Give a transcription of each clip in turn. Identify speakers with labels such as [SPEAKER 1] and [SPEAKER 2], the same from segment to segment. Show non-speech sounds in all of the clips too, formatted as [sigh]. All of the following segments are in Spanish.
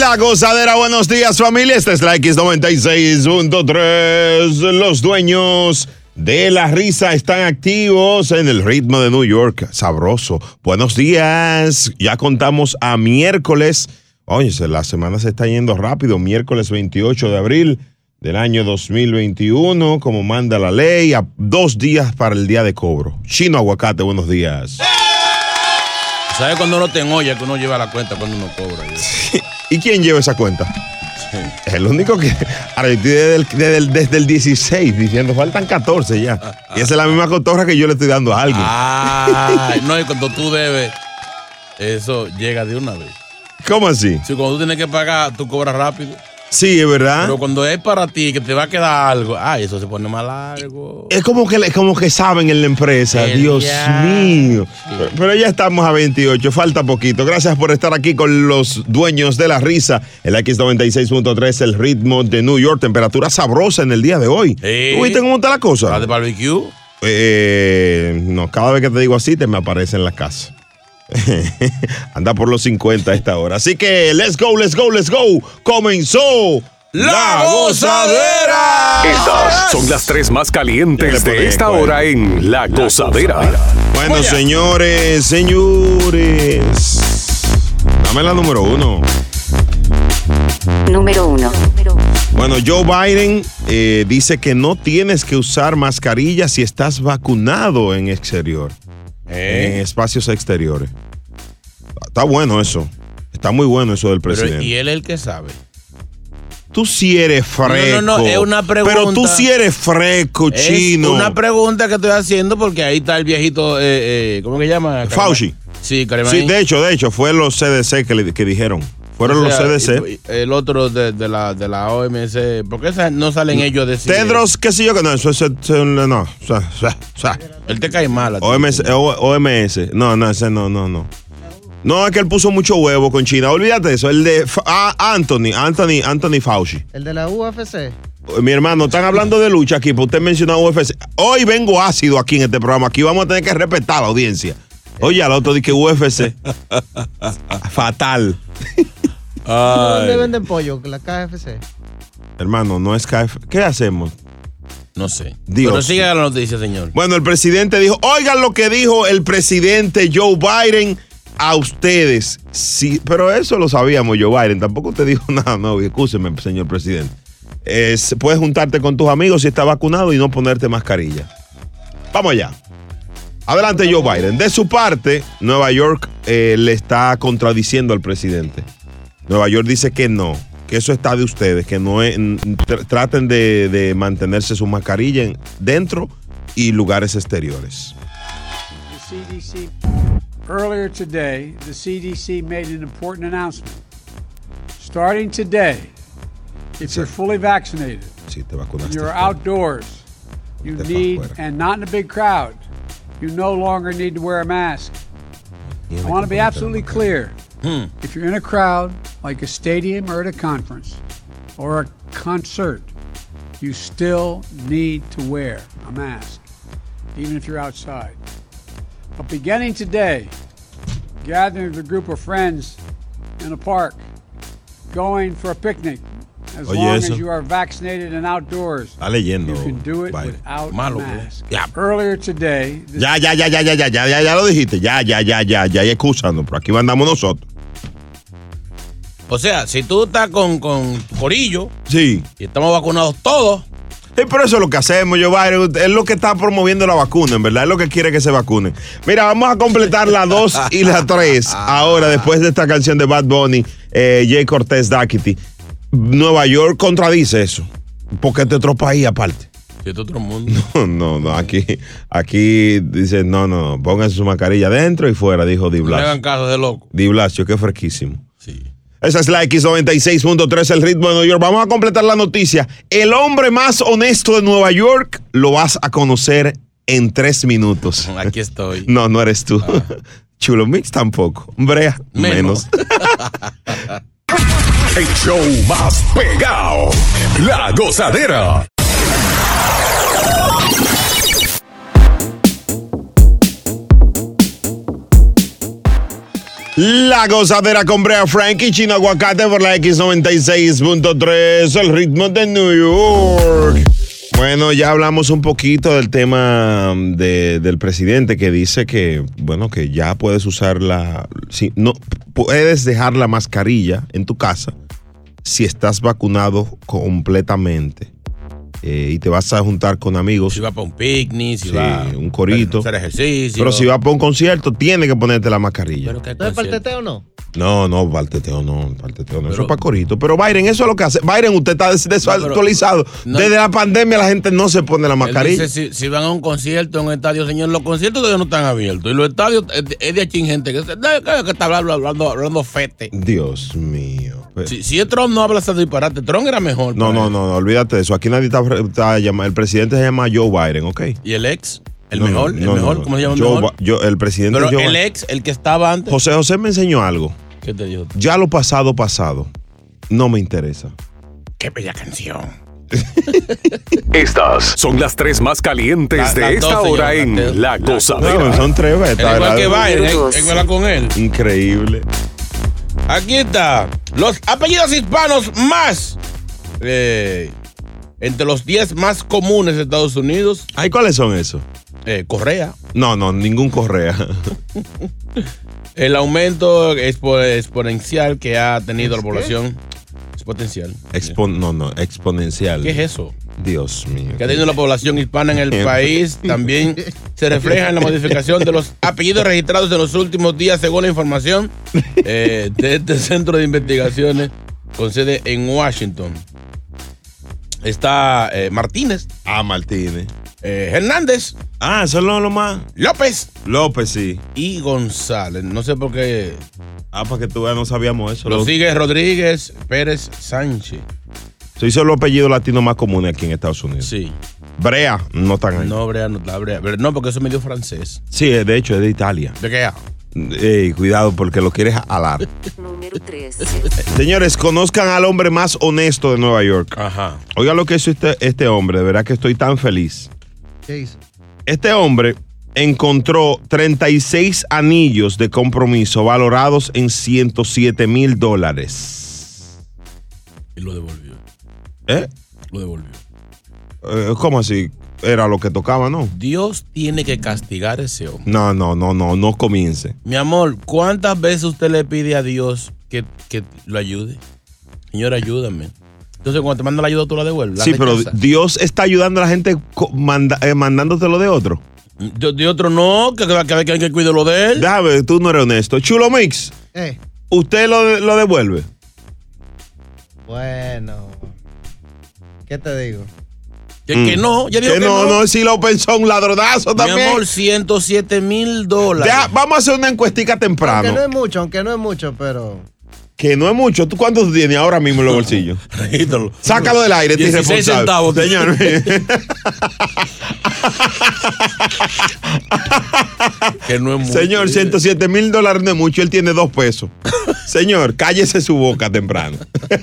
[SPEAKER 1] La gozadera, buenos días familia, esta es la X96.3. Los dueños de la risa están activos en el ritmo de New York, sabroso. Buenos días, ya contamos a miércoles. Oye, se- la semana se está yendo rápido, miércoles 28 de abril del año 2021, como manda la ley, a dos días para el día de cobro. Chino Aguacate, buenos días.
[SPEAKER 2] ¿Sabes cuando uno te enolla que uno lleva la cuenta cuando uno
[SPEAKER 1] [laughs]
[SPEAKER 2] cobra?
[SPEAKER 1] ¿Y quién lleva esa cuenta? Es el único que. Ahora, yo estoy desde el, desde el- desde el 16 diciendo, faltan 14 ya. Y esa es la misma cotorra que yo le estoy dando a alguien.
[SPEAKER 2] Ah, no, y cuando tú debes, eso llega de una vez.
[SPEAKER 1] [laughs] ¿Cómo así?
[SPEAKER 2] Si cuando tú tienes que pagar, tú cobras rápido.
[SPEAKER 1] Sí, es verdad.
[SPEAKER 2] Pero cuando es para ti, que te va a quedar algo, ay, eso se pone más largo.
[SPEAKER 1] Es como que, le- como que saben en la empresa.
[SPEAKER 2] El
[SPEAKER 1] Dios
[SPEAKER 2] ya.
[SPEAKER 1] mío. Pero, pero ya estamos a 28, falta poquito. Gracias por estar aquí con los dueños de la risa. El X96.3, el ritmo de New York. Temperatura sabrosa en el día de hoy. ¿Tú viste cómo está la cosa? ¿La de
[SPEAKER 2] barbecue?
[SPEAKER 1] Eh, no, cada vez que te digo así, te me aparece en la casa. [laughs] Anda por los 50 a esta hora. Así que, let's go, let's go, let's go. Comenzó
[SPEAKER 3] La
[SPEAKER 1] gozadera.
[SPEAKER 3] Estas son las tres más calientes de esta hora en pues, La Gozadera.
[SPEAKER 1] Bueno, señores, señores. Dame la número uno.
[SPEAKER 4] Número uno.
[SPEAKER 1] Bueno, Joe Biden eh, dice que no tienes que usar mascarilla si estás vacunado en exterior,
[SPEAKER 2] Eh.
[SPEAKER 1] en espacios exteriores. Está bueno eso. Está muy bueno eso del presidente.
[SPEAKER 2] Pero, y él es el que sabe.
[SPEAKER 1] Tú si eres fresco.
[SPEAKER 2] No, no, no, es una pregunta.
[SPEAKER 1] Pero tú si eres fresco,
[SPEAKER 2] Es
[SPEAKER 1] chino.
[SPEAKER 2] una pregunta que estoy haciendo porque ahí está el viejito, eh, eh, ¿cómo que llama?
[SPEAKER 1] Fauci.
[SPEAKER 2] Sí, Caremán.
[SPEAKER 1] Sí, de hecho, de hecho, fue los CDC que, le- que dijeron. Fueron
[SPEAKER 2] O sea,
[SPEAKER 1] los CDC.
[SPEAKER 2] y- El otro de, de la, de la OMC. ¿Por qué esa- no salen ellos a decir?
[SPEAKER 1] Tedros, qué sé yo, que no, eso, eso- eso- no, o sea, o sea, o sea.
[SPEAKER 2] Él te cae mal.
[SPEAKER 1] OMS, O- OMS. no, no, ese no, no, no. No, es que él puso mucho huevo con China. Olvídate de eso. El de Fa- ah, Anthony, Anthony, Anthony Fauci.
[SPEAKER 5] El de la UFC.
[SPEAKER 1] Mi hermano, están hablando de lucha aquí, porque usted mencionó UFC. Hoy vengo ácido aquí en este programa. Aquí vamos a tener que respetar a la audiencia. Oye, al otro dice que UFC. [laughs] Fatal.
[SPEAKER 5] ¿Dónde venden pollo? La KFC.
[SPEAKER 1] Hermano, no es KF. ¿Qué hacemos?
[SPEAKER 2] No sé.
[SPEAKER 1] Dios.
[SPEAKER 2] Pero siga la noticia, señor.
[SPEAKER 1] Bueno, el presidente dijo, oigan lo que dijo el presidente Joe Biden a ustedes. Sí, pero eso lo sabíamos, Joe Biden. Tampoco te dijo [laughs] nada, no, escúcheme, señor presidente. Es- puedes juntarte con tus amigos si estás vacunado y no ponerte mascarilla. Vamos allá. Adelante Joe Biden. De su parte, Nueva York eh, le está contradiciendo al presidente. Nueva York dice que no, que eso está de ustedes, que no es- n- tr- traten de, de mantenerse su mascarilla en- dentro y lugares exteriores.
[SPEAKER 6] the CDC. Earlier today, the CDC made an important announcement. Starting today, if you're fully vaccinated,
[SPEAKER 1] Si te vacunaste.
[SPEAKER 6] you're outdoors, you need, and not in a big crowd, you no longer need to wear a mask. I want to be absolutely clear.
[SPEAKER 1] Hmm.
[SPEAKER 6] If you're in a crowd, like a stadium or at a conference or a concert, you still need to wear a mask, even if you're outside. But beginning today, gathering with a group of friends in a park, going for a picnic, as
[SPEAKER 1] Oye,
[SPEAKER 6] long
[SPEAKER 1] eso.
[SPEAKER 6] as you are vaccinated and outdoors,
[SPEAKER 1] Está leyendo.
[SPEAKER 6] you can do it
[SPEAKER 1] Biden.
[SPEAKER 6] without
[SPEAKER 1] Malo,
[SPEAKER 6] a mask.
[SPEAKER 1] Ya.
[SPEAKER 6] Earlier today,
[SPEAKER 1] Ya, ya, ya, ya, ya, ya, ya, ya, ya lo dijiste. Ya, ya, ya, ya, ya, ya, excusando, pero aquí andamos nosotros.
[SPEAKER 2] O sea, si tú estás con, con Corillo
[SPEAKER 1] Sí.
[SPEAKER 2] y estamos vacunados todos,
[SPEAKER 1] Sí, pero eso es lo que hacemos, Joe Biden. Es lo que está promoviendo la vacuna, en verdad. Es lo que quiere que se vacunen. Mira, vamos a completar la 2 y la 3. Ahora, después de esta canción de Bad Bunny, eh, Jay Cortés Daquity. Nueva York contradice eso. Porque este otro país aparte.
[SPEAKER 2] si es otro mundo.
[SPEAKER 1] [laughs] No, no, no, aquí, aquí dice, no, no, no, pónganse su mascarilla dentro y fuera, dijo Di
[SPEAKER 2] No le
[SPEAKER 1] Blasio.
[SPEAKER 2] hagan caso de loco.
[SPEAKER 1] Di Blasio, que fresquísimo. Sí. Esa es la X96.3, el ritmo de Nueva York. Vamos a completar la noticia. El hombre más honesto de Nueva York lo vas a conocer en tres minutos.
[SPEAKER 2] [laughs] Aquí estoy. Ah.
[SPEAKER 1] No, no eres tú. [laughs] Chulo Mix tampoco. Brea, menos.
[SPEAKER 3] [laughs] El show más pegado. La gozadera.
[SPEAKER 1] La gozadera con Brea Frank y Chino Aguacate por la X96.3, el ritmo de New York. Bueno, ya hablamos un poquito del tema de- del presidente que dice que, bueno, que ya puedes usar la. si- no, puedes dejar la mascarilla en tu casa si estás vacunado completamente eh, y te vas a juntar con amigos.
[SPEAKER 2] Si va para un picnic, si
[SPEAKER 1] Sí,
[SPEAKER 2] va
[SPEAKER 1] un corito.
[SPEAKER 2] a hacer ejercicio.
[SPEAKER 1] Pero si vas para un concierto, tiene que ponerte la mascarilla.
[SPEAKER 2] Pero que
[SPEAKER 5] ¿Entonces para el teteo no?
[SPEAKER 1] No, no, palteteo no, palteteo no. eso es para corito. Pero Byron, eso es lo que hace. Byron, usted está des- desactualizado.
[SPEAKER 2] no.
[SPEAKER 1] Desde la pandemia la gente no se pone la mascarilla.
[SPEAKER 2] Dice, si, si van a un concierto, a un estadio, señor, los conciertos todavía no están abiertos. Y los estadios es de, es de aquí gente que, se- que está hablando, hablando, hablando fete.
[SPEAKER 1] Mm, Dios mío. Pero-
[SPEAKER 2] Si, si es Trump no habla ese disparate, Trump era mejor.
[SPEAKER 1] pues. No,
[SPEAKER 2] para
[SPEAKER 1] no,
[SPEAKER 2] él.
[SPEAKER 1] no, no, olvídate de eso. Aquí nadie está, está llamando. El presidente se llama Joe Biden, ¿ok?
[SPEAKER 2] ¿Y el ex? ¿El
[SPEAKER 1] No, no,
[SPEAKER 2] mejor? ¿El
[SPEAKER 1] no, no,
[SPEAKER 2] mejor?
[SPEAKER 1] no.
[SPEAKER 2] ¿Cómo se llama el
[SPEAKER 1] Joe
[SPEAKER 2] mejor?
[SPEAKER 1] Bi- yo- el presidente
[SPEAKER 2] Pero
[SPEAKER 1] Joe
[SPEAKER 2] el
[SPEAKER 1] Biden.
[SPEAKER 2] ex, el que estaba antes.
[SPEAKER 1] José José me enseñó algo.
[SPEAKER 2] ¿Qué te dijo?
[SPEAKER 1] Ya lo pasado, pasado. No me interesa.
[SPEAKER 2] Qué bella canción.
[SPEAKER 3] Estas son las tres más calientes
[SPEAKER 2] La-
[SPEAKER 3] de
[SPEAKER 2] las
[SPEAKER 3] esta
[SPEAKER 2] dos, señora,
[SPEAKER 3] hora
[SPEAKER 2] las tres.
[SPEAKER 3] en La
[SPEAKER 1] No,
[SPEAKER 3] Gozadera.
[SPEAKER 1] son tres
[SPEAKER 2] El
[SPEAKER 1] betas,
[SPEAKER 2] igual que
[SPEAKER 1] ¿verdad?
[SPEAKER 2] Biden, ¿eh? ¿Es verdad con él.
[SPEAKER 1] Increíble.
[SPEAKER 2] Aquí está. Los apellidos hispanos más. eh, entre los 10 más comunes de Estados Unidos.
[SPEAKER 1] ¿Ay, cuáles son esos?
[SPEAKER 2] eh, Correa.
[SPEAKER 1] No, no, ningún Correa. [laughs]
[SPEAKER 2] El aumento expo- exponencial que ha tenido la población. Es potencial.
[SPEAKER 1] Expon- no, no, exponencial.
[SPEAKER 2] ¿Qué es eso?
[SPEAKER 1] Dios mío.
[SPEAKER 2] Que ha tenido la población hispana en
[SPEAKER 1] [laughs]
[SPEAKER 2] el país también se refleja en la modificación de los apellidos registrados en los últimos días, según la información eh, de este centro de investigaciones con sede en Washington. Está eh, Martínez,
[SPEAKER 1] Ah, Martínez.
[SPEAKER 2] eh, Hernández,
[SPEAKER 1] Ah, eso es lo, lo más.
[SPEAKER 2] López
[SPEAKER 1] López, sí.
[SPEAKER 2] y González. No sé por qué.
[SPEAKER 1] Ah, para que tú veas, no sabíamos eso.
[SPEAKER 2] Lo
[SPEAKER 1] Los,
[SPEAKER 2] sigue Rodríguez Pérez Sánchez.
[SPEAKER 1] se hizo los apellidos latinos más comunes aquí en Estados Unidos.
[SPEAKER 2] Sí.
[SPEAKER 1] Brea, no tan ahí.
[SPEAKER 2] No, Brea, no, la Brea. Pero No, porque eso me dio francés.
[SPEAKER 1] Sí, eh, de hecho, es de Italia.
[SPEAKER 2] ¿De qué?
[SPEAKER 1] Ey, cuidado, porque lo quieres
[SPEAKER 2] [laughs]
[SPEAKER 1] alar.
[SPEAKER 4] Número 3.
[SPEAKER 1] Señores, conozcan al hombre más honesto de Nueva York.
[SPEAKER 2] Ajá.
[SPEAKER 1] Oiga lo que hizo este, este hombre, de verdad que estoy tan feliz.
[SPEAKER 5] ¿Qué hizo?
[SPEAKER 1] Este hombre encontró 36 anillos de compromiso valorados en 107 mil dólares.
[SPEAKER 2] Y lo devolvió.
[SPEAKER 1] ¿Eh?
[SPEAKER 2] Lo devolvió.
[SPEAKER 1] Eh, ¿Cómo así? Era lo que tocaba, ¿no?
[SPEAKER 2] [laughs] Dios tiene que castigar a ese hombre.
[SPEAKER 1] No, no, no, no, no comience.
[SPEAKER 2] Mi amor, ¿cuántas veces usted le pide a Dios que, que lo ayude? Señor, ayúdame. Entonces, cuando te manda la ayuda, tú la devuelves. la
[SPEAKER 1] sí, pero
[SPEAKER 2] rechazas.
[SPEAKER 1] Dios está ayudando a la gente co- manda- eh, mandándotelo de otro.
[SPEAKER 2] de, de otro no, que, que, que, que, que cuide lo de él.
[SPEAKER 1] Déjame, tú no eres honesto. Chulo Mix,
[SPEAKER 5] Eh,
[SPEAKER 1] ¿usted lo, lo devuelve?
[SPEAKER 5] bueno. ¿Qué te digo?
[SPEAKER 2] Que, que no, ya dijo
[SPEAKER 1] Mm. Que
[SPEAKER 2] que
[SPEAKER 1] no, no, si lo pensó un ladronazo
[SPEAKER 2] Mi
[SPEAKER 1] también.
[SPEAKER 2] amor, 107 mil dólares.
[SPEAKER 1] Deja- vamos a hacer una encuestica
[SPEAKER 5] Aunque
[SPEAKER 1] temprano.
[SPEAKER 5] no es mucho, aunque no es mucho, pero.
[SPEAKER 1] Que no es mucho. ¿Tú cuánto tienes ahora mismo en los bolsillos?
[SPEAKER 2] Ah, Regístralo.
[SPEAKER 1] Sácalo del aire, este
[SPEAKER 2] 16
[SPEAKER 1] irresponsable.
[SPEAKER 2] centavos.
[SPEAKER 1] Señor.
[SPEAKER 2] [laughs] Que no es mucho.
[SPEAKER 1] Señor, 107 mil dólares no es mucho, él tiene dos
[SPEAKER 2] [laughs]
[SPEAKER 1] pesos. Señor, cállese su boca temprano. [laughs]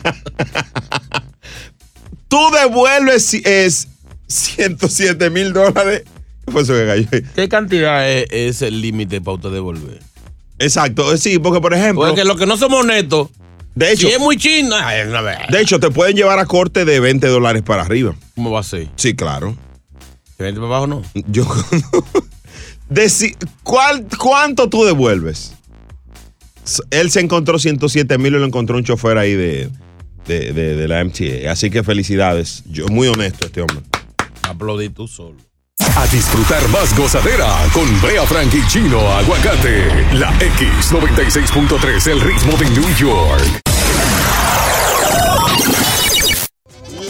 [SPEAKER 1] Tú devuelves si- es 107 mil dólares. ¿Qué fue eso que cayó?
[SPEAKER 2] ¿Qué cantidad es, es el límite para usted devolver?
[SPEAKER 1] Exacto, eh, sí, porque por ejemplo,
[SPEAKER 2] Porque los que no somos honestos,
[SPEAKER 1] de hecho,
[SPEAKER 2] si es muy chino, ay, no,
[SPEAKER 1] de hecho te pueden llevar a corte de 20 dólares para arriba.
[SPEAKER 2] ¿cómo va a ser?
[SPEAKER 1] Sí, claro.
[SPEAKER 2] ¿Se vende para abajo o no?
[SPEAKER 1] Yo [laughs] de si- ¿cuál- ¿Cuánto tú devuelves? S- Él se encontró 107 mil y lo encontró un chofer ahí de, de, de- de la MTA. Así que felicidades. Yo, muy honesto este hombre.
[SPEAKER 2] Aplaudí tú solo.
[SPEAKER 3] A disfrutar más gozadera con Brea Frank y Chino Aguacate. La X96.3, el ritmo de New York.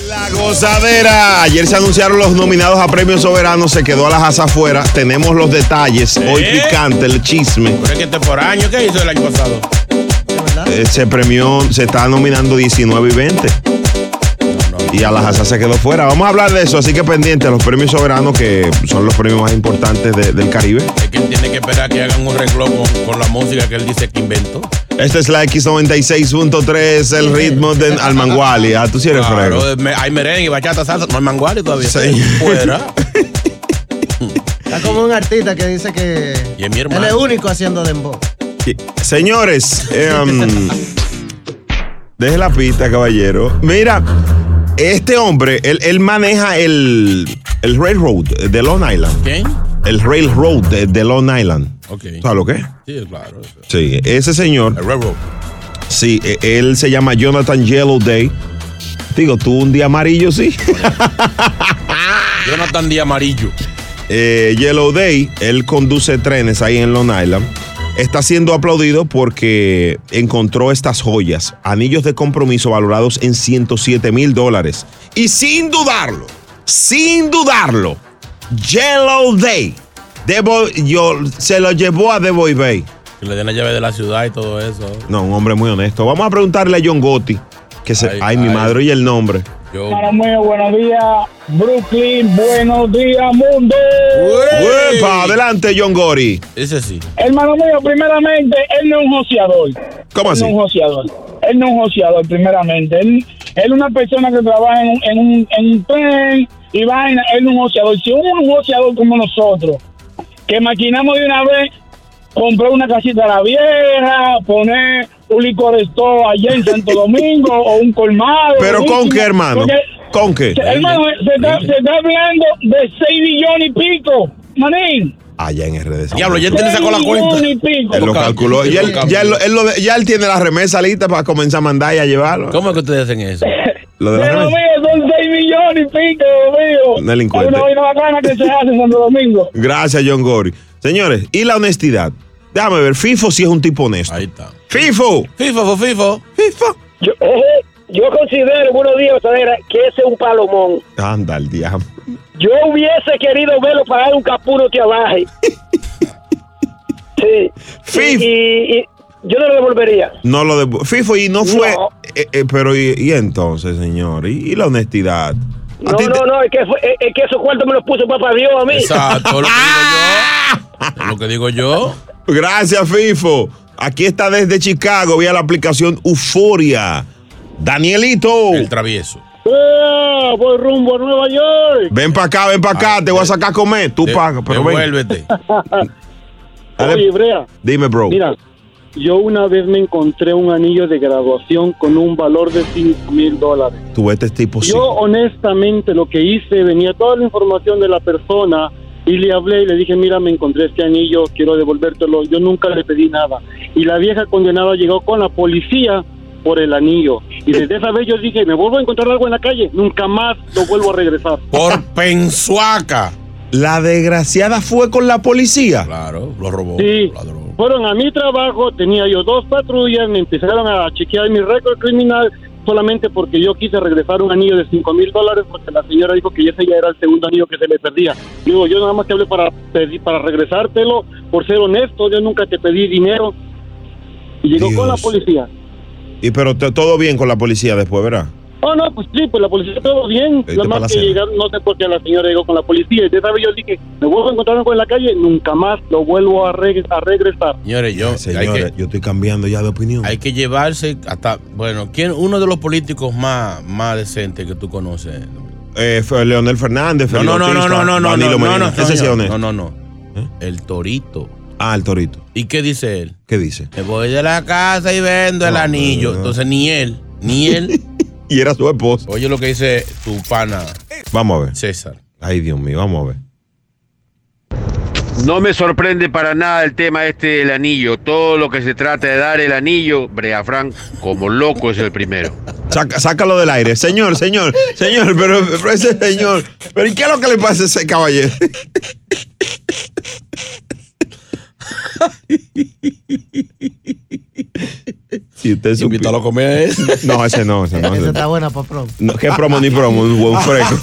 [SPEAKER 1] La gozadera. Ayer se anunciaron los nominados a premios soberanos. Se quedó a las asas afuera. Tenemos los detalles. Hoy
[SPEAKER 2] ¿Eh?
[SPEAKER 1] picante, el chisme.
[SPEAKER 2] Pero es que este por año, ¿qué hizo el año pasado?
[SPEAKER 5] De verdad
[SPEAKER 1] eh, se premió, se está nominando 19 y 20. Y Alajaza se quedó fuera. Vamos a hablar de eso, así que pendiente a los premios soberanos, que son los premios más importantes de- del Caribe.
[SPEAKER 2] Es que él tiene que esperar que hagan un renglón con, con la música que él dice que inventó.
[SPEAKER 1] Esta es la X96.3, el ritmo de Almanguali. Ah, tú sí eres frego.
[SPEAKER 2] Claro, me- hay merengue, bachata, salsa, no hay manguari todavía.
[SPEAKER 1] Sí.
[SPEAKER 2] Fuera.
[SPEAKER 1] [laughs]
[SPEAKER 5] Está como un artista que dice que
[SPEAKER 2] Y es mi
[SPEAKER 5] él es
[SPEAKER 2] hermano.
[SPEAKER 5] único haciendo dembow.
[SPEAKER 1] Señores, em, deje la pista, caballero. Mira, este hombre, él, él maneja el, el railroad de Long Island.
[SPEAKER 2] ¿Quién?
[SPEAKER 1] El railroad de, de Long Island.
[SPEAKER 2] Ok.
[SPEAKER 1] ¿Sabes lo que es?
[SPEAKER 2] Sí, claro.
[SPEAKER 1] Sí, ese señor.
[SPEAKER 2] El railroad.
[SPEAKER 1] Sí, e- él se llama Jonathan Yellow Day. Digo, tú un día amarillo, sí.
[SPEAKER 2] [laughs] Jonathan Díaz Amarillo.
[SPEAKER 1] Eh, Yellow Day, él conduce trenes ahí en Long Island. Está siendo aplaudido porque encontró estas joyas, anillos de compromiso valorados en 107 mil dólares. Y sin dudarlo, sin dudarlo, Yellow Day Debo- yo, se lo llevó a Deboy Bay.
[SPEAKER 2] Que le den la llave de la ciudad y todo eso.
[SPEAKER 1] No, un hombre muy honesto. Vamos a preguntarle a John Gotti, que se, ay, mi madre y el nombre.
[SPEAKER 2] Yo.
[SPEAKER 4] Marameo, buenos días. Brooklyn, buenos días, mundo.
[SPEAKER 1] ¡Uepa! Adelante, John Gotti.
[SPEAKER 2] Ese sí.
[SPEAKER 4] Hermano mío, primeramente, él no es un joseador.
[SPEAKER 1] ¿Cómo así?
[SPEAKER 4] Él no es un joseador. Él no es un joseador, primeramente. Él, él es una persona que trabaja en, un- en un, en un tren y vaina. Él no es un joseador. Si hubo un joseador como nosotros, que maquinamos de una vez, comprar una casita a la vieja, poner un licoresto allá en Santo Domingo o un colmado.
[SPEAKER 1] ¿Pero con
[SPEAKER 4] buenísimo.
[SPEAKER 1] qué, hermano?
[SPEAKER 4] Porque-
[SPEAKER 1] ¿Con qué?
[SPEAKER 4] Hermano, se está, se está hablando de 6 billones y pico, manín.
[SPEAKER 1] Allá en RDC.
[SPEAKER 2] Diablo, ya te le
[SPEAKER 4] Seis
[SPEAKER 2] sacó la cuenta.
[SPEAKER 4] billones y pico.
[SPEAKER 1] Él lo calculó. Ya él, ya él- él lo de- ya él tiene la remesa lista para comenzar a mandar y a llevarlo.
[SPEAKER 2] ¿Cómo es que ustedes hacen eso?
[SPEAKER 1] Lo de la
[SPEAKER 4] Pero
[SPEAKER 1] remesa.
[SPEAKER 4] mío, son 6 millones y pico, mío.
[SPEAKER 1] Delincuente.
[SPEAKER 4] Es una vaina bacana que se hace en Santo Domingo.
[SPEAKER 1] Gracias, John Gory. Señores, y la honestidad. Déjame ver, FIFO sí es un tipo honesto.
[SPEAKER 2] Ahí está.
[SPEAKER 1] FIFO.
[SPEAKER 2] FIFO, fo, FIFO.
[SPEAKER 1] FIFO.
[SPEAKER 7] Yo, eh, yo considero, buenos días, Osadera, que ese es un palomón.
[SPEAKER 1] Anda, el diablo.
[SPEAKER 7] Yo hubiese querido verlo pagar un capuro que abaje. Sí.
[SPEAKER 1] Fif.
[SPEAKER 7] Y, y- y yo no lo devolvería.
[SPEAKER 1] No lo de FIFO y no fue.
[SPEAKER 7] No.
[SPEAKER 1] eh, eh, pero y, y entonces, señor, y, y la honestidad. A
[SPEAKER 7] No,
[SPEAKER 1] ti te-
[SPEAKER 7] no, no, es que, fue- es, es que esos cuartos me los puso papá Dios a mí.
[SPEAKER 2] Exacto, lo que digo yo. Lo que digo yo.
[SPEAKER 1] Ah. Gracias, FIFO. Aquí está desde Chicago, vía la aplicación Euforia. Danielito.
[SPEAKER 2] El travieso.
[SPEAKER 4] Eh, voy rumbo a Nueva York.
[SPEAKER 1] Ven para acá, ven para acá,
[SPEAKER 2] Ah,
[SPEAKER 1] te voy a
[SPEAKER 2] de-
[SPEAKER 1] sacar a comer. Tú
[SPEAKER 2] De-
[SPEAKER 1] pagas, pero ven.
[SPEAKER 2] Devuélvete.
[SPEAKER 1] Dale.
[SPEAKER 4] Oye, Brea,
[SPEAKER 1] Dime, bro.
[SPEAKER 4] mira, yo una vez me encontré un anillo de graduación con un valor de 5 mil dólares.
[SPEAKER 1] Tú ves este tipo sí.
[SPEAKER 4] Yo honestamente lo que hice, venía toda la información de la persona y le hablé y le dije, mira, me encontré este anillo, quiero devolvértelo. Yo nunca le pedí nada. Y la vieja condenada llegó con la policía por el anillo. Y desde esa vez yo dije, me vuelvo a encontrar algo en la calle, nunca más lo vuelvo a regresar.
[SPEAKER 2] Por Pensuaca.
[SPEAKER 1] La desgraciada fue con la policía.
[SPEAKER 2] Claro, lo robó.
[SPEAKER 4] Sí,
[SPEAKER 2] ladrón.
[SPEAKER 4] fueron a mi trabajo, tenía yo dos patrullas, me empezaron a chequear mi récord criminal solamente porque yo quise regresar un anillo de 5 mil dólares porque la señora dijo que ese ya era el segundo anillo que se me perdía. Digo, yo nada más te hablé para, pedir- para regresártelo, por ser honesto, yo nunca te pedí dinero. Y llegó con la
[SPEAKER 1] Dios.
[SPEAKER 4] policía.
[SPEAKER 1] Y pero t- todo bien con la policía después, ¿verdad?
[SPEAKER 4] Oh, no, pues sí, pues la policía todo bien.
[SPEAKER 1] Vete
[SPEAKER 4] Nada
[SPEAKER 1] pa' la
[SPEAKER 4] más que
[SPEAKER 1] cena.
[SPEAKER 4] llegaron, no sé por qué la señora llegó con la policía. Y de esa vez yo dije, me vuelvo a encontrar algo en la calle, nunca más lo vuelvo a, reg- a regresar.
[SPEAKER 2] Señores, yo.
[SPEAKER 1] Señores,
[SPEAKER 2] hay que,
[SPEAKER 1] yo estoy cambiando ya de opinión.
[SPEAKER 2] hay que llevarse hasta. Bueno, ¿quién, uno de los políticos más, más decentes que tú conoces.
[SPEAKER 1] Eh, fue Leonel Fernández,
[SPEAKER 2] No,
[SPEAKER 1] Felipe
[SPEAKER 2] no, no, no,
[SPEAKER 1] Bautista,
[SPEAKER 2] no, no, no, no,
[SPEAKER 1] Danilo
[SPEAKER 2] no, no,
[SPEAKER 1] Medina. Ese sí es
[SPEAKER 2] no,
[SPEAKER 1] honesto.
[SPEAKER 2] no, no, no. El torito.
[SPEAKER 1] Ah, el torito.
[SPEAKER 2] ¿Y qué dice él?
[SPEAKER 1] ¿Qué dice?
[SPEAKER 2] Me voy de la casa y vendo el
[SPEAKER 1] No,
[SPEAKER 2] anillo.
[SPEAKER 1] no, no.
[SPEAKER 2] Entonces ni él, ni él.
[SPEAKER 1] [laughs] Y era su esposa.
[SPEAKER 2] Oye lo que dice tu pana
[SPEAKER 1] Vamos a ver.
[SPEAKER 2] César.
[SPEAKER 1] Ay, Dios mío, vamos a ver.
[SPEAKER 8] No me sorprende para nada el tema este del anillo. Todo lo que se trata de dar el anillo, Brea Frank, como loco es el primero.
[SPEAKER 1] Saca- sácalo del aire. Señor, señor, señor, pero, pero ese señor. ¿Pero ¿y qué es lo que le pasa a ese caballero? si usted supiera.
[SPEAKER 2] Invítalo a comer a ese.
[SPEAKER 1] No, ese no, ese no.
[SPEAKER 5] Esa
[SPEAKER 1] Ese
[SPEAKER 5] está
[SPEAKER 1] no.
[SPEAKER 5] buena para prom.
[SPEAKER 1] [laughs] No, ¿Qué promo ni promo? Un buen fresco.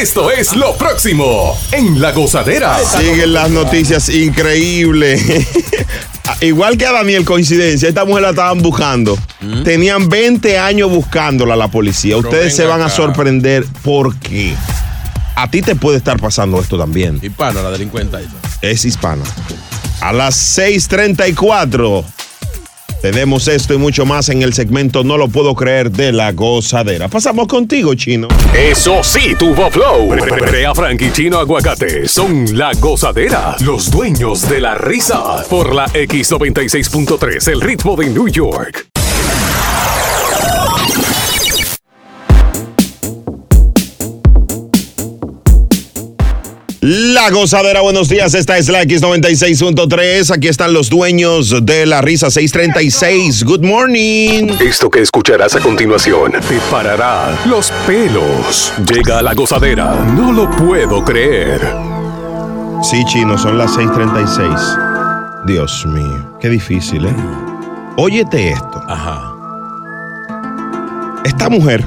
[SPEAKER 3] Esto es lo próximo en La Gozadera.
[SPEAKER 1] Siguen las noticias increíbles. [laughs] Igual que a Daniel, coincidencia, esta mujer la estaban buscando. Tenían 20 años buscándola la policía.
[SPEAKER 2] Mm. Pero
[SPEAKER 1] Ustedes se
[SPEAKER 2] venga
[SPEAKER 1] van a
[SPEAKER 2] acá.
[SPEAKER 1] sorprender porque a ti te puede estar pasando esto también.
[SPEAKER 2] Hispano, la delincuenta. esa.
[SPEAKER 1] Es hispana. A las 6:34 tenemos esto y mucho más en el segmento No lo puedo creer de la gozadera. Pasamos contigo, chino.
[SPEAKER 3] Eso sí, tuvo flow. Brea Frank y Chino Aguacate son la gozadera, los dueños de la risa. Por la X96.3, el ritmo de New York.
[SPEAKER 1] La gozadera, buenos días. Esta es la X96.3. Aquí están los dueños de la risa 636. Good morning.
[SPEAKER 3] Esto que escucharás a continuación te parará los pelos. Llega la gozadera, no lo puedo creer.
[SPEAKER 1] Sí, chino, son las 6:36. Dios mío, qué difícil, ¿eh? Óyete esto.
[SPEAKER 2] Ajá.
[SPEAKER 1] Esta mujer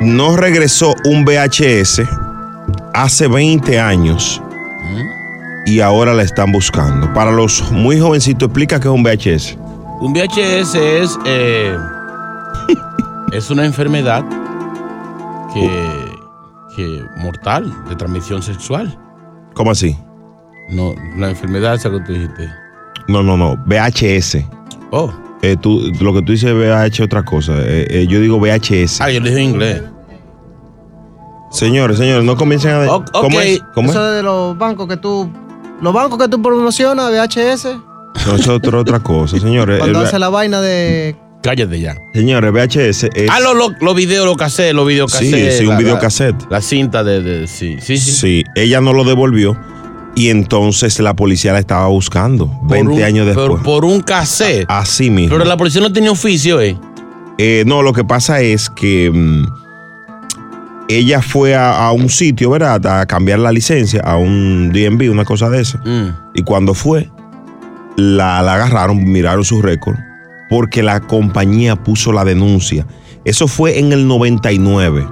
[SPEAKER 1] no regresó un VHS hace 20 años y ahora la están buscando. Para los muy jovencitos, explica qué es un VHS.
[SPEAKER 2] Un VHS es. eh, es una enfermedad que. que mortal, de transmisión sexual.
[SPEAKER 1] ¿Cómo así?
[SPEAKER 2] No, la enfermedad esa que tú dijiste.
[SPEAKER 1] No, no, no, VHS.
[SPEAKER 2] Oh.
[SPEAKER 1] Eh, tú- lo que tú dices VHS es otra cosa. Eh, eh, yo digo VHS.
[SPEAKER 2] Ah, yo le dije en inglés.
[SPEAKER 1] Señores, señores, no comiencen a...
[SPEAKER 2] O-
[SPEAKER 1] ¿Cómo
[SPEAKER 2] ok.
[SPEAKER 1] es? ¿Cómo es?
[SPEAKER 5] Eso de los bancos que tú. Los bancos que tú promocionas, VHS,
[SPEAKER 1] No, eso es otra, otra cosa, señores.
[SPEAKER 5] cuando
[SPEAKER 1] Eh,
[SPEAKER 5] hace la vaina de.
[SPEAKER 2] Cállate ya.
[SPEAKER 1] Señores, VHS es...
[SPEAKER 2] Ah, los lo, lo videos, los cassettes, los videocassettes.
[SPEAKER 1] Sí, sí, un
[SPEAKER 2] la- la-
[SPEAKER 1] videocassette.
[SPEAKER 2] La cinta de, de- sí, sí, sí.
[SPEAKER 1] Sí, ella no lo devolvió y entonces la policía la estaba buscando
[SPEAKER 2] Por
[SPEAKER 1] 20
[SPEAKER 2] un-
[SPEAKER 1] años después.
[SPEAKER 2] Por, por un cassette.
[SPEAKER 1] Así mismo.
[SPEAKER 2] Pero la policía no tenía oficio, ¿eh?
[SPEAKER 1] Eh, no, lo que pasa es que mm, ella fue a, a un sitio, ¿verdad? A cambiar la licencia, a un DMV, una cosa de esa.
[SPEAKER 2] Mm.
[SPEAKER 1] Y cuando fue, la, la agarraron, miraron su récord, porque la compañía puso la denuncia. Eso fue en el 99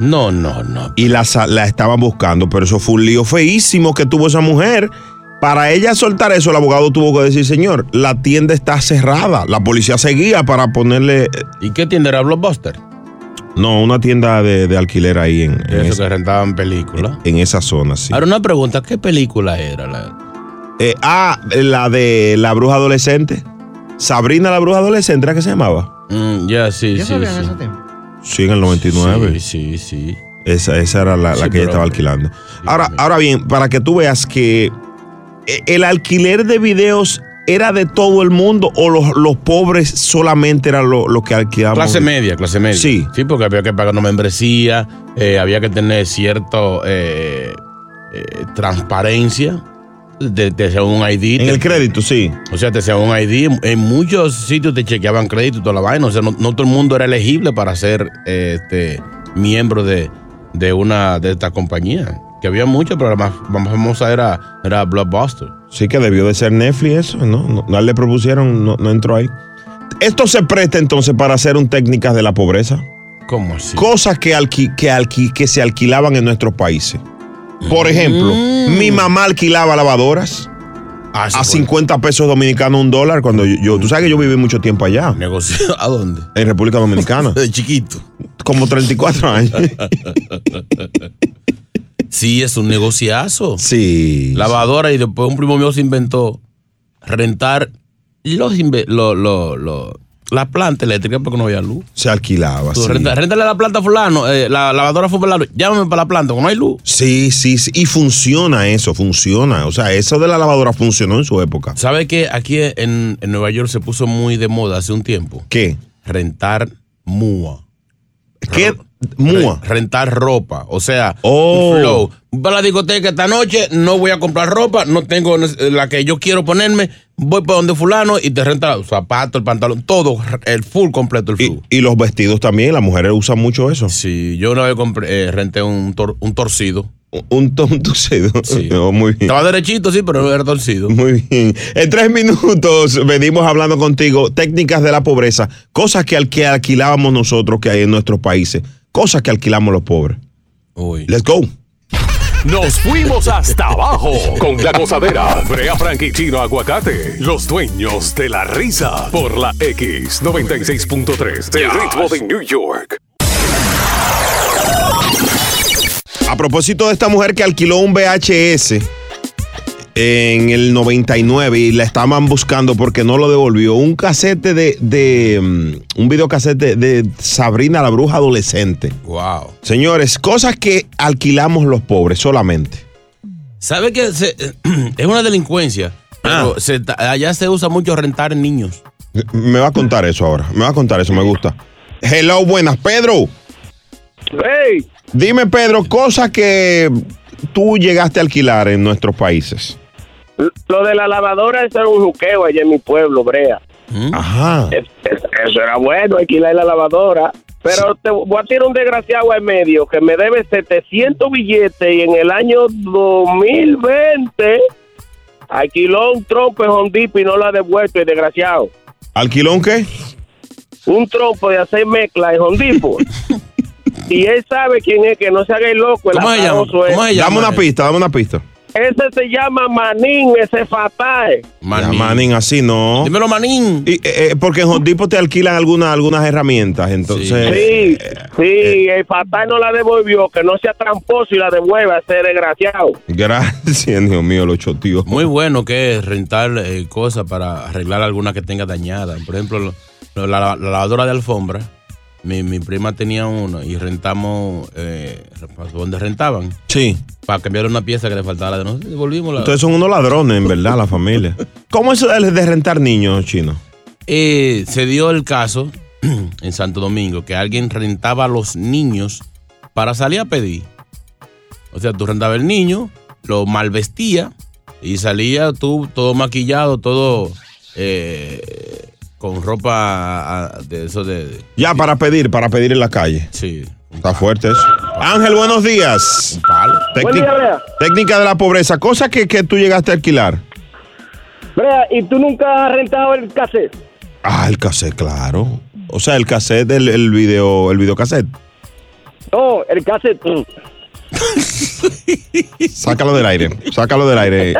[SPEAKER 2] No, no, no.
[SPEAKER 1] y la, sa- la estaban buscando, pero eso fue un lío feísimo que tuvo esa mujer. Para ella soltar eso, el abogado tuvo que decir, señor, la tienda está cerrada. La policía seguía para ponerle, eh,
[SPEAKER 2] ¿Y qué tienda era Blockbuster?
[SPEAKER 1] no, una tienda de, de alquiler ahí en, en
[SPEAKER 2] Eso
[SPEAKER 1] esa,
[SPEAKER 2] que rentaban películas.
[SPEAKER 1] en esa zona, sí.
[SPEAKER 2] Ahora una pregunta, ¿qué película era? La...
[SPEAKER 1] Eh, ah, la de la bruja adolescente. Sabrina la bruja adolescente, ¿era que se llamaba?
[SPEAKER 2] Mm, ya, sí,
[SPEAKER 5] ¿Ya
[SPEAKER 2] sí,
[SPEAKER 5] sabían
[SPEAKER 2] sí.
[SPEAKER 5] ese tiempo?
[SPEAKER 1] Sí, en el
[SPEAKER 2] Sí,
[SPEAKER 1] 99.
[SPEAKER 2] sí, sí.
[SPEAKER 1] Esa, esa era la, la
[SPEAKER 2] Sí,
[SPEAKER 1] que ella
[SPEAKER 2] pero-
[SPEAKER 1] estaba alquilando. Ahora,
[SPEAKER 2] también.
[SPEAKER 1] ahora bien, para que tú veas que eh, el alquiler de videos era de todo el mundo o los, los pobres solamente eran los que alquilaban.
[SPEAKER 2] Clase media, clase media.
[SPEAKER 1] Sí.
[SPEAKER 2] Sí, porque había que pagar una membresía, eh, había que tener cierto eh, eh, transparencia. Te, te hacían un ID.
[SPEAKER 1] En
[SPEAKER 2] te-
[SPEAKER 1] el crédito, sí.
[SPEAKER 2] O sea, te hacían un ID. En muchos sitios te chequeaban crédito y toda la vaina. O sea, no, no todo el mundo era elegible para ser eh, este, miembro de, de una de estas compañías. Que había muchas, pero la más, la más famosa era, era Blockbuster.
[SPEAKER 1] Sí que debió de ser Netflix eso, ¿no? No, no le propusieron, no, no entró ahí. Esto se presta entonces para hacer un técnicas de la pobreza.
[SPEAKER 2] ¿Cómo así?
[SPEAKER 1] Cosas que, alqui- que, alqui- que se alquilaban en nuestros países. Por ejemplo,
[SPEAKER 2] Mm.
[SPEAKER 1] mi mamá alquilaba lavadoras.
[SPEAKER 2] Ah,
[SPEAKER 1] a
[SPEAKER 2] sí, bueno.
[SPEAKER 1] 50 pesos dominicanos un dólar cuando yo, yo- tú sabes que yo viví mucho tiempo allá
[SPEAKER 2] ¿Negocio? [laughs] ¿A dónde?
[SPEAKER 1] en República Dominicana
[SPEAKER 2] [laughs] De chiquito.
[SPEAKER 1] como
[SPEAKER 2] [laughs]
[SPEAKER 1] 34 años
[SPEAKER 2] Sí, es un negociazo.
[SPEAKER 1] sí
[SPEAKER 2] Lavadora y después un primo mío se inventó rentar los, inve- lo- lo- lo- la planta eléctrica porque no había luz.
[SPEAKER 1] se alquilaba
[SPEAKER 2] Tú
[SPEAKER 1] sí.
[SPEAKER 2] renta- réntale la planta a fulano, eh, la lavadora fue fulano, llámame para la planta, cuando no hay luz.
[SPEAKER 1] sí sí sí. y funciona eso funciona o sea eso de la lavadora funcionó en su época
[SPEAKER 2] ¿Sabe que aquí en, en Nueva York se puso muy de moda hace un tiempo?
[SPEAKER 1] qué
[SPEAKER 2] Rentar mua.
[SPEAKER 1] qué mua
[SPEAKER 2] Re- rentar ropa, o sea,
[SPEAKER 1] Oh.
[SPEAKER 2] un flow. Voy Para la discoteca esta noche, no voy a comprar ropa, no tengo eh, la que yo quiero ponerme, voy para donde fulano y te renta los zapatos, el pantalón, todo, el full completo, el full.
[SPEAKER 1] y, y los vestidos también las mujeres usan mucho eso
[SPEAKER 2] Sí, yo una vez compré, eh, renté un, tor- un torcido
[SPEAKER 1] Un, to- un torcido. [laughs] No, muy bien.
[SPEAKER 2] Estaba derechito, sí, pero era torcido.
[SPEAKER 1] Muy bien. En tres minutos venimos hablando contigo técnicas de la pobreza, cosas que, al- que alquilábamos nosotros que hay en nuestros países, cosas que alquilamos los pobres. Let's go.
[SPEAKER 3] Nos fuimos hasta abajo con la gozadera. Brea Frank y Chino Aguacate, los dueños de la risa por la X96.3 del ritmo de New York.
[SPEAKER 1] A propósito de esta mujer que alquiló un VHS en el 99 y la estaban buscando porque no lo devolvió, un casete de, de mm, un videocasete de Sabrina la bruja adolescente.
[SPEAKER 2] Wow.
[SPEAKER 1] Señores, cosas que alquilamos los pobres solamente.
[SPEAKER 2] ¿Sabe que se- [clears throat] es una delincuencia? Pero
[SPEAKER 1] Ah.
[SPEAKER 2] se ta- allá se usa mucho rentar niños.
[SPEAKER 1] Me va a contar eso ahora. Me va a contar eso, me gusta. Hello, buenas. Pedro. Dime, Pedro, cosas que tú llegaste a alquilar en nuestros países.
[SPEAKER 7] Lo de la lavadora, eso era un juqueo allá en mi pueblo, Brea.
[SPEAKER 1] ¿Mm? Ajá.
[SPEAKER 7] Es- es- Eso era bueno, alquilar la lavadora. Pero te voy a tirar un desgraciado en medio que me debe 700 billetes y en el año 2020 alquiló un trompo en Home Depot y no lo ha devuelto, el desgraciado.
[SPEAKER 1] ¿Alquiló un qué?
[SPEAKER 7] Un trompo de hacer mezcla en Home
[SPEAKER 1] [laughs]
[SPEAKER 7] Depot. y él sabe quién es, que no se haga el loco. El
[SPEAKER 1] ¿Cómo se llama?
[SPEAKER 7] azaroso es.
[SPEAKER 1] ¿Cómo se llama? Dame una pista, dame una pista.
[SPEAKER 7] Ese se llama Manín, ese fatal.
[SPEAKER 1] Manin. Manin, así no. eh,
[SPEAKER 2] Dímelo, Manin.
[SPEAKER 1] porque en Home Depot te alquilan alguna- algunas herramientas, entonces...
[SPEAKER 7] Sí, Eh. sí, el fatal no la devolvió, que no sea tramposo y la devuelva, ese desgraciado.
[SPEAKER 1] Gracias, Dios mío, los chotíos.
[SPEAKER 2] Muy bueno que es rentar eh, cosas para arreglar alguna que tenga dañada. Por ejemplo, lo- lo- la, la lavadora de alfombra. Mi, mi prima tenía una y rentamos eh, donde rentaban.
[SPEAKER 1] Sí.
[SPEAKER 2] Para cambiar una pieza que le faltaba a la de nosotros. Devolvimos la.
[SPEAKER 1] Ustedes son unos ladrones, en verdad, la familia. ¿Cómo es eso de de rentar niños chinos?
[SPEAKER 2] Eh, se dio el caso [clears throat] en Santo Domingo que alguien rentaba a los niños para salir a pedir. O sea, tú rentabas el niño, lo malvestía y salía tú todo maquillado, todo eh, con ropa ah, de eso de.
[SPEAKER 1] Ya, para pedir, para pedir en la calle.
[SPEAKER 2] Sí.
[SPEAKER 1] Está fuerte eso. Ángel, buenos días.
[SPEAKER 7] Buen día, Brea.
[SPEAKER 1] técnica de la pobreza, cosas que, que tú llegaste a alquilar.
[SPEAKER 7] Brea, ¿y tú nunca has rentado el cassette?
[SPEAKER 1] Ah, el cassette, claro. O sea, el cassette, el, el video, el videocassette.
[SPEAKER 9] Oh,
[SPEAKER 7] No, el cassette.
[SPEAKER 1] Sácalo del aire, sácalo del
[SPEAKER 9] [laughs]
[SPEAKER 1] aire.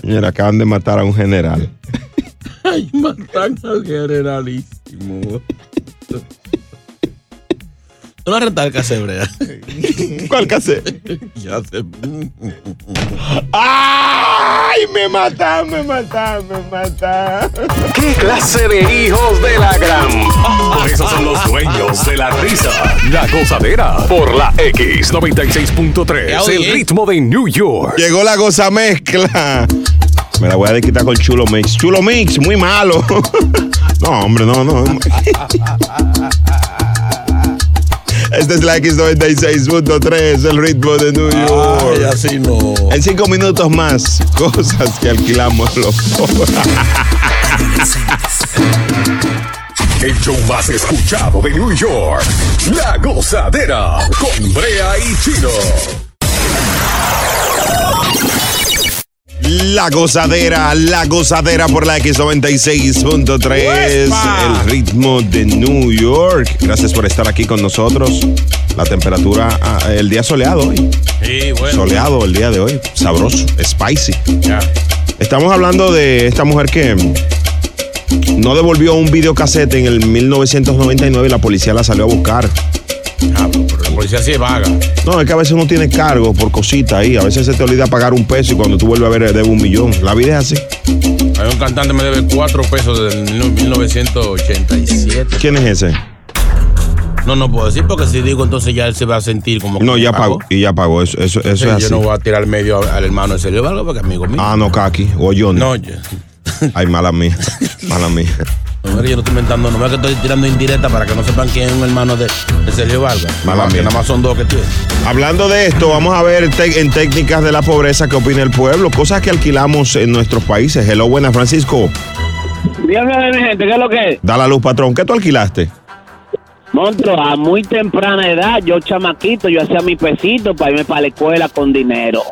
[SPEAKER 1] Señora, acaban de matar a un general.
[SPEAKER 2] Ay, matan al generalísimo. ¿Tú no rentas el casebre?
[SPEAKER 1] ¿Cuál cassette?
[SPEAKER 2] ya sé.
[SPEAKER 1] ¡Ay! Me mataron, me mataron, me mataron.
[SPEAKER 3] ¿Qué clase de hijos de la gran? Por eso son los dueños de la risa. La gozadera por la X96.3, Eh, el
[SPEAKER 1] ¿eh?
[SPEAKER 3] ritmo de New York.
[SPEAKER 1] Llegó la goza mezcla. Me la voy a desquitar con Chulo Mix. Chulo Mix, muy malo. [laughs] No, hombre, no, no. [laughs] Este es la X96.3, el ritmo de New York.
[SPEAKER 2] Ay, así no.
[SPEAKER 1] En cinco minutos más, cosas que alquilamos los [laughs] pobres.
[SPEAKER 3] El show más escuchado de New York. La gozadera con Brea y Chino.
[SPEAKER 1] La gozadera, la gozadera por la X96.3, el ritmo de New York. Gracias por estar aquí con nosotros. La temperatura, ah, el día soleado hoy.
[SPEAKER 2] Sí, bueno.
[SPEAKER 1] Soleado el día de hoy, sabroso, spicy.
[SPEAKER 2] Ya.
[SPEAKER 1] Estamos hablando de esta mujer que no devolvió un videocassette en el 1999 y la policía la salió a buscar.
[SPEAKER 2] Diablo, pero la policía sí es vaga.
[SPEAKER 1] No, es que a veces uno tiene cargo por cosita ahí. A veces se te olvida pagar un peso y cuando tú vuelves a ver debe un millón. La vida es así.
[SPEAKER 2] Hay un cantante que me debe cuatro pesos desde el mil- 1987.
[SPEAKER 1] ¿Quién es ese?
[SPEAKER 2] No, no puedo decir porque si digo entonces ya él se va a sentir como que
[SPEAKER 1] No, ya pagó. Y ya pagó. Eso, eso, eso
[SPEAKER 2] Sí,
[SPEAKER 1] es
[SPEAKER 2] yo
[SPEAKER 1] así.
[SPEAKER 2] no voy a tirar medio al hermano de Sergio Vargas porque amigo mío.
[SPEAKER 1] Ah, no, Kaki. O yo no.
[SPEAKER 2] No, yo,
[SPEAKER 1] [laughs] Ay, mala mía. Mala mía.
[SPEAKER 2] no, mira, yo no estoy inventando, no es que estoy tirando indirecta para que no sepan quién es un hermano de, de Sergio Vargas.
[SPEAKER 1] Mala
[SPEAKER 2] Nada más-
[SPEAKER 1] mía.
[SPEAKER 2] Nada más son dos que tiene.
[SPEAKER 1] Hablando de esto, vamos a ver te- en técnicas de la pobreza qué opina el pueblo. Cosas que alquilamos en nuestros países. Hello, buenas, Francisco.
[SPEAKER 4] Dígame, gente, ¿qué es lo que es?
[SPEAKER 1] Da la luz, patrón. ¿Qué tú alquilaste?
[SPEAKER 9] Monstruo, a muy temprana edad, yo chamaquito, yo hacía mi pesito para irme para la escuela con dinero.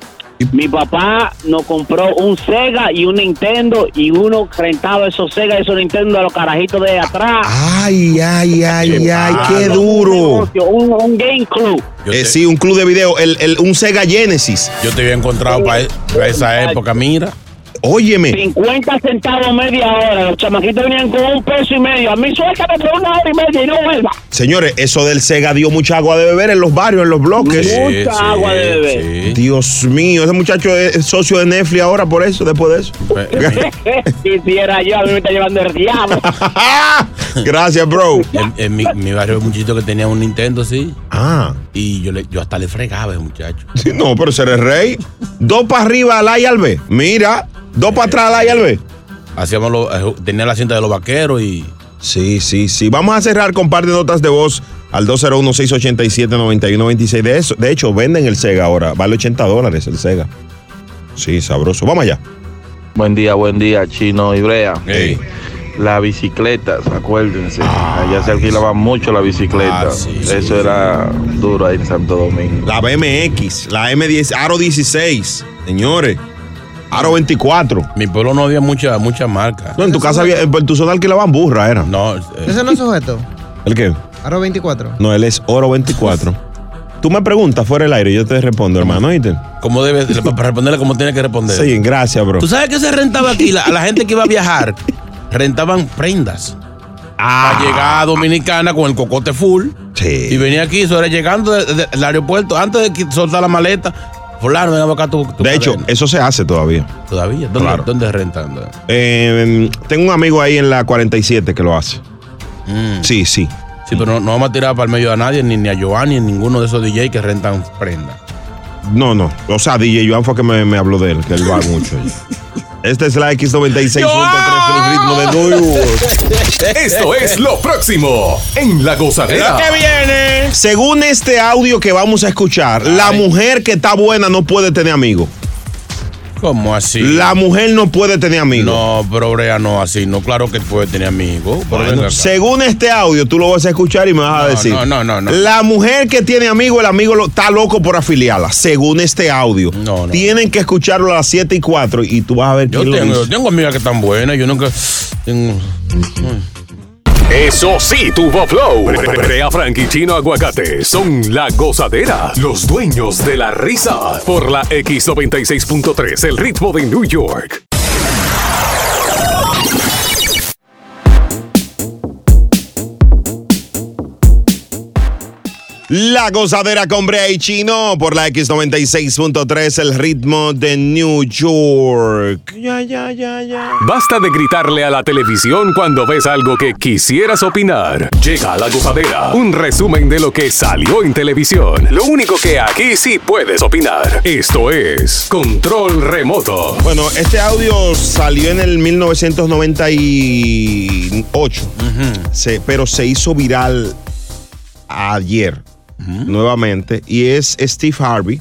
[SPEAKER 9] Mi papá nos compró un Sega y un Nintendo y uno rentaba esos Sega y esos Nintendo a los carajitos de atrás.
[SPEAKER 1] Ay, ay, ay, ay, qué
[SPEAKER 9] malo.
[SPEAKER 1] duro.
[SPEAKER 9] Un, un game club.
[SPEAKER 1] Eh, sí, un club de video, el, el- un Sega Genesis.
[SPEAKER 2] Yo te había encontrado para, esa época, mira.
[SPEAKER 1] Óyeme,
[SPEAKER 9] 50 centavos media hora. Los chamaquitos venían con un peso y medio. A mí suéltame por una hora y media y no vuelva.
[SPEAKER 1] señores, eso del Sega dio mucha agua de beber en los barrios, en los bloques.
[SPEAKER 9] Mucha agua de beber.
[SPEAKER 1] Dios mío, ese muchacho es es socio de Netflix ahora por eso, después de
[SPEAKER 2] Eh,
[SPEAKER 1] eso.
[SPEAKER 9] [laughs] Quisiera yo, a mí me está llevando el diablo.
[SPEAKER 1] Gracias, bro.
[SPEAKER 2] En, en mi, mi barrio había un muchito que tenía un Nintendo, sí.
[SPEAKER 1] Ah.
[SPEAKER 2] Y yo, le, yo hasta le fregaba a ese muchacho.
[SPEAKER 1] [laughs] Sí, no, pero seré rey. Dos para arriba al A y al B. Mira, dos para atrás al A y al B.
[SPEAKER 2] Hacíamos lo- eh, tenía la cinta de los vaqueros y.
[SPEAKER 1] Sí, sí, sí. Vamos a cerrar con par de notas de voz al 201-687-9126. De, eso, de hecho, venden el Sega ahora. Vale 80 dólares el Sega. Sí, sabroso. Vamos allá.
[SPEAKER 10] Buen día, buen día, Chino y Brea. Las bicicletas, acuérdense.
[SPEAKER 1] Ah,
[SPEAKER 10] Allá se alquilaban mucho las
[SPEAKER 2] Ah,
[SPEAKER 10] bicicletas. Eso era duro ahí en Santo Domingo.
[SPEAKER 1] La BMX, la M10, Aro 16. Señores, Aro 24.
[SPEAKER 2] Mi pueblo no había mucha, mucha marca.
[SPEAKER 1] No, en tu casa había, en tu zona alquilaban burra, era.
[SPEAKER 2] No.
[SPEAKER 5] Ese no es sujeto.
[SPEAKER 1] ¿El qué?
[SPEAKER 5] Aro 24.
[SPEAKER 1] No, él es Oro 24. Tú me preguntas fuera del aire y yo te respondo, hermano, ¿oíste?
[SPEAKER 2] Como debe, para responderle como tiene que responder.
[SPEAKER 1] Sí, gracias, bro.
[SPEAKER 2] ¿Tú sabes que se rentaba aquí? La- a la gente que iba a viajar, rentaban prendas. Ah. Para llegar a Dominicana con el cocote full.
[SPEAKER 1] Sí.
[SPEAKER 2] Y venía aquí, eso era llegando de- de- del aeropuerto, antes de que soltar la maleta. Fulano, ven a buscar tu, tu
[SPEAKER 1] De hecho,
[SPEAKER 2] cadena.
[SPEAKER 1] eso se hace todavía.
[SPEAKER 2] todavía. ¿Dónde,
[SPEAKER 1] claro.
[SPEAKER 2] dónde rentan?
[SPEAKER 1] Eh, tengo un amigo ahí en la 47 que lo hace. Sí, sí.
[SPEAKER 2] Sí, pero no, no vamos a tirar para el medio a nadie, ni, ni a Giovanni, ni ninguno de esos DJ que rentan prendas.
[SPEAKER 1] No, no. O sea, DJ Joan fue que me, me habló de él, que él va mucho. Esta es la X96.3, el ritmo de New York.
[SPEAKER 3] Esto es lo próximo en La Gozadera.
[SPEAKER 2] viene!
[SPEAKER 1] Según este audio que vamos a escuchar, la mujer que está buena no puede tener amigos.
[SPEAKER 2] ¿Cómo así?
[SPEAKER 1] La mujer no puede tener amigos.
[SPEAKER 2] No, pero Brea no así. No, claro que puede tener amigos. pero venga
[SPEAKER 1] Bueno,
[SPEAKER 2] acá.
[SPEAKER 1] según este audio, tú lo vas a escuchar y me vas a
[SPEAKER 2] No,
[SPEAKER 1] decir.
[SPEAKER 2] no, no, no, no.
[SPEAKER 1] La mujer que tiene amigo, el amigo lo- está loco por afiliarla, según este audio.
[SPEAKER 2] No, no.
[SPEAKER 1] Tienen que escucharlo a las 7 y 4 y tú vas a ver
[SPEAKER 2] Yo
[SPEAKER 1] quién lo
[SPEAKER 2] tengo, yo
[SPEAKER 1] dice.
[SPEAKER 2] tengo amigas que están buenas, yo nunca. mm. tengo-
[SPEAKER 3] Eso sí, tuvo flow. Brea Frank y Chino Aguacate son la gozadera, los dueños de la risa. Por la X96.3, el ritmo de New York.
[SPEAKER 1] La gozadera con Brea y Chino por la X96.3, el ritmo de New York. Ya, ya, ya, ya.
[SPEAKER 3] Basta de gritarle a la televisión cuando ves algo que quisieras opinar. Llega la gozadera, un resumen de lo que salió en televisión. Lo único que aquí sí puedes opinar. Esto es Control Remoto.
[SPEAKER 1] Bueno, este audio salió en el 1998, Se- pero se hizo viral ayer nuevamente y es Steve Harvey,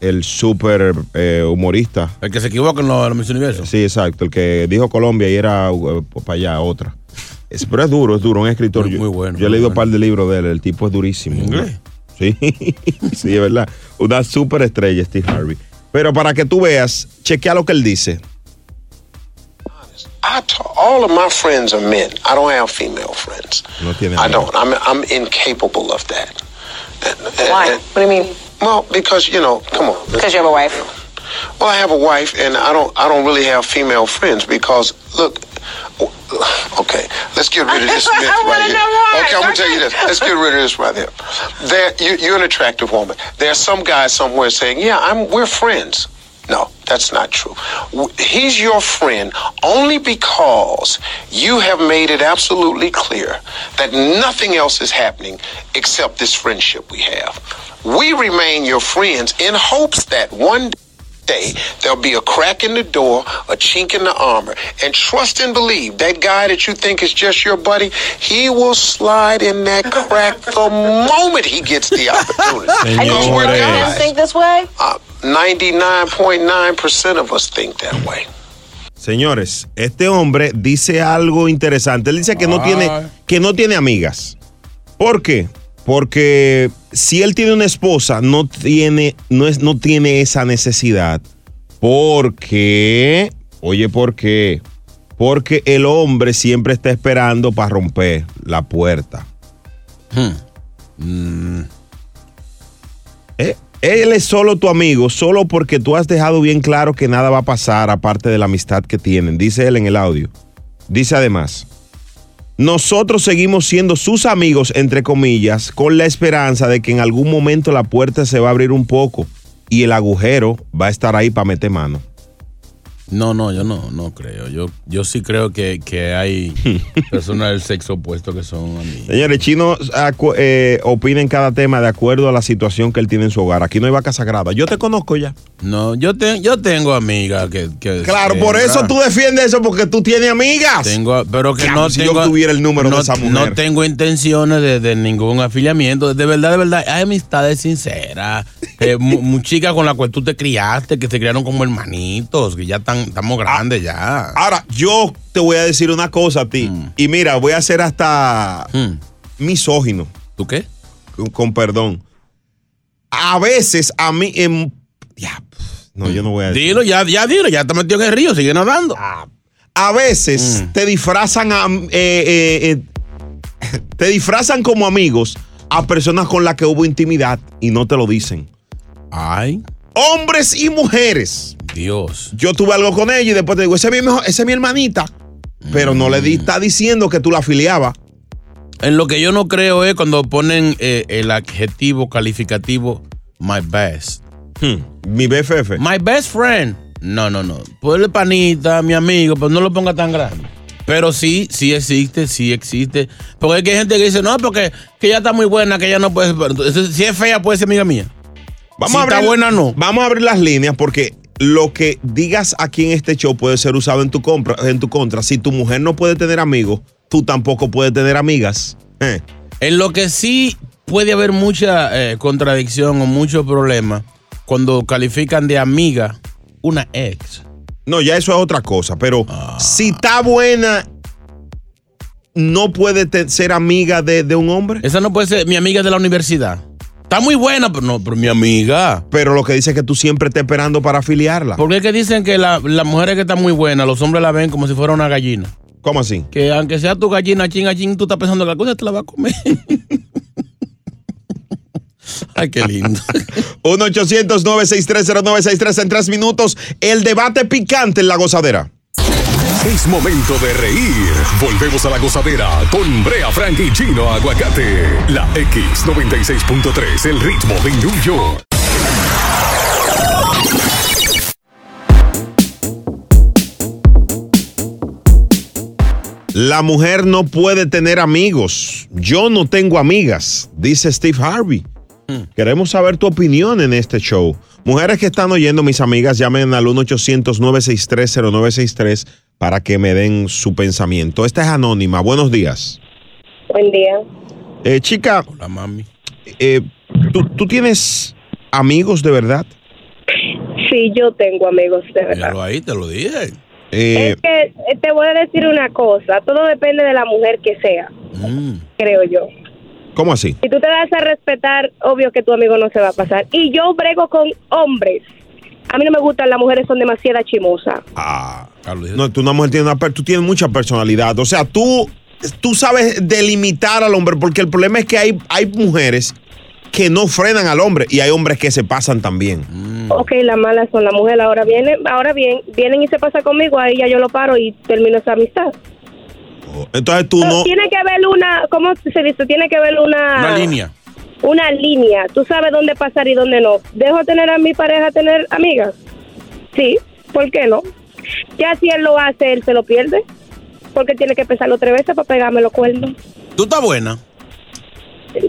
[SPEAKER 1] el super eh, humorista.
[SPEAKER 2] El que se equivoca en los los Miss Universo.
[SPEAKER 1] Sí, exacto, el que dijo Colombia y era eh, para allá otra. Es- pero es duro, es duro, un escritor.
[SPEAKER 2] Muy-
[SPEAKER 1] Yo-
[SPEAKER 2] muy bueno,
[SPEAKER 1] Yo he
[SPEAKER 2] muy
[SPEAKER 1] leído un
[SPEAKER 2] bueno.
[SPEAKER 1] par de libros de él, el tipo es durísimo.
[SPEAKER 2] inglés?
[SPEAKER 1] Sí, [laughs] sí, es verdad. Una super estrella, Steve Harvey. Pero para que tú veas, chequea lo que él dice.
[SPEAKER 11] I t- all of my friends are men. I don't have female friends.
[SPEAKER 1] No tiene
[SPEAKER 11] I
[SPEAKER 1] amigos.
[SPEAKER 11] don't. I'm I'm incapable of that.
[SPEAKER 12] Why? What do you mean?
[SPEAKER 11] Well, because you know, come on.
[SPEAKER 12] Because you have a wife.
[SPEAKER 11] Well, I have a wife, and I don't. I don't really have female friends because look. w- Okay, let's get rid of this
[SPEAKER 12] [laughs]
[SPEAKER 11] myth
[SPEAKER 12] I wanna
[SPEAKER 11] right here.
[SPEAKER 12] know why.
[SPEAKER 11] Okay, I'm gonna tell you this. Let's get rid of this right here. There, you, you're an attractive woman. There's some guy somewhere saying, "Yeah, I'm. We're friends." No, that's not true. W- He's your friend only because you have made it absolutely clear that nothing else is happening except this friendship we have. We remain your friends in hopes that one day there'll be a crack in the door, a chink in the armor, and trust and believe that guy that you think is just your buddy, he will slide in that crack the moment he gets the opportunity.
[SPEAKER 12] I
[SPEAKER 11] Because
[SPEAKER 12] didn't
[SPEAKER 11] we're
[SPEAKER 1] eh.
[SPEAKER 12] know
[SPEAKER 11] guys.
[SPEAKER 12] men think this way.
[SPEAKER 11] Uh, 99.9% of us think that way.
[SPEAKER 1] Señores, este hombre dice algo interesante. Él dice que no
[SPEAKER 2] Ay.
[SPEAKER 1] tiene que no tiene amigas. ¿Por qué? Porque si él tiene una esposa, no tiene, no es, no tiene esa necesidad. Porque, oye, ¿por qué? Porque el hombre siempre está esperando para romper la puerta. Eh, Él es solo tu amigo, solo porque tú has dejado bien claro que nada va a pasar aparte de la amistad que tienen, dice él en el audio. Dice además, nosotros seguimos siendo sus amigos, entre comillas, con la esperanza de que en algún momento la puerta se va a abrir un poco y el agujero va a estar ahí para meter mano.
[SPEAKER 2] No, no, yo no, no creo. Yo, yo sí creo que, que
[SPEAKER 1] [laughs]
[SPEAKER 2] hay personas del sexo opuesto que son amigos.
[SPEAKER 1] Señores, Chino acu- eh, opina en cada tema de acuerdo a la situación que él tiene en su hogar. Aquí no hay vaca sagrada. Yo te conozco ya.
[SPEAKER 2] No, yo, te- yo tengo amigas que, que-
[SPEAKER 1] Claro,
[SPEAKER 2] que-
[SPEAKER 1] por eso
[SPEAKER 2] ah,
[SPEAKER 1] tú defiendes eso, porque tú tienes amigas.
[SPEAKER 2] Tengo, pero que
[SPEAKER 1] Ya,
[SPEAKER 2] no
[SPEAKER 1] si yo
[SPEAKER 2] tengo,
[SPEAKER 1] tuviera el número de
[SPEAKER 2] no,
[SPEAKER 1] esa mujer.
[SPEAKER 2] No tengo intenciones de, de ningún afiliamiento. De verdad, de verdad, hay amistades sinceras. Eh,
[SPEAKER 1] [laughs]
[SPEAKER 2] mu- mu- chicas con las cuales tú te criaste, que se criaron como hermanitos, que ya están, estamos grandes ya.
[SPEAKER 1] Ahora, yo te voy a decir una cosa a ti.
[SPEAKER 2] Mm.
[SPEAKER 1] Y mira, voy a ser hasta misógino.
[SPEAKER 2] ¿Tú qué?
[SPEAKER 1] Con, con perdón. A veces a mí. em, ya, pf, no, yo no voy a decir.
[SPEAKER 2] Dilo, ya, ya dilo, ya te metido en el río, sigue nadando.
[SPEAKER 1] Ah, A veces
[SPEAKER 2] Mm.
[SPEAKER 1] te disfrazan a. eh, eh, eh, te disfrazan como amigos a personas con las que hubo intimidad y no te lo dicen.
[SPEAKER 2] Ay.
[SPEAKER 1] Hombres y mujeres.
[SPEAKER 2] Dios.
[SPEAKER 1] Yo tuve algo con ella y después te digo, esa es mi, mejor- esa es mi hermanita. Pero no le di,
[SPEAKER 2] Mm.
[SPEAKER 1] está diciendo que tú la afiliabas.
[SPEAKER 2] En lo que yo no creo es cuando ponen eh, el adjetivo calificativo my best.
[SPEAKER 1] Hmm. Mi BFF.
[SPEAKER 2] My best friend. No, no, no. Ponle panita, mi amigo, pero no lo ponga tan grande. Pero sí, sí existe, sí existe. Porque es que hay gente que dice, no, porque que ella está muy buena, que ella no puede ser. pero entonces, si es fea, puede ser amiga mía.
[SPEAKER 1] Vamos
[SPEAKER 2] Si
[SPEAKER 1] a abrir,
[SPEAKER 2] está buena, no.
[SPEAKER 1] Vamos a abrir las líneas porque lo que digas aquí en este show puede ser usado en tu, compra, en tu contra. Si tu mujer no puede tener amigos, tú tampoco puedes tener amigas. Eh.
[SPEAKER 2] En lo que sí puede haber mucha eh, contradicción o mucho problema cuando califican de amiga una ex.
[SPEAKER 1] No, ya eso es otra cosa. Ah, Pero si está buena, no puede te- ser amiga de, de un hombre.
[SPEAKER 2] Esa no puede ser mi amiga de la universidad. Está muy buena, pero no, pero mi amiga.
[SPEAKER 1] Pero lo que dice es que tú siempre estás esperando para afiliarla.
[SPEAKER 2] Porque es que dicen que la- las mujeres que están muy buenas, los hombres la ven como si fuera una gallina.
[SPEAKER 1] ¿Cómo así?
[SPEAKER 2] Que aunque sea tu gallina, chin, a chin, tú estás pensando que alguna te la va a comer. Ay, qué
[SPEAKER 1] [laughs]
[SPEAKER 2] lindo.
[SPEAKER 1] 1-800-963-0963 en tres minutos. El debate picante en la gozadera.
[SPEAKER 3] Es momento de reír. Volvemos a la gozadera con Brea Frank y Chino Aguacate. La X96.3, el ritmo de New York.
[SPEAKER 1] La mujer no puede tener amigos. Yo no tengo amigas, dice Steve Harvey.
[SPEAKER 2] Hmm.
[SPEAKER 1] Queremos saber tu opinión en este show. Mujeres que están oyendo, mis amigas, llamen al 1-800-963-0963 para que me den su pensamiento. Esta es anónima. Buenos días.
[SPEAKER 13] Buen día.
[SPEAKER 1] Eh, chica. eh,
[SPEAKER 2] Hola, mami.
[SPEAKER 1] ¿tú, tú tienes amigos de verdad?
[SPEAKER 13] Sí, yo tengo amigos de verdad.
[SPEAKER 2] Míralo ahí, te lo dije.
[SPEAKER 1] Eh,
[SPEAKER 13] Es que eh, te voy a decir una cosa, todo depende de la mujer que sea,
[SPEAKER 2] Mm.
[SPEAKER 13] creo yo.
[SPEAKER 1] ¿Cómo así?
[SPEAKER 13] Si tú te das a respetar, obvio que tu amigo no se va a pasar. Y yo brego con hombres. A mí no me gustan las mujeres, son demasiada chimosas.
[SPEAKER 1] No, tú una mujer tiene una per- tú tienes mucha personalidad. O sea, tú, tú sabes delimitar al hombre, porque el problema es que hay, hay mujeres que no frenan al hombre y hay hombres que se pasan también.
[SPEAKER 13] Ok, las malas son las mujeres. Ahora vienen, ahora bien, vienen y se pasa conmigo, ahí ya yo lo paro y termino esa amistad.
[SPEAKER 1] Entonces tú
[SPEAKER 13] Pero
[SPEAKER 1] no.
[SPEAKER 13] Tiene que haber una, ¿cómo se dice? Tiene que haber una... una línea. Tú sabes dónde pasar y dónde no. ¿Dejo tener a mi pareja tener amigas? Sí, ¿por qué no? Ya si él lo hace, él se lo pierde. Porque tiene que pensarlo tres veces para pegarme los cuernos.
[SPEAKER 2] Tú estás buena.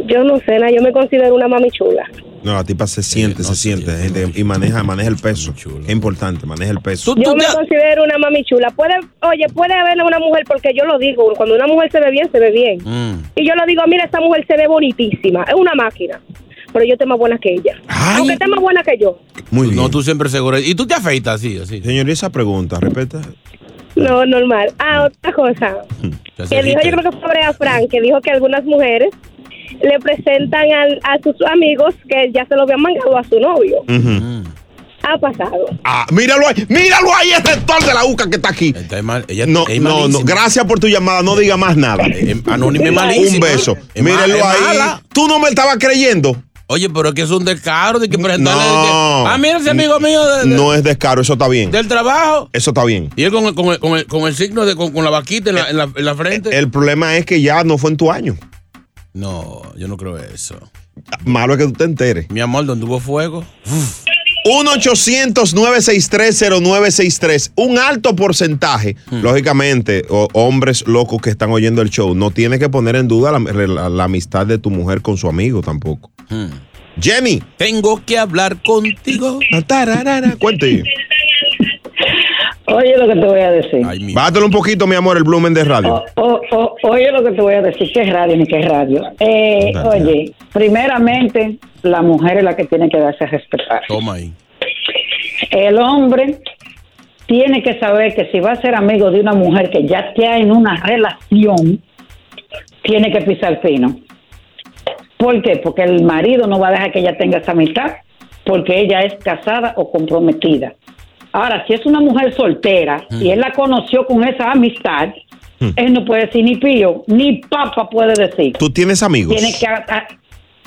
[SPEAKER 13] Yo no sé, nada, yo me considero una mami chula.
[SPEAKER 1] No, la tipa se
[SPEAKER 2] Eh,
[SPEAKER 1] siente, se siente gente, y maneja, maneja el peso. Es importante, maneja el peso.
[SPEAKER 13] yo me considero una mami chula. Puede, oye, puede haber una mujer, porque yo lo digo, cuando una mujer se ve bien, se ve bien.
[SPEAKER 2] Mm.
[SPEAKER 13] Y yo lo digo, mira, esta mujer se ve bonitísima, es una máquina. Pero yo estoy más buena que ella. Aunque esté más buena que yo.
[SPEAKER 1] Muy
[SPEAKER 2] bien. No, tú siempre segura. Y tú te afeitas así, así.
[SPEAKER 1] Señor, esa pregunta, respeta.
[SPEAKER 13] No, normal. Ah, otra cosa. Que dijo, yo creo que fue Brea Frank, que dijo que algunas mujeres le presentan al- a sus amigos que ya se lo habían mangado a su novio. Ha pasado.
[SPEAKER 1] Ah, míralo ahí, míralo ahí, este actor de la UCA que está aquí. no,
[SPEAKER 2] es
[SPEAKER 1] no, no,
[SPEAKER 2] malísima.
[SPEAKER 1] gracias por tu llamada, no diga más nada.
[SPEAKER 2] Eh, anónima es
[SPEAKER 1] Un
[SPEAKER 2] malísima.
[SPEAKER 1] beso.
[SPEAKER 2] em, Es ma-
[SPEAKER 1] Míralo
[SPEAKER 2] es
[SPEAKER 1] ahí.
[SPEAKER 2] mala.
[SPEAKER 1] Tú no me estabas creyendo.
[SPEAKER 2] Oye, pero es que es un descaro de que presentarle. de que,
[SPEAKER 1] No.
[SPEAKER 2] ah, mira ese amigo mío de- de-
[SPEAKER 1] No es descaro, eso está bien.
[SPEAKER 2] del trabajo.
[SPEAKER 1] Eso está bien.
[SPEAKER 2] Y él con el, con el- con el- con el signo de con, con la vaquita en la, en la- en la frente.
[SPEAKER 1] El problema es que ya no fue en tu año.
[SPEAKER 2] No, yo no creo eso.
[SPEAKER 1] Malo es que tú te enteres.
[SPEAKER 2] Mi amor, donde hubo fuego.
[SPEAKER 1] 1-800-963-0963. Un alto porcentaje,
[SPEAKER 2] Hmm.
[SPEAKER 1] lógicamente, o- hombres locos que están oyendo el show, no tiene que poner en duda la, la- la amistad de tu mujer con su amigo tampoco. Jenny.
[SPEAKER 2] Hmm. Tengo que hablar contigo.
[SPEAKER 1] Cuente.
[SPEAKER 14] Oye lo que te voy a decir. Oh.
[SPEAKER 1] Bátelo un poquito, mi amor, el volumen de radio.
[SPEAKER 14] O- o- oye lo que te voy a decir, que es radio ni que es radio. Eh,
[SPEAKER 1] Dale.
[SPEAKER 14] oye, primeramente la mujer es la que tiene que darse a respetar.
[SPEAKER 2] Toma ahí.
[SPEAKER 14] El hombre tiene que saber que si va a ser amigo de una mujer que ya está en una relación, tiene que pisar fino. ¿Por qué? Porque el marido no va a dejar que ella tenga esa amistad porque ella es casada o comprometida. Ahora, si es una mujer soltera
[SPEAKER 1] Mm.
[SPEAKER 14] y él la conoció con esa amistad, él no puede decir ni pío, ni papa puede decir.
[SPEAKER 1] ¿Tú tienes amigos?
[SPEAKER 14] Tiene que a- a-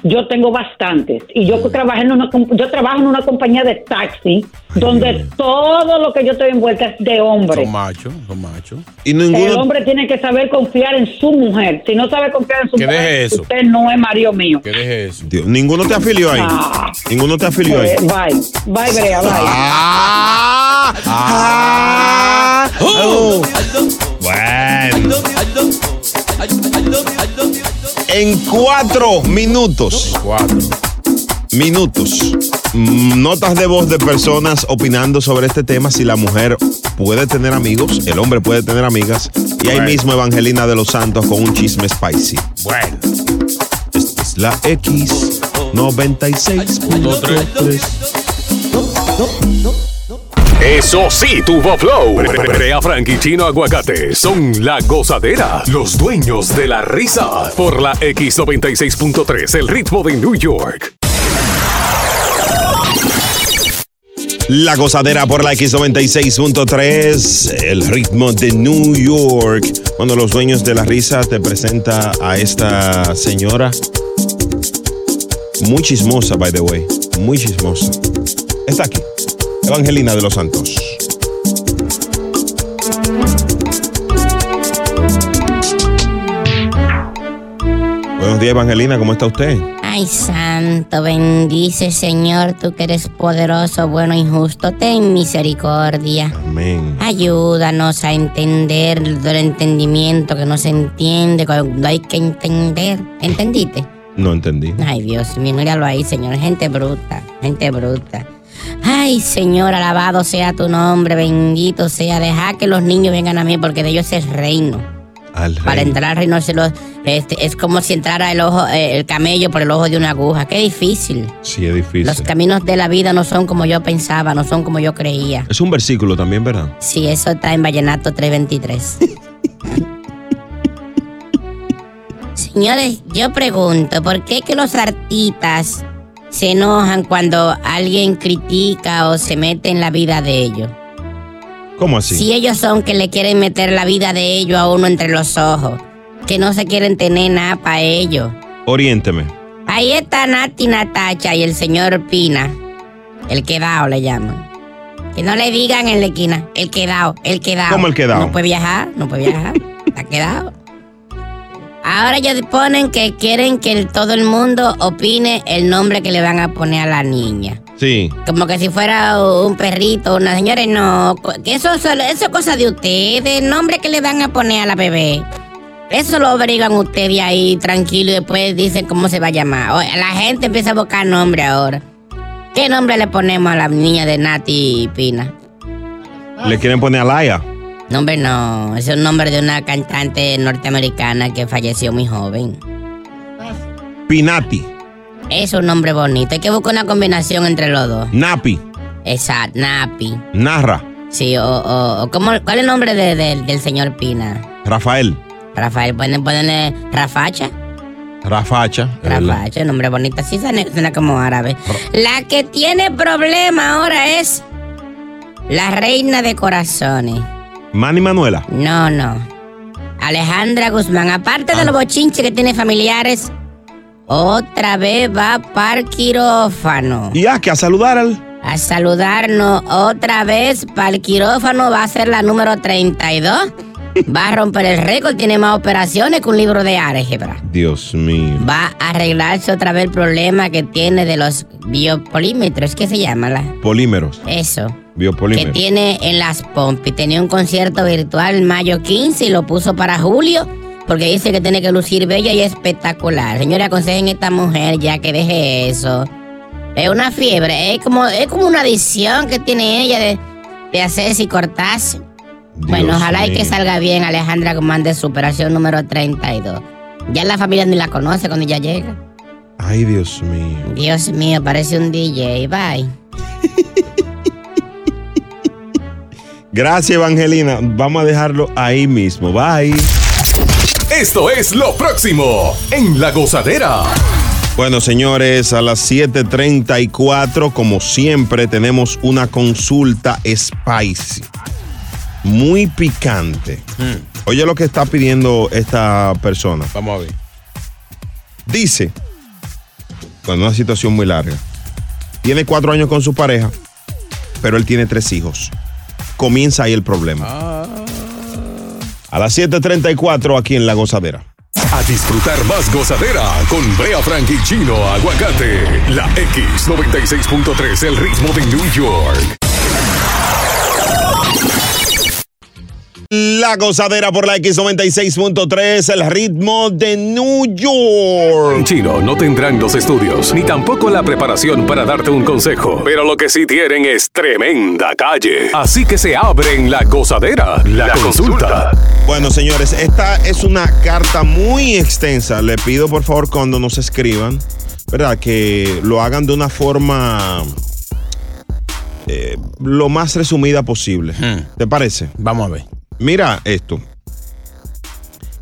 [SPEAKER 14] yo tengo bastantes y
[SPEAKER 1] Mm.
[SPEAKER 14] yo trabajo en una com- yo trabajo en una compañía de taxi donde
[SPEAKER 1] Mm.
[SPEAKER 14] todo lo que yo estoy envuelta es de hombres.
[SPEAKER 2] Son machos, son machos.
[SPEAKER 1] Y
[SPEAKER 14] El hombre tiene que saber confiar en su mujer. Si no sabe confiar en su
[SPEAKER 1] Que
[SPEAKER 14] mujer,
[SPEAKER 1] deje eso.
[SPEAKER 14] usted no es marido mío.
[SPEAKER 2] ¿Qué deje eso?
[SPEAKER 1] Dios, ninguno te afilió ahí.
[SPEAKER 14] Ah.
[SPEAKER 1] Ninguno te afilió ahí.
[SPEAKER 14] Eh, bye, bye, Brea, bye.
[SPEAKER 1] Ah.
[SPEAKER 14] Ah. Uh.
[SPEAKER 1] Oh. Bueno. En cuatro minutos. Cuatro. Minutos. mm, Notas de voz de personas opinando sobre este tema. Si la mujer puede tener amigos, el hombre puede tener amigas. Y ahí mismo Evangelina de los Santos con un chisme spicy.
[SPEAKER 2] Bueno.
[SPEAKER 1] Esta es la X 96.3.
[SPEAKER 3] Eso sí, tuvo flow. Brea Frank y Chino Aguacate son la gozadera, los dueños de la risa. Por la X96.3, el ritmo de New York.
[SPEAKER 1] La gozadera por la X96.3, el ritmo de New York. Cuando los dueños de la risa te presenta a esta señora, muy chismosa, by the way, muy chismosa. Está aquí, Evangelina de los Santos. Buenos días, Evangelina, ¿cómo está usted?
[SPEAKER 15] Ay, santo, bendice, Señor, tú que eres poderoso, bueno y justo, ten misericordia.
[SPEAKER 1] Amén.
[SPEAKER 15] Ayúdanos a entender el entendimiento que no se entiende cuando hay que entender. ¿Entendiste?
[SPEAKER 1] No entendí.
[SPEAKER 15] Ay, Dios mío, míralo ahí, Señor. Gente bruta, gente bruta. Ay, Señor, alabado sea tu nombre, bendito sea. Deja que los niños vengan a mí, porque de ellos es el reino. Para entrar al reino se los- este, es como si entrara el ojo, eh, el camello por el ojo de una aguja. Qué difícil.
[SPEAKER 1] Sí, es difícil.
[SPEAKER 15] Los caminos de la vida no son como yo pensaba, no son como yo creía.
[SPEAKER 1] Es un versículo también, ¿verdad?
[SPEAKER 15] Sí, eso está en Vallenato 323. Señores, yo pregunto, ¿por qué que los artistas se enojan cuando alguien critica o se mete en la vida de ellos?
[SPEAKER 1] ¿Cómo así?
[SPEAKER 15] Si ellos son que le quieren meter la vida de ellos a uno entre los ojos, que no se quieren tener nada para ellos.
[SPEAKER 1] Oriénteme.
[SPEAKER 15] Ahí está Nati Natacha y el señor Pina. El quedao le llaman. Que no le digan en la esquina. El quedao, el quedao.
[SPEAKER 1] ¿Cómo el quedao?
[SPEAKER 15] No puede viajar, no puede viajar. está quedado. Ahora ellos ponen que quieren que el- todo el mundo opine el nombre que le van a poner a la niña.
[SPEAKER 1] [laughs] Sí.
[SPEAKER 15] Como que si fuera un perrito, una señores, no. Que eso, eso, eso es cosa de ustedes, el nombre que le van a poner a la bebé. Eso lo averiguan ustedes ahí tranquilo y después dicen cómo se va a llamar. O- la gente empieza a buscar nombre ahora. ¿Qué nombre le ponemos a la niña de Nati y Pina? Ah.
[SPEAKER 1] Le quieren poner a Laia.
[SPEAKER 15] Nombre no, es un nombre de una cantante norteamericana que falleció muy joven.
[SPEAKER 1] Pinati.
[SPEAKER 15] Es un nombre bonito, hay que buscar una combinación entre los dos.
[SPEAKER 1] Napi.
[SPEAKER 15] Exacto, Napi.
[SPEAKER 1] Narra.
[SPEAKER 15] Sí, o, o, o ¿cómo- ¿cuál es el nombre de- de- del señor Pina?
[SPEAKER 1] Rafael.
[SPEAKER 15] Rafael, ¿pueden ponerle eh, Rafacha?
[SPEAKER 16] Rafacha. es verdad.
[SPEAKER 15] Rafacha, nombre bonito, así suena, suena como árabe. La que tiene problema ahora es la reina de corazones.
[SPEAKER 1] Manny Manuela.
[SPEAKER 15] No, no. Alejandra Guzmán, aparte
[SPEAKER 16] Ah.
[SPEAKER 15] de los bochinches que tiene familiares, otra vez va para quirófano.
[SPEAKER 1] Y a que a saludar al.
[SPEAKER 15] A saludarnos otra vez para el quirófano va a ser la número 32. Va a romper el récord, tiene más operaciones que un libro de álgebra.
[SPEAKER 1] Dios mío.
[SPEAKER 15] Va a arreglarse otra vez el problema que tiene de los biopolímetros, ¿qué se llama? la-
[SPEAKER 1] Polímeros.
[SPEAKER 15] Eso. Que
[SPEAKER 1] Biopolímeros.
[SPEAKER 15] tiene en las pompis. Tenía un concierto virtual en mayo 15 y lo puso para julio porque dice que tiene que lucir bella y espectacular. Señores, aconsejen a esta mujer ya que deje eso. Es una fiebre, es como, es como una adicción que tiene ella de, de hacerse y cortarse. bueno, ojalá y que
[SPEAKER 16] mío.
[SPEAKER 15] salga bien Alejandra Guzmán de su operación número 32. Ya la familia ni la conoce cuando ya llega.
[SPEAKER 1] Ay, Dios mío.
[SPEAKER 15] Dios mío, parece un DJ. Bye.
[SPEAKER 1] Gracias, Evangelina. Vamos a dejarlo ahí mismo. Bye.
[SPEAKER 3] Esto es lo próximo en La Gozadera.
[SPEAKER 1] Bueno, señores, a las 7:34, como siempre, tenemos una consulta spicy. Muy picante. Oye lo que está pidiendo esta persona.
[SPEAKER 2] Vamos a ver.
[SPEAKER 1] Dice, con una situación muy larga, tiene cuatro años con su pareja, pero él tiene tres hijos. Comienza ahí el problema.
[SPEAKER 2] Ah.
[SPEAKER 1] A las 7:34 aquí en La Gozadera.
[SPEAKER 3] A disfrutar más gozadera con Brea Frank y Chino Aguacate. La X96.3, el ritmo de New York.
[SPEAKER 1] La gozadera por la X96.3, el ritmo de New York.
[SPEAKER 3] Chino no tendrán los estudios ni tampoco la preparación para darte un consejo, pero lo que sí tienen es tremenda calle. Así que se abren la gozadera, la, consulta.
[SPEAKER 1] Bueno, señores, esta es una carta muy extensa. Le pido, por favor, cuando nos escriban, ¿verdad? Que lo hagan de una forma eh, lo más resumida posible. ¿Te parece?
[SPEAKER 2] Hmm. Vamos a ver.
[SPEAKER 1] Mira esto.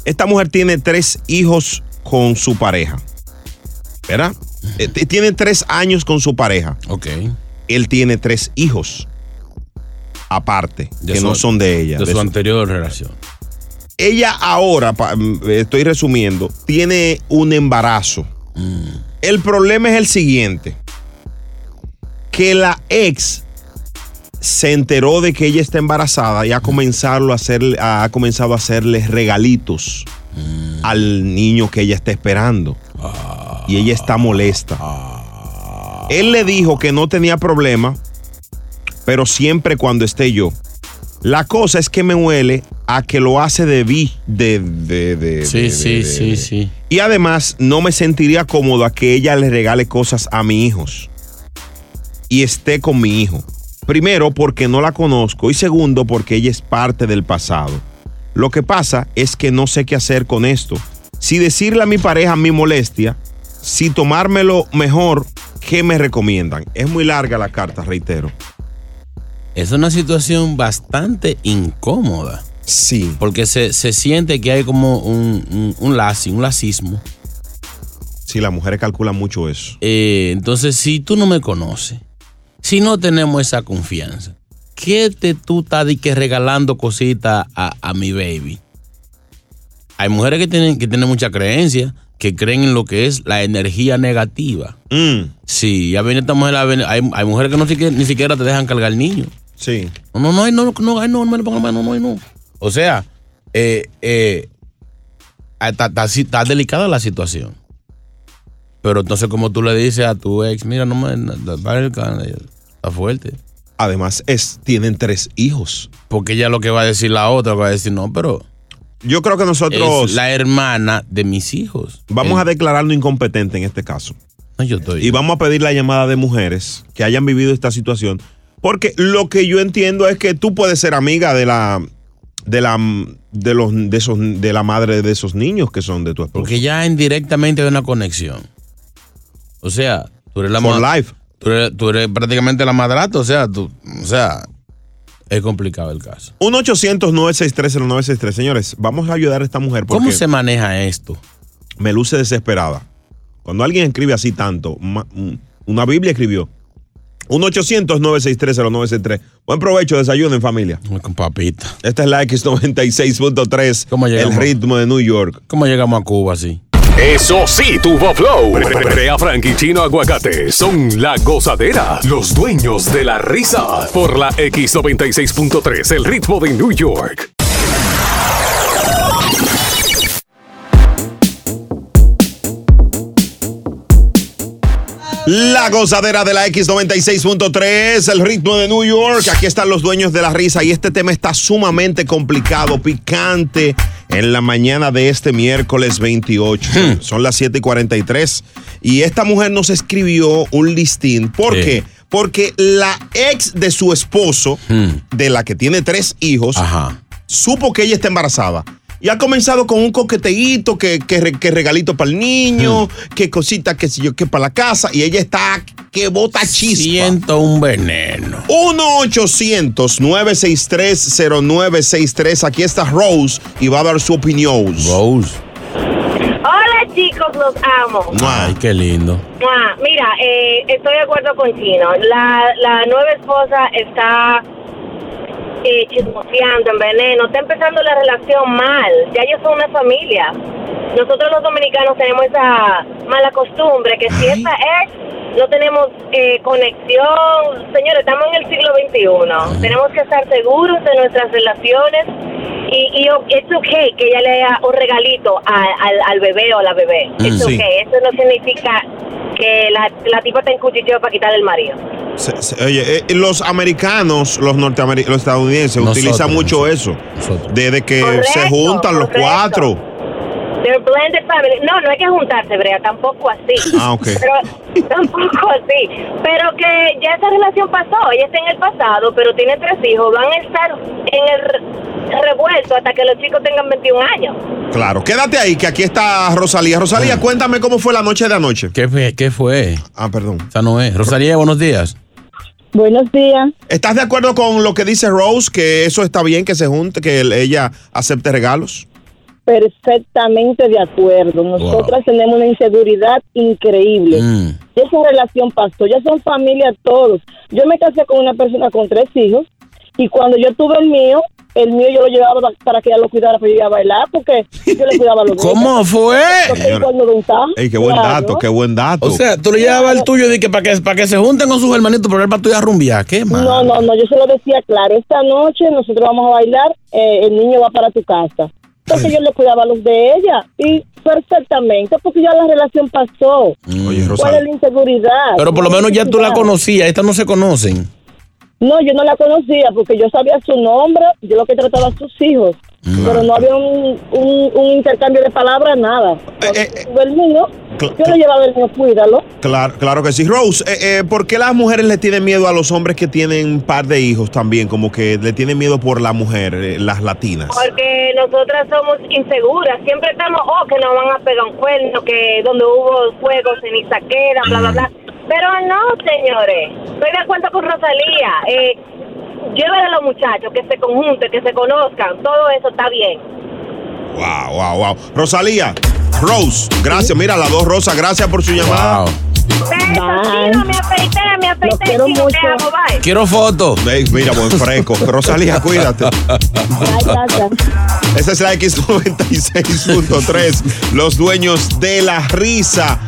[SPEAKER 1] Esta mujer tiene tres hijos con su pareja. ¿Verdad? Eh, t- tiene tres años con su pareja.
[SPEAKER 2] Ok.
[SPEAKER 1] Él tiene tres hijos. Aparte,
[SPEAKER 2] De
[SPEAKER 1] que
[SPEAKER 2] su-
[SPEAKER 1] no son de ella.
[SPEAKER 2] De su
[SPEAKER 1] de su-
[SPEAKER 2] anterior relación.
[SPEAKER 1] ella ahora, pa- mm, estoy resumiendo, tiene un embarazo. El problema es el siguiente. Que la ex se enteró de que ella está embarazada y ha comenzado a, hacerle- ha comenzado a hacerle regalitos al niño que ella está esperando. Y ella está molesta. Él le dijo que no tenía problema, pero siempre cuando esté yo. La cosa es que me huele a que lo hace de vi, de, de, de-
[SPEAKER 2] Sí,
[SPEAKER 1] de-
[SPEAKER 2] sí,
[SPEAKER 1] de-
[SPEAKER 2] sí, sí.
[SPEAKER 1] Y además no me sentiría cómoda que ella le regale cosas a mis hijos y esté con mi hijo. Primero porque no la conozco y segundo porque ella es parte del pasado. Lo que pasa es que no sé qué hacer con esto. Si decirle a mi pareja mi molestia, si tomármelo mejor, ¿qué me recomiendan? Es muy larga la carta, reitero.
[SPEAKER 2] Es una situación bastante incómoda.
[SPEAKER 1] Sí.
[SPEAKER 2] Porque se, se siente que hay como un, un, un lazo, un lacismo.
[SPEAKER 1] Sí, las mujeres calculan mucho eso.
[SPEAKER 2] Eh, entonces, si tú no me conoces, si no tenemos esa confianza, ¿qué te tú estás di que regalando cositas a, a mi baby? Hay mujeres que tienen, que tienen mucha creencia, que creen en lo que es la energía negativa.
[SPEAKER 1] Mm.
[SPEAKER 2] Sí, ya viene esta mujer, la ven- hay, hay mujeres que no siquiera- ni siquiera te dejan cargar niños.
[SPEAKER 1] Sí.
[SPEAKER 2] [laughs] No, no, no, ay, no, no, ay, no, no me lo ponga más, no, no, ay, no. O sea, eh, eh, ah, está, está así- está delicada la situación. Pero entonces, como tú le dices a tu ex, mira, no me. no, no, para el can- Está fuerte.
[SPEAKER 1] Además, es, tienen tres hijos.
[SPEAKER 2] Porque ella lo que va a decir la otra, va a decir, no, pero.
[SPEAKER 1] Yo creo que nosotros-
[SPEAKER 2] Es la hermana de mis hijos.
[SPEAKER 1] Vamos
[SPEAKER 2] Eh,
[SPEAKER 1] a declararlo incompetente en este caso.
[SPEAKER 2] no, yo estoy.
[SPEAKER 1] Y vamos a pedir la llamada de mujeres que hayan vivido esta situación. Porque lo que yo entiendo es que tú puedes ser amiga de la de la de los de esos de la madre de esos niños que son de tu esposo.
[SPEAKER 2] Porque ya indirectamente hay una conexión. O sea, tú eres la
[SPEAKER 1] For
[SPEAKER 2] ma-
[SPEAKER 1] life.
[SPEAKER 2] Tú eres, tú eres prácticamente la madrata, o sea, tú, o sea, es complicado el caso.
[SPEAKER 1] 1 800 963 0963 Señores, vamos a ayudar a esta mujer.
[SPEAKER 2] ¿Cómo
[SPEAKER 1] porque-
[SPEAKER 2] se maneja esto?
[SPEAKER 1] me luce desesperada. Cuando alguien escribe así tanto, ma- mm, una Biblia escribió. 1-800-963-0963. Buen provecho, desayuno en familia.
[SPEAKER 2] Con papita.
[SPEAKER 1] Esta es la X96.3, el
[SPEAKER 2] llegamos?
[SPEAKER 1] ritmo de New York.
[SPEAKER 2] ¿Cómo llegamos a Cuba así?
[SPEAKER 3] Eso sí, tuvo flow. Brea Frank y Chino Aguacate son la gozadera, los dueños de la risa. Por la X96.3, el ritmo de New York.
[SPEAKER 1] La gozadera de la X96.3, el ritmo de New York. Aquí están los dueños de la risa y este tema está sumamente complicado, picante. En la mañana de este miércoles 28, Son- son las 7 y 43. Y esta mujer nos escribió un listín. ¿Por qué? Porque la ex de su esposo, de la que tiene tres hijos, supo que ella está embarazada. Y ha comenzado con un coqueteíto, que, que re- que regalito para el niño,
[SPEAKER 2] Hmm.
[SPEAKER 1] que cosita, que si yo, que para la casa. Y ella está que bota chispa. Siento
[SPEAKER 2] un veneno.
[SPEAKER 1] 1-800-963-0963. Aquí está Rose y va a dar su opinión.
[SPEAKER 2] Rose.
[SPEAKER 16] Hola chicos, los amo.
[SPEAKER 2] Ay, qué lindo.
[SPEAKER 16] Mua. Mira, eh, estoy de acuerdo con Chino. La, la nueva esposa está eh, chismoseando, en veneno, está empezando la relación mal. Ya ellos son una familia. Nosotros los dominicanos tenemos esa mala costumbre que si esa es, no tenemos eh, conexión. Señores, estamos en el siglo XXI. Tenemos que estar seguros de nuestras relaciones. Y, y o- it's okay que ella le dé un regalito a- al, al bebé o a la bebé.
[SPEAKER 1] Mm,
[SPEAKER 16] It's
[SPEAKER 1] sí.
[SPEAKER 16] okay. Eso no significa que la, la tipa te encuchicheó para quitar el marido.
[SPEAKER 1] Se- se- oye, eh, los americanos, los norteamericanos, los estadounidenses
[SPEAKER 2] Nosotros,
[SPEAKER 1] utilizan mucho eso. Desde que se
[SPEAKER 16] Correcto,
[SPEAKER 1] juntan los
[SPEAKER 16] correcto.
[SPEAKER 1] cuatro.
[SPEAKER 16] They're blended family. No, no hay que juntarse, Brea, tampoco así.
[SPEAKER 1] Ah, ok.
[SPEAKER 16] [laughs] Pero, tampoco así. Pero que ya esa relación pasó, ella está en el pasado, pero tiene tres hijos, van a estar en el re- revuelto hasta que los chicos tengan 21 años.
[SPEAKER 1] Claro, quédate ahí, que aquí está Rosalía. Rosalía, cuéntame cómo fue la noche de anoche.
[SPEAKER 2] ¿Qué fue? ¿Qué fue?
[SPEAKER 1] Ah, perdón.
[SPEAKER 2] Esa no es. Rosalía, buenos días.
[SPEAKER 1] Buenos días. ¿Estás de acuerdo con lo que dice Rose, que eso está bien, que se junte, que el- ella acepte regalos?
[SPEAKER 17] Perfectamente de acuerdo. Nosotras tenemos una inseguridad increíble.
[SPEAKER 2] Mm.
[SPEAKER 17] Ya Esa relación pasó, ya son familia todos. Yo me casé con una persona con tres hijos y cuando yo tuve el mío, el mío yo lo llevaba pa- para que ella lo cuidara para yo ir a bailar porque yo le cuidaba
[SPEAKER 2] [laughs]
[SPEAKER 17] los
[SPEAKER 2] ¿Cómo fue?
[SPEAKER 1] Ey, qué buen dato, qué buen dato.
[SPEAKER 2] O sea, tú le llevabas el tuyo de que para que, para que se junten con sus hermanitos, pero él para estudiar rumbiar. ¿Qué más?
[SPEAKER 17] No, no, no, yo se lo decía claro, esta noche nosotros vamos a bailar, eh, el niño va para tu casa. Porque yo le cuidaba los de ella y perfectamente, porque ya la relación pasó.
[SPEAKER 1] Oye,
[SPEAKER 17] ¿Cuál es la inseguridad?
[SPEAKER 2] Mm. Pero por lo menos ya tú la conocías, estas no se conocen.
[SPEAKER 17] No, yo no la conocía porque yo sabía su nombre, yo lo que trataba a sus hijos, pero no había un, un- un intercambio de palabras, nada. Cuando tuve el niño, yo le llevaba el niño, cuídalo.
[SPEAKER 1] Claro, claro que sí. Rose, eh, eh, ¿por qué las mujeres le tienen miedo a los hombres que tienen un par de hijos también? Como que le tienen miedo por la mujer, eh, las latinas.
[SPEAKER 16] Porque nosotras somos inseguras, siempre estamos, oh, que nos van a pegar un cuerno, que donde hubo fuego ceniza queda, bla, bla, bla.
[SPEAKER 1] Mm.
[SPEAKER 16] Pero no, señores, estoy de acuerdo con Rosalía. Eh, llévale a los muchachos, que se conjunten, que se conozcan, todo eso está bien.
[SPEAKER 1] Wow, wow, wow. Rosalía, Rose, gracias. Mira, las dos Rosa, gracias por su llamada.
[SPEAKER 16] Chino, me afeité, me afeité, Chino, te amo, bye.
[SPEAKER 2] Quiero foto.
[SPEAKER 1] mira, buen fresco. Rosalía, cuídate. Esa es la X96.3. Los dueños de la risa.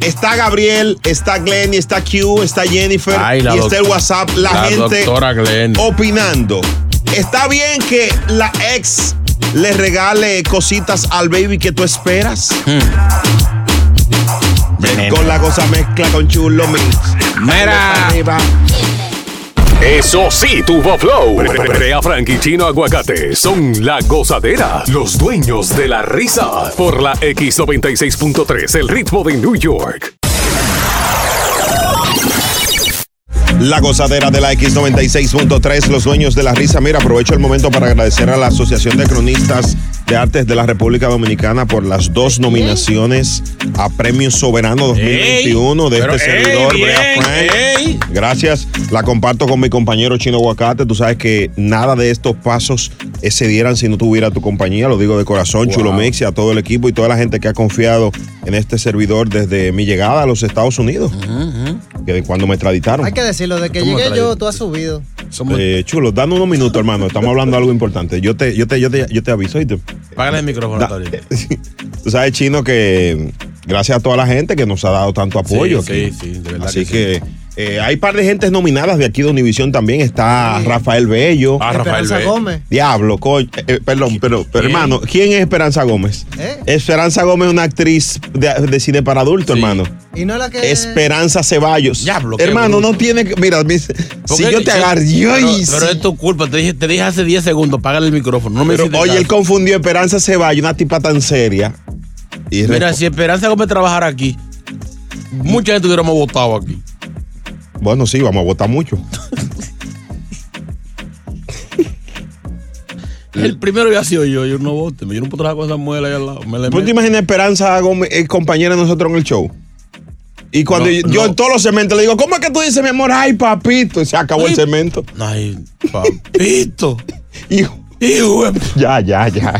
[SPEAKER 1] Está Gabriel, está Glenn, está Q, está Jennifer
[SPEAKER 2] Ay,
[SPEAKER 1] y
[SPEAKER 2] la
[SPEAKER 1] está
[SPEAKER 2] doc-
[SPEAKER 1] el WhatsApp. La,
[SPEAKER 2] la
[SPEAKER 1] gente
[SPEAKER 2] doctora Glenn.
[SPEAKER 1] opinando. ¿Está bien que la ex le regale cositas al baby que tú esperas?
[SPEAKER 2] Mm.
[SPEAKER 1] Con la cosa mezcla con chulo mix.
[SPEAKER 2] Mira.
[SPEAKER 3] Eso sí, tuvo flow. Brea Frank y Chino Aguacate son la gozadera, los dueños de la risa. Por la X96.3, el ritmo de New York.
[SPEAKER 1] La gozadera de la X96.3, los dueños de la risa. Mira, aprovecho el momento para agradecer a la Asociación de Cronistas de Artes de la República Dominicana por las dos nominaciones a Premio Soberano 2021 de
[SPEAKER 2] pero,
[SPEAKER 1] este
[SPEAKER 2] ey,
[SPEAKER 1] servidor, Brea
[SPEAKER 2] bien,
[SPEAKER 1] Frank.
[SPEAKER 2] ey.
[SPEAKER 1] Gracias. La comparto con mi compañero Chino Aguacate. Tú sabes que nada de estos pasos eh, se dieran si no tuviera tu compañía. Lo digo de corazón, Chulo Mix y a todo el equipo y toda la gente que ha confiado en este servidor desde mi llegada a los Estados Unidos. Que de cuando me extraditaron.
[SPEAKER 5] Hay que decirlo, de que
[SPEAKER 1] ¿Cómo
[SPEAKER 5] llegué
[SPEAKER 1] trae?
[SPEAKER 5] yo, tú has subido.
[SPEAKER 1] Eh, chulo, dame unos minutos, hermano. Estamos hablando de algo importante. Yo te, yo te, yo te, yo te aviso y te.
[SPEAKER 2] Págale el micrófono,
[SPEAKER 1] Da-
[SPEAKER 2] Tori.
[SPEAKER 1] [laughs] Tú sabes, Chino, que gracias a toda la gente que nos ha dado tanto apoyo.
[SPEAKER 2] Sí,
[SPEAKER 1] aquí.
[SPEAKER 2] sí, sí, de verdad
[SPEAKER 1] Así
[SPEAKER 2] que
[SPEAKER 1] que, eh, hay par de gentes nominadas de aquí de Univisión también. Está Rafael Bello.
[SPEAKER 2] Ah, Rafael Esperanza Bello. Gómez.
[SPEAKER 1] Diablo, coño. Eh, perdón, pero, pero, hermano, ¿quién es Esperanza Gómez?
[SPEAKER 2] ¿Eh?
[SPEAKER 1] Esperanza Gómez es una actriz de, de cine para adultos, hermano.
[SPEAKER 5] Y no la que.
[SPEAKER 1] Esperanza Ceballos.
[SPEAKER 2] qué
[SPEAKER 1] hermano, no tiene que. Mira, me- si yo te agarro. yo-
[SPEAKER 2] Pero, pero es tu culpa, te dije, te dije hace 10 segundos, págale el micrófono. No me
[SPEAKER 1] Pero,
[SPEAKER 2] hiciste
[SPEAKER 1] oye, él
[SPEAKER 2] caso.
[SPEAKER 1] confundió Esperanza Ceballos, una tipa tan seria. Y
[SPEAKER 2] Mira, si Esperanza Gómez trabajara aquí, mucha gente hubiéramos votado aquí.
[SPEAKER 1] Bueno, sí, vamos a votar mucho.
[SPEAKER 2] El primero había sido yo, yo no voté. Yo no puedo trabajar con esa muela ahí al lado. Me le
[SPEAKER 1] ¿Tú te
[SPEAKER 2] meto.
[SPEAKER 1] imaginas Esperanza Gómez, eh, compañera de nosotros en el show? Y cuando
[SPEAKER 2] No,
[SPEAKER 1] yo, yo en todos los cementos le digo, ¿cómo es que tú dices, mi amor? Ay, papito. Y se acabó el cemento. [laughs]
[SPEAKER 2] Ay, papito.
[SPEAKER 1] Hijo. Ya, ya, ya.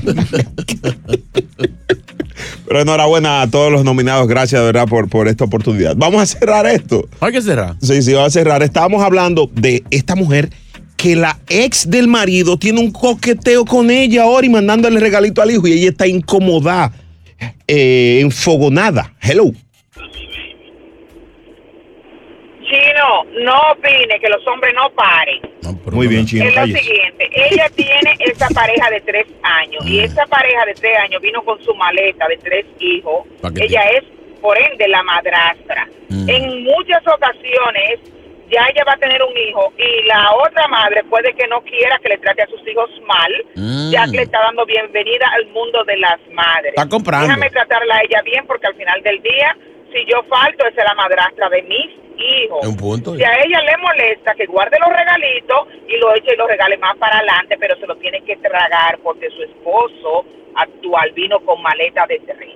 [SPEAKER 1] Pero enhorabuena a todos los nominados. Gracias, de verdad, por, por esta oportunidad. Vamos a cerrar esto.
[SPEAKER 2] Hay que cerrar.
[SPEAKER 1] Sí, sí, vamos a cerrar. Estábamos hablando de esta mujer que la ex del marido tiene un coqueteo con ella ahora y mandándole regalito al hijo y ella está incomodada, eh, enfogonada. Hello.
[SPEAKER 18] Chino, no opine que los hombres no paren.
[SPEAKER 1] Muy bien, chino.
[SPEAKER 18] es lo
[SPEAKER 1] cállese.
[SPEAKER 18] siguiente, ella tiene esa pareja de tres años y esa pareja de tres años vino con su maleta de tres hijos.
[SPEAKER 19] Pa' que
[SPEAKER 18] Ella es, por ende, la madrastra. En muchas ocasiones ya ella va a tener un hijo y la otra madre puede que no quiera que le trate a sus hijos mal, ya que le está dando bienvenida al mundo de las madres.
[SPEAKER 2] Está comprando.
[SPEAKER 18] Déjame tratarla a ella bien porque al final del día, si yo falto, esa es la madrastra de mis hijos.
[SPEAKER 2] Es un punto.
[SPEAKER 18] Si a ella le molesta que guarde los regalitos y lo eche y los regale más para adelante, pero se lo tiene que tragar porque su esposo actual vino con maleta de tres.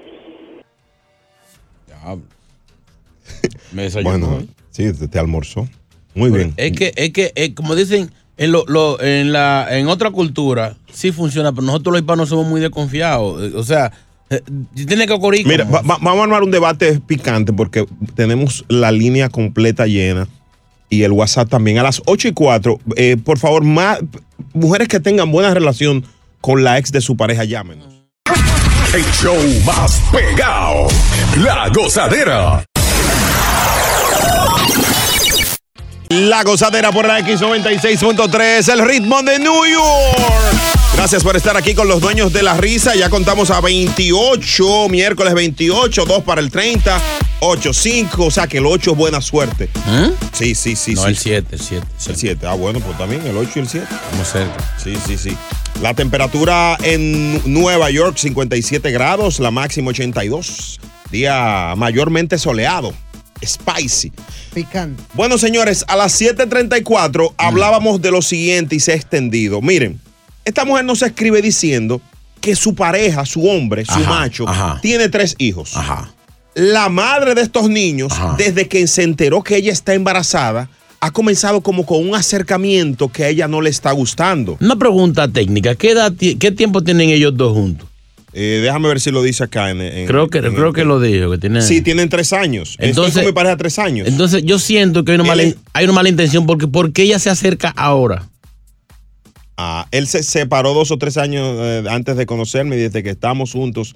[SPEAKER 1] Bueno, sí, te, te almorzó. Muy bien.
[SPEAKER 2] Es que, es que, eh, como dicen, en, lo, lo- en, la, en otra cultura sí funciona, pero nosotros los hispanos somos muy desconfiados. Eh, O sea, eh, tiene que ocurrir.
[SPEAKER 1] Mira,
[SPEAKER 2] como-
[SPEAKER 1] va- va- vamos a armar un debate picante porque tenemos la línea completa llena y el WhatsApp también. A las 8 y 4, eh, por favor, más mujeres que tengan buena relación con la ex de su pareja, llámenos.
[SPEAKER 3] El show más pegado. La gozadera.
[SPEAKER 1] La gozadera por la X96.3, el ritmo de New York. Gracias por estar aquí con los dueños de la risa. Ya contamos a 28, miércoles 28, 2 para el 30, 8, 5. O sea que el 8 es buena suerte. Sí, sí, sí.
[SPEAKER 2] No,
[SPEAKER 1] sí.
[SPEAKER 2] el 7, el 7.
[SPEAKER 1] El 7. Ah, bueno, pues también el 8 y el 7. Vamos cerca. Sí, sí, sí. La temperatura en Nueva York, 57 grados, la máxima 82. Día mayormente soleado. Spicy.
[SPEAKER 5] Picante.
[SPEAKER 1] Bueno, señores, a las 7:34 hablábamos de lo siguiente y se ha extendido. Miren, esta mujer nos escribe diciendo que su pareja, su hombre, su macho, tiene tres hijos. La madre de estos niños, desde que se enteró que ella está embarazada, ha comenzado como con un acercamiento que a ella no le está gustando.
[SPEAKER 2] Una pregunta técnica. ¿Qué, edad ti- qué tiempo tienen ellos dos juntos?
[SPEAKER 1] Eh, déjame ver si lo dice acá. En, en-
[SPEAKER 2] creo que,
[SPEAKER 1] en-
[SPEAKER 2] creo que lo dijo. Que tienen...
[SPEAKER 1] Sí, tienen tres años. Entonces,
[SPEAKER 2] Entonces-
[SPEAKER 1] Estoy con mi pareja tres años.
[SPEAKER 2] Entonces yo siento que hay una mala,
[SPEAKER 1] Él es-
[SPEAKER 2] hay una mala intención porque ¿por qué ella se acerca ahora?
[SPEAKER 1] Ah, él se separó dos o tres años eh, antes de conocerme y desde que estamos juntos.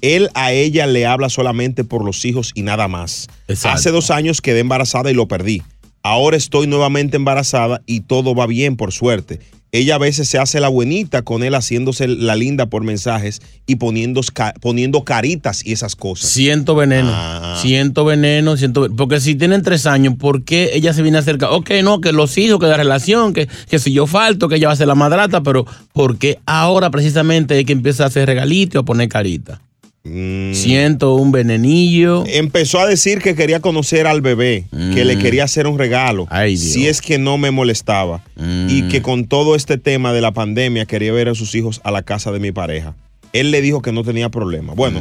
[SPEAKER 1] Él a ella le habla solamente por los hijos y nada más. Hace dos años quedé embarazada y lo perdí. Ahora estoy nuevamente embarazada y todo va bien, por suerte. Ella a veces se hace la buenita con él haciéndose la linda por mensajes y poniendo, ca- poniendo caritas y esas cosas.
[SPEAKER 2] Siento veneno.
[SPEAKER 1] Ah.
[SPEAKER 2] Siento veneno, siento ven- Porque si tienen tres años, ¿por qué ella se viene a acercar? Ok, no, que los hijos, que la relación, que, que si yo falto, que ella va a ser la madrata, pero ¿por qué ahora precisamente es que empieza a hacer regalitos, a poner carita?
[SPEAKER 1] Mm.
[SPEAKER 2] Siento un venenillo.
[SPEAKER 1] Empezó a decir que quería conocer al bebé, que le quería hacer un regalo, si es que no me molestaba, y que con todo este tema de la pandemia quería ver a sus hijos a la casa de mi pareja. Él le dijo que no tenía problema. Bueno,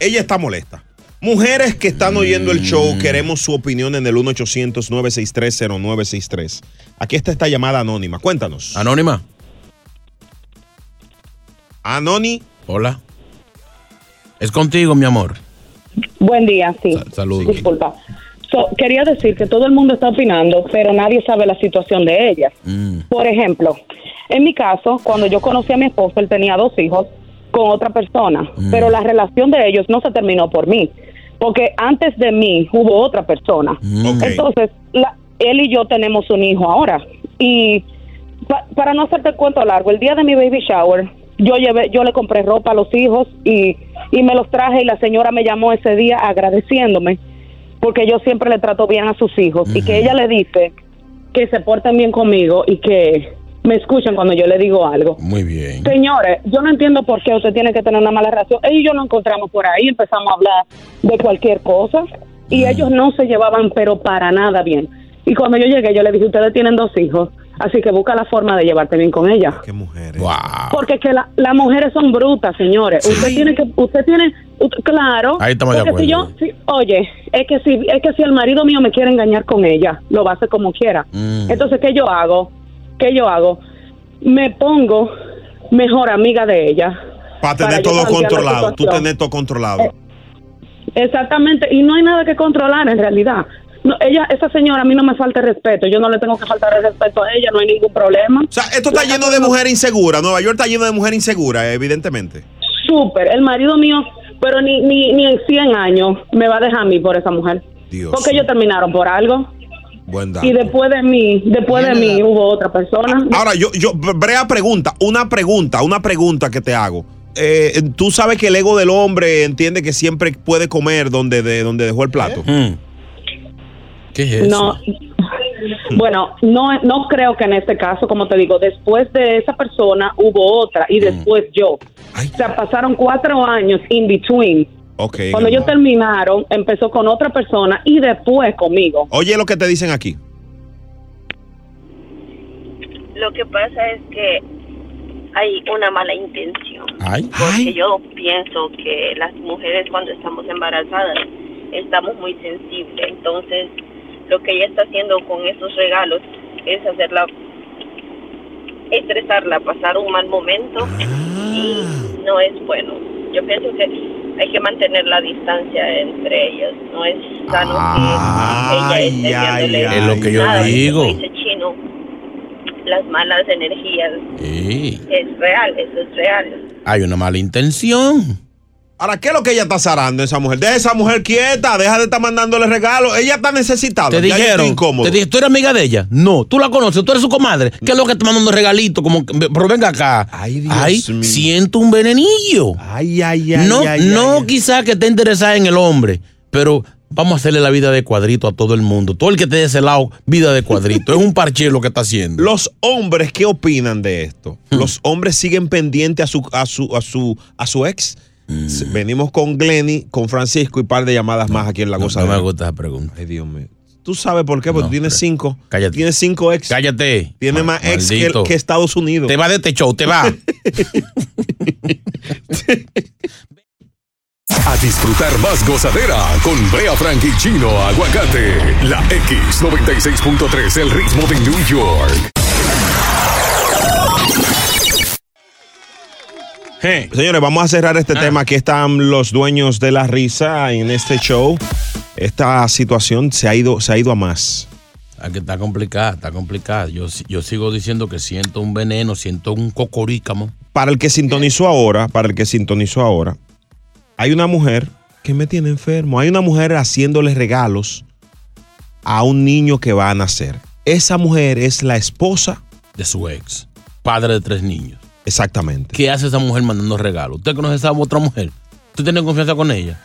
[SPEAKER 1] ella está molesta. Mujeres que están oyendo el show, queremos su opinión en el 1-800-963-0963. Aquí está esta llamada anónima. Cuéntanos.
[SPEAKER 2] Anónima.
[SPEAKER 1] Anoni.
[SPEAKER 2] Hola. Es contigo, mi amor.
[SPEAKER 19] Buen día, sí.
[SPEAKER 2] Saludos.
[SPEAKER 19] Disculpa. So, quería decir que todo el mundo está opinando, pero nadie sabe la situación de ellas.
[SPEAKER 6] Mm,
[SPEAKER 19] Por ejemplo, en mi caso, cuando yo conocí a mi esposo, él tenía dos hijos con otra persona, pero la relación de ellos no se terminó por mí, porque antes de mí hubo otra persona.
[SPEAKER 20] Ok.
[SPEAKER 19] Entonces, la- él y yo tenemos un hijo ahora. Y pa- para no hacerte el cuento largo, el día de mi baby shower, yo llevé, yo le compré ropa a los hijos y, y me los traje y la señora me llamó ese día agradeciéndome porque yo siempre le trato bien a sus hijos y que ella le dice que se porten bien conmigo y que me escuchen cuando yo le digo algo.
[SPEAKER 2] Muy bien.
[SPEAKER 19] Señores, yo no entiendo por qué usted tiene que tener una mala relación. Ellos y yo nos encontramos por ahí, empezamos a hablar de cualquier cosa y ellos no se llevaban, pero para nada bien. Y cuando yo llegué, yo le dije, ustedes tienen dos hijos, así que busca la forma de llevarte bien con ella. Porque es que la- las mujeres son brutas, señores. Usted tiene que, usted tiene, ut- claro.
[SPEAKER 2] Ahí estamos de
[SPEAKER 19] porque si
[SPEAKER 2] acuerdo.
[SPEAKER 19] yo, si- oye, es que si, es que si el marido mío me quiere engañar con ella, lo va a hacer como quiera.
[SPEAKER 2] Mm.
[SPEAKER 19] Entonces, ¿qué yo hago? ¿Qué yo hago? Me pongo mejor amiga de ella.
[SPEAKER 1] Para
[SPEAKER 19] yo
[SPEAKER 1] tener todo
[SPEAKER 19] cambiar la
[SPEAKER 1] controlado, tú
[SPEAKER 19] situación. Eh,
[SPEAKER 1] tener todo controlado.
[SPEAKER 19] Exactamente, y no hay nada que controlar en realidad. No, ella, esa señora a mí no me falta el respeto, yo no le tengo que faltar el respeto a ella, no hay ningún problema.
[SPEAKER 1] O sea, esto está lleno de mujer insegura. Nueva York está lleno de mujer insegura, evidentemente.
[SPEAKER 19] Súper, el marido mío, pero ni, ni, ni en 100 años me va a dejar a mí por esa mujer. Porque ellos terminaron por algo.
[SPEAKER 1] Buen dato.
[SPEAKER 19] Y después de mí, después de mí hubo otra persona.
[SPEAKER 1] Ahora, yo, yo, brea pregunta, una pregunta, una pregunta que te hago. Eh, tú sabes que el ego del hombre entiende que siempre puede comer donde, de, donde dejó el plato.
[SPEAKER 2] ¿Eh? Hmm. ¿Qué es
[SPEAKER 19] No. [laughs] Bueno, no, no creo que en este caso, como te digo, después de esa persona hubo otra y después yo. O sea, pasaron cuatro años in between.
[SPEAKER 1] Ok.
[SPEAKER 19] Cuando ellos terminaron, empezó con otra persona y después conmigo.
[SPEAKER 1] Oye lo que te dicen aquí.
[SPEAKER 21] Lo que pasa es que hay una mala intención.
[SPEAKER 1] Ay.
[SPEAKER 21] Porque yo pienso que las mujeres cuando estamos embarazadas estamos muy sensibles. Entonces, lo que ella está haciendo con esos regalos es hacerla estresarla, pasar un mal momento y no es bueno. Yo pienso que hay que mantener la distancia entre ellas. No es sano
[SPEAKER 22] Ah.
[SPEAKER 21] que ella esté haciéndole
[SPEAKER 2] ay, Es lo que yo
[SPEAKER 21] nada, como
[SPEAKER 2] digo.
[SPEAKER 21] dice Chino, las malas energías
[SPEAKER 2] Sí.
[SPEAKER 21] es real, eso es real.
[SPEAKER 2] Hay una mala intención.
[SPEAKER 1] Ahora, ¿qué es lo que ella está zarando esa mujer? Deja esa mujer quieta, deja de estar mandándole regalos. Ella está necesitada.
[SPEAKER 2] Te
[SPEAKER 1] ya yo estoy
[SPEAKER 2] dijeron,
[SPEAKER 1] incómodo.
[SPEAKER 2] te dije, tú eres amiga de ella. No, tú la conoces, tú eres su comadre. ¿Qué es lo que te mandando un regalito? Como, que- pero venga acá. Ay, Dios siento un venenillo.
[SPEAKER 1] Ay, ay,
[SPEAKER 2] ay. No, no quizás que esté interesada en el hombre, pero vamos a hacerle la vida de cuadrito a todo el mundo. Todo el que esté de ese lado, vida de cuadrito. es un parche lo que está haciendo.
[SPEAKER 1] Los hombres, ¿qué opinan de esto?
[SPEAKER 2] Hmm.
[SPEAKER 1] Los hombres siguen pendientes a su, a su, a su, a su ex. Venimos con Glenny, con Francisco y par de llamadas más aquí en la cosa.
[SPEAKER 2] Hmm. No me gusta esa pregunta.
[SPEAKER 1] Ay, Dios mío. Tú sabes por qué, porque tú tienes cinco. Cállate. Tienes cinco ex.
[SPEAKER 2] Cállate.
[SPEAKER 1] Tiene
[SPEAKER 2] Ma-
[SPEAKER 1] más ex que,
[SPEAKER 2] maldito.
[SPEAKER 1] que Estados Unidos.
[SPEAKER 2] Te va de este show, te va.
[SPEAKER 3] A disfrutar más gozadera con Brea Frank y Chino Aguacate. La X96.3, el ritmo de New York.
[SPEAKER 1] Señores, vamos a cerrar
[SPEAKER 2] Ah.
[SPEAKER 1] este tema. Aquí están los dueños de la risa en este show. Esta situación se ha ido, se ha ido a más.
[SPEAKER 2] Ah, que está complicada, está complicada. Yo, si- yo sigo diciendo que siento un veneno, siento un cocorícamo.
[SPEAKER 1] Para el que sintonizó ahora, para el que sintonizó ahora, hay una mujer que me tiene enfermo. Hay una mujer haciéndole regalos a un niño que va a nacer. Esa mujer es la esposa
[SPEAKER 2] de su ex, padre de tres niños.
[SPEAKER 1] Exactamente.
[SPEAKER 2] ¿Qué hace esa mujer mandando regalos? ¿Usted conoce a esa otra mujer? ¿Usted tiene confianza con ella?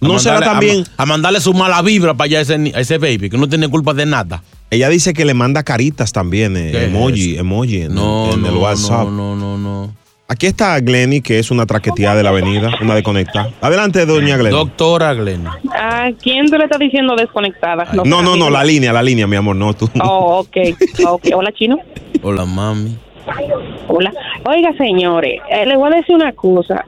[SPEAKER 2] A
[SPEAKER 1] ¿No será
[SPEAKER 2] mandarle- a
[SPEAKER 1] también-
[SPEAKER 2] ma- A, mandarle su mala vibra para allá a ese, ni- a ese baby, que no tiene culpa de nada.
[SPEAKER 1] Ella dice que le manda caritas también, eh,
[SPEAKER 2] ¿Qué es
[SPEAKER 1] emoji, emoji en, en el WhatsApp.
[SPEAKER 2] No, no, no.
[SPEAKER 1] Aquí está Glenny, que es una traqueteada de la avenida, una de conecta. Adelante, doña Glenny.
[SPEAKER 2] Doctora Glenny.
[SPEAKER 20] Ah, ¿A quién tú le estás diciendo desconectada?
[SPEAKER 1] No, no, no, la línea, la línea, mi amor, no tú.
[SPEAKER 20] Oh,
[SPEAKER 1] [laughs]
[SPEAKER 20] ok. ok. Hola, chino.
[SPEAKER 2] Hola, mami.
[SPEAKER 20] Hola. Oiga, señores, eh, les voy a decir una cosa.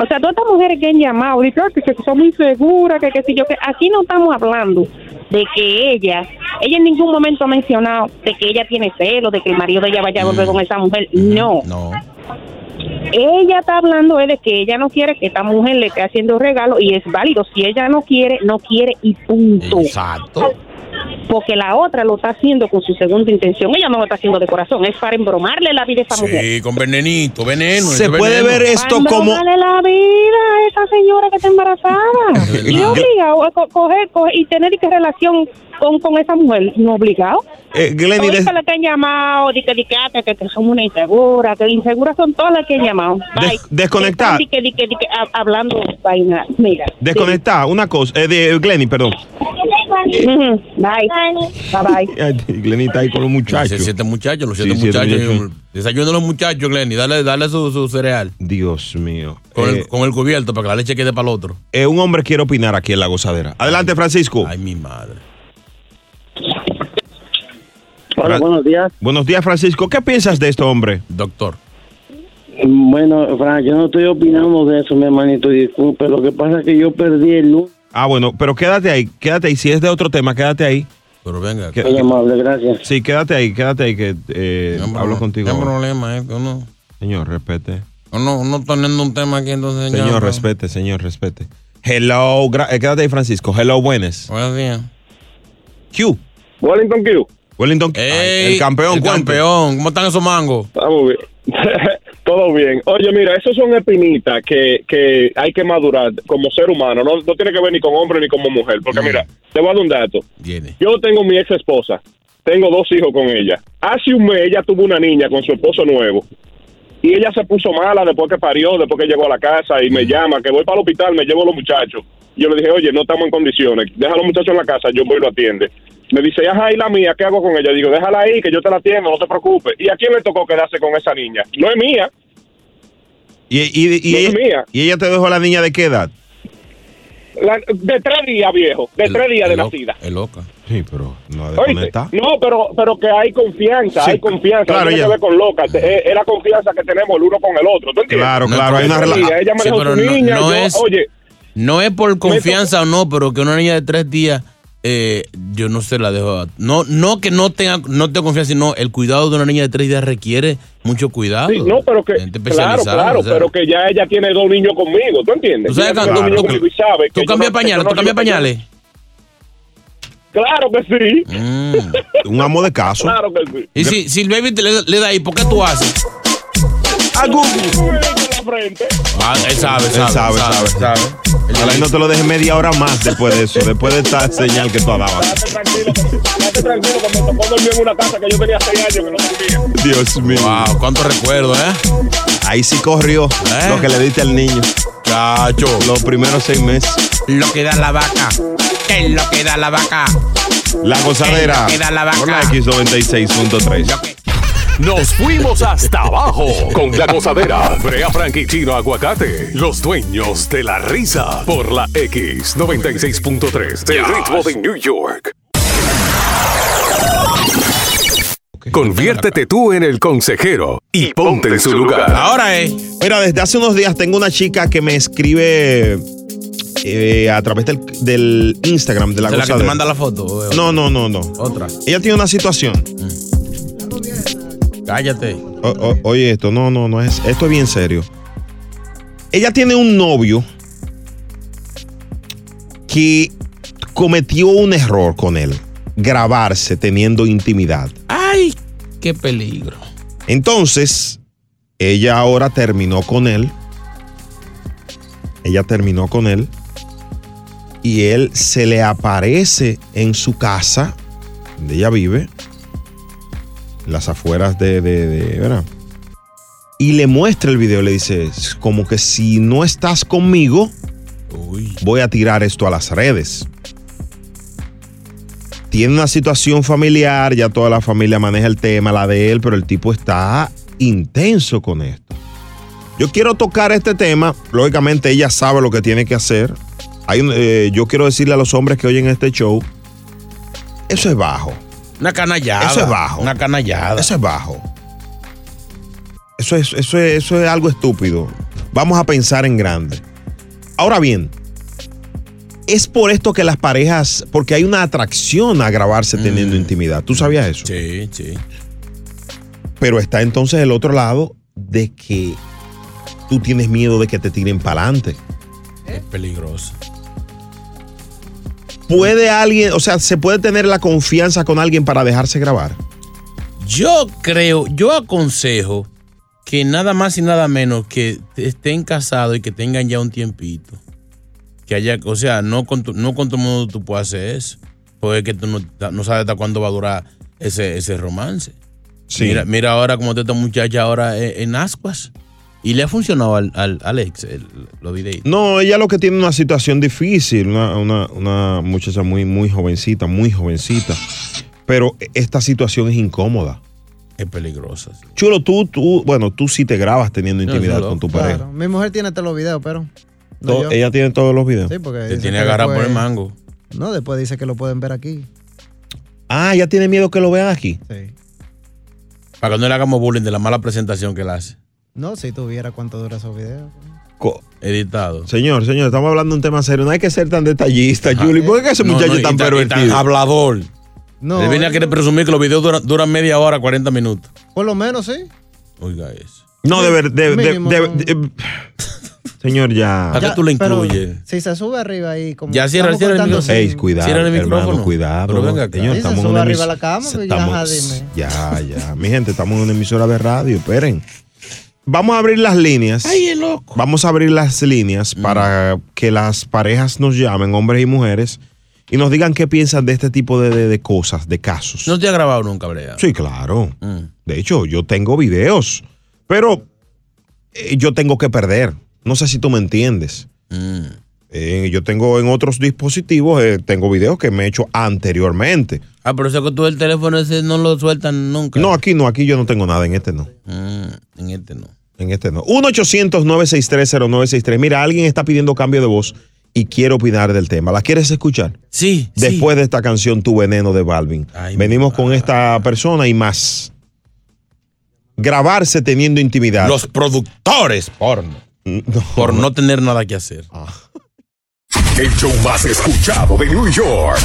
[SPEAKER 20] O sea, todas estas mujeres que han llamado, dicen "Ah, que, que son muy seguras, que qué sé yo, que aquí no estamos hablando de que ella, ella en ningún momento ha mencionado de que ella tiene celos, de que el marido de ella vaya a volver
[SPEAKER 1] Mm.
[SPEAKER 20] con esa mujer. No.
[SPEAKER 2] No.
[SPEAKER 20] Ella está hablando es de que ella no quiere que esta mujer le esté haciendo regalo y es válido. Si ella no quiere, no quiere y punto.
[SPEAKER 2] Exacto.
[SPEAKER 20] Porque la otra lo está haciendo con su segunda intención. Ella no lo está haciendo de corazón. Es para embromarle la vida a esa mujer.
[SPEAKER 2] Sí, con venenito, veneno.
[SPEAKER 1] Se
[SPEAKER 2] ese
[SPEAKER 1] puede
[SPEAKER 2] veneno.
[SPEAKER 1] ver esto
[SPEAKER 20] Para embromarle la vida a esa señora que está
[SPEAKER 1] [laughs]
[SPEAKER 20] embarazada.
[SPEAKER 1] verdad.
[SPEAKER 20] y obligado a co- coger, coger y tener y que relación con, con esa mujer. No obligado.
[SPEAKER 1] Eh, Glenny,
[SPEAKER 20] Todas
[SPEAKER 1] des-
[SPEAKER 20] las que han llamado, di que, di que, ah, que, que somos una insegura, que inseguras son todas las que han llamado. Bye.
[SPEAKER 1] des- desconectar.
[SPEAKER 20] Di que, di que, di que, hab- hablando vaina. Mira.
[SPEAKER 1] Desconectar, una cosa. Eh, de, Glenny, perdón.
[SPEAKER 20] Ujú. Bye. Bye bye.
[SPEAKER 1] [laughs] Ay, Glenny está ahí con los muchachos.
[SPEAKER 2] siete muchachos, los siete
[SPEAKER 1] Sí, siete
[SPEAKER 2] muchachos.
[SPEAKER 1] muchachos.
[SPEAKER 2] Desayuno a los muchachos, Glenny. Dale, dale su, su cereal.
[SPEAKER 1] Dios mío.
[SPEAKER 2] Con, el, con el cubierto para que la leche quede para el otro.
[SPEAKER 1] Eh, un hombre quiere opinar aquí en la gozadera. Adelante, Francisco. Ay,
[SPEAKER 2] mi madre.
[SPEAKER 1] Hola,
[SPEAKER 23] buenos días.
[SPEAKER 1] Buenos días, Francisco. ¿Qué piensas de esto, hombre?
[SPEAKER 2] Doctor.
[SPEAKER 23] Bueno, Fran, yo no estoy opinando de eso, mi hermanito, disculpe. Lo que pasa es que yo perdí el lunes.
[SPEAKER 1] Ah, bueno, pero quédate ahí, quédate ahí. Si es de otro tema, quédate ahí.
[SPEAKER 2] Pero venga.
[SPEAKER 1] Que-
[SPEAKER 23] Muy amable, gracias.
[SPEAKER 1] Sí, quédate ahí, quédate ahí, que eh, hablo contigo.
[SPEAKER 2] ¿Qué
[SPEAKER 1] ahora.
[SPEAKER 2] problema es? Uno,
[SPEAKER 1] Señor, respete.
[SPEAKER 2] uno, uno teniendo un tema aquí, entonces. ya, pues,
[SPEAKER 1] Señor,
[SPEAKER 2] bro.
[SPEAKER 1] respete, señor, respete. Hello, gra- eh, quédate ahí, Francisco. Hello, buenas.
[SPEAKER 2] Buenos días.
[SPEAKER 1] Q.
[SPEAKER 23] Wellington Q.
[SPEAKER 1] Wellington Q. Ay, el campeón,
[SPEAKER 2] el
[SPEAKER 1] cuente.
[SPEAKER 2] campeón. ¿Cómo están esos mangos?
[SPEAKER 23] Estamos bien. [laughs] Todo bien. Oye, mira, esos son espinitas que, que hay que madurar como ser humano. No, no tiene que ver ni con hombre ni como mujer. Porque mira, te voy a dar un dato. Yo tengo mi ex esposa. Tengo dos hijos con ella. Hace un mes ella tuvo una niña con su esposo nuevo. Y ella se puso mala después que parió, después que llegó a la casa y me llama, que voy para el hospital, me llevo a los muchachos. Yo le dije, oye, no estamos en condiciones, deja a los muchachos en la casa, yo voy y lo atiende. Me dice, ajá, y la mía, ¿qué hago con ella? Digo, déjala ahí, que yo te la atiendo, no te preocupes. ¿Y a quién le tocó quedarse con esa niña? No es mía,
[SPEAKER 1] Y, y- y- y ella, y ella te dejó a la niña de qué edad?
[SPEAKER 23] la- de tres días, viejo, de tres días de nacida.
[SPEAKER 2] Es loca.
[SPEAKER 1] Sí, pero no
[SPEAKER 23] Oíste, No, pero, pero que hay confianza,
[SPEAKER 1] Sí,
[SPEAKER 23] hay confianza,
[SPEAKER 1] claro,
[SPEAKER 23] no tiene
[SPEAKER 1] ya.
[SPEAKER 23] que ver con loca, te- es, es la confianza que tenemos el uno con el otro. ¿tú entiendes?
[SPEAKER 1] Claro, claro, hay una
[SPEAKER 23] Ella
[SPEAKER 1] relación.
[SPEAKER 23] me
[SPEAKER 2] Sí,
[SPEAKER 23] dejó
[SPEAKER 2] pero
[SPEAKER 23] su
[SPEAKER 2] no-
[SPEAKER 23] niña,
[SPEAKER 2] no
[SPEAKER 23] yo,
[SPEAKER 2] es-
[SPEAKER 23] oye,
[SPEAKER 2] No es por confianza o no, pero que una niña de tres días, eh, yo no se la dejo. a- No, no que no tenga, no tenga confianza, sino el cuidado de una niña de tres días requiere mucho cuidado.
[SPEAKER 23] Sí, no, pero que.
[SPEAKER 2] Gente
[SPEAKER 23] Claro,
[SPEAKER 2] especializada,
[SPEAKER 23] claro,
[SPEAKER 2] o sea.
[SPEAKER 23] pero que ya ella tiene dos niños conmigo, ¿tú entiendes?
[SPEAKER 2] Tú sabes
[SPEAKER 23] Ella
[SPEAKER 2] que-
[SPEAKER 23] tiene dos
[SPEAKER 2] claro,
[SPEAKER 23] niños
[SPEAKER 2] tú-
[SPEAKER 23] conmigo y sabe
[SPEAKER 2] Tú
[SPEAKER 23] que yo
[SPEAKER 2] cambias
[SPEAKER 23] no- que yo
[SPEAKER 2] pañales,
[SPEAKER 23] no
[SPEAKER 2] tú cambias
[SPEAKER 23] quiero-
[SPEAKER 2] pañales.
[SPEAKER 23] Claro que sí.
[SPEAKER 1] Mm, Un amo de caso.
[SPEAKER 23] Claro que sí.
[SPEAKER 2] Y si, si el baby te le, le da ahí, ¿por qué tú haces? Ah, él sabe,
[SPEAKER 1] Él
[SPEAKER 2] sabe,
[SPEAKER 1] sabe,
[SPEAKER 2] sabe,
[SPEAKER 1] sabe.
[SPEAKER 2] sabe.
[SPEAKER 1] Ojalá y no te lo dejes media hora más después de eso, después de esta señal que tú dabas.
[SPEAKER 23] Quédate tranquilo, que me tocó dormir en una casa que yo tenía seis años
[SPEAKER 12] Ah.
[SPEAKER 23] que no dormía.
[SPEAKER 1] Dios mío.
[SPEAKER 2] Wow, cuánto recuerdo, ¿eh?
[SPEAKER 1] Ahí sí corrió lo que le diste al niño.
[SPEAKER 2] Chacho.
[SPEAKER 1] Los primeros seis meses.
[SPEAKER 2] Lo que da la vaca. ¿Qué es lo que da la vaca?
[SPEAKER 1] La gozadera.
[SPEAKER 3] Que da la vaca.
[SPEAKER 1] Por la X96.3.
[SPEAKER 3] Nos fuimos hasta abajo con la gozadera. Brea Frank y Chino Aguacate, los dueños de la risa. Por la X96.3. El ritmo de New York. Conviértete tú en el consejero y ponte en su lugar.
[SPEAKER 2] Ahora es.
[SPEAKER 1] Mira, desde hace unos días tengo una chica que me escribe eh, a través del, del Instagram de la
[SPEAKER 2] ¿De la que te
[SPEAKER 1] gozadera.
[SPEAKER 2] manda la foto? o- o-
[SPEAKER 1] No, no, no, no.
[SPEAKER 2] Otra.
[SPEAKER 1] Ella tiene una situación.
[SPEAKER 2] Cállate.
[SPEAKER 1] O- o- oye, esto, no, no, no es. Esto es bien serio. Ella tiene un novio que cometió un error con él. Grabarse teniendo intimidad.
[SPEAKER 2] ¡Ay! ¡Qué peligro!
[SPEAKER 1] Entonces, ella ahora terminó con él. Ella terminó con él. Y él se le aparece en su casa, donde ella vive, en las afueras de, de- de- ¿verdad? Y le muestra el video, le dice, "Es como que si no estás conmigo, voy a tirar esto a las redes. Tiene una situación familiar, ya toda la familia maneja el tema, la de él, pero el tipo está intenso con esto. Yo quiero tocar este tema. Lógicamente, ella sabe lo que tiene que hacer. Hay un- eh, yo quiero decirle a los hombres que oyen este show: eso es bajo.
[SPEAKER 2] Una canallada.
[SPEAKER 1] Eso es bajo.
[SPEAKER 2] Una canallada.
[SPEAKER 1] Eso es bajo. Eso es, eso es, eso es algo estúpido. Vamos a pensar en grande. Ahora bien, es por esto que las parejas, porque hay una atracción a grabarse teniendo intimidad. ¿Tú sabías eso?
[SPEAKER 2] Sí, sí.
[SPEAKER 1] Pero está entonces el otro lado de que tú tienes miedo de que te tiren para adelante.
[SPEAKER 2] Es peligroso.
[SPEAKER 1] ¿Puede alguien, o sea, se puede tener la confianza con alguien para dejarse grabar?
[SPEAKER 2] Yo creo, yo aconsejo que nada más y nada menos que estén casados y que tengan ya un tiempito. Que haya, o sea, no con, tu- no con todo el mundo tú puedes hacer eso. Porque que tú no, no sabes hasta cuándo va a durar ese, ese romance. Mira, mira ahora cómo está esta muchacha ahora en, en ascuas. Y le ha funcionado al, al, al ex, el- lo videí.
[SPEAKER 1] No, ella lo que tiene una situación difícil, una, una- una muchacha muy, muy jovencita, muy jovencita. Pero e, esta situación es incómoda.
[SPEAKER 2] Es peligrosa. sí.
[SPEAKER 1] Chulo, tú, tú, bueno, tú sí te grabas teniendo
[SPEAKER 2] No,
[SPEAKER 1] intimidad
[SPEAKER 2] yo
[SPEAKER 1] con tu
[SPEAKER 2] loco.
[SPEAKER 1] pareja.
[SPEAKER 5] Mi mujer tiene todos los videos, pero. no
[SPEAKER 1] To-
[SPEAKER 5] yo.
[SPEAKER 1] ella tiene todos los videos.
[SPEAKER 5] Sí, porque
[SPEAKER 2] Te
[SPEAKER 5] dice
[SPEAKER 2] tiene
[SPEAKER 5] que
[SPEAKER 2] agarrado por
[SPEAKER 5] después-
[SPEAKER 2] el mango.
[SPEAKER 5] No, después dice que lo pueden ver aquí.
[SPEAKER 1] Ah, ella tiene miedo que lo vean aquí.
[SPEAKER 2] Para que no le hagamos bullying de la mala presentación que le hace.
[SPEAKER 5] No, si tuviera cuánto dura esos videos.
[SPEAKER 2] Editado.
[SPEAKER 1] Señor, señor, estamos hablando de un tema serio. No hay que ser tan detallista, Juli. ¿Por qué ese
[SPEAKER 2] No,
[SPEAKER 1] muchacho
[SPEAKER 2] no, y
[SPEAKER 1] tan
[SPEAKER 2] tan- y tan
[SPEAKER 1] pervertido?
[SPEAKER 2] hablador.
[SPEAKER 5] No,
[SPEAKER 2] Él viene a querer presumir que los videos duran, duran media hora, 40 minutos.
[SPEAKER 5] Por lo menos, sí.
[SPEAKER 2] Oiga eso.
[SPEAKER 1] No, de verdad. De, de-
[SPEAKER 5] Mínimo,
[SPEAKER 1] de-
[SPEAKER 5] no.
[SPEAKER 1] de- señor, ya.
[SPEAKER 2] ¿A qué tú lo
[SPEAKER 5] pero
[SPEAKER 2] incluyes?
[SPEAKER 5] Si se sube arriba ahí, como.
[SPEAKER 2] Ya cierra,
[SPEAKER 5] estamos
[SPEAKER 2] cierra el
[SPEAKER 5] contando
[SPEAKER 2] micrófono.
[SPEAKER 1] Ey, cuidado,
[SPEAKER 2] Cierra el
[SPEAKER 1] hermano,
[SPEAKER 2] micrófono.
[SPEAKER 1] cuidado.
[SPEAKER 2] Pero venga acá.
[SPEAKER 1] Señor,
[SPEAKER 5] Sí, se
[SPEAKER 1] estamos en
[SPEAKER 5] sube
[SPEAKER 1] una
[SPEAKER 5] arriba
[SPEAKER 1] emis-
[SPEAKER 5] la cama, pues, ya,
[SPEAKER 1] estamos-
[SPEAKER 5] ajá, dime.
[SPEAKER 1] Ya, ya. Mi gente, estamos en una emisora de radio. Esperen. Vamos a abrir las líneas.
[SPEAKER 2] Ay, el loco.
[SPEAKER 1] Vamos a abrir las líneas para que las parejas nos llamen, hombres y mujeres, y nos digan qué piensan de este tipo de, de- de cosas, de casos.
[SPEAKER 2] No te ha grabado nunca, Brea.
[SPEAKER 1] Sí, claro. De hecho, yo tengo videos, pero eh, yo tengo que perder. No sé si tú me entiendes. Eh, yo tengo en otros dispositivos, eh, tengo videos que me he hecho anteriormente.
[SPEAKER 2] Ah, pero eso que tú el teléfono ese no lo sueltan nunca.
[SPEAKER 1] No, aquí no, aquí yo no tengo nada, en este no.
[SPEAKER 2] Mm, en este no.
[SPEAKER 1] En este no. 1-800-963-0963. Mira, alguien está pidiendo cambio de voz y quiero opinar del tema. ¿La quieres escuchar?
[SPEAKER 2] Sí.
[SPEAKER 1] Después de esta canción Tu Veneno de Balvin. Venimos con esta persona y más. Grabarse teniendo intimidad.
[SPEAKER 2] Los productores porno. Ah. por no tener nada que hacer.
[SPEAKER 3] El show más escuchado de New York.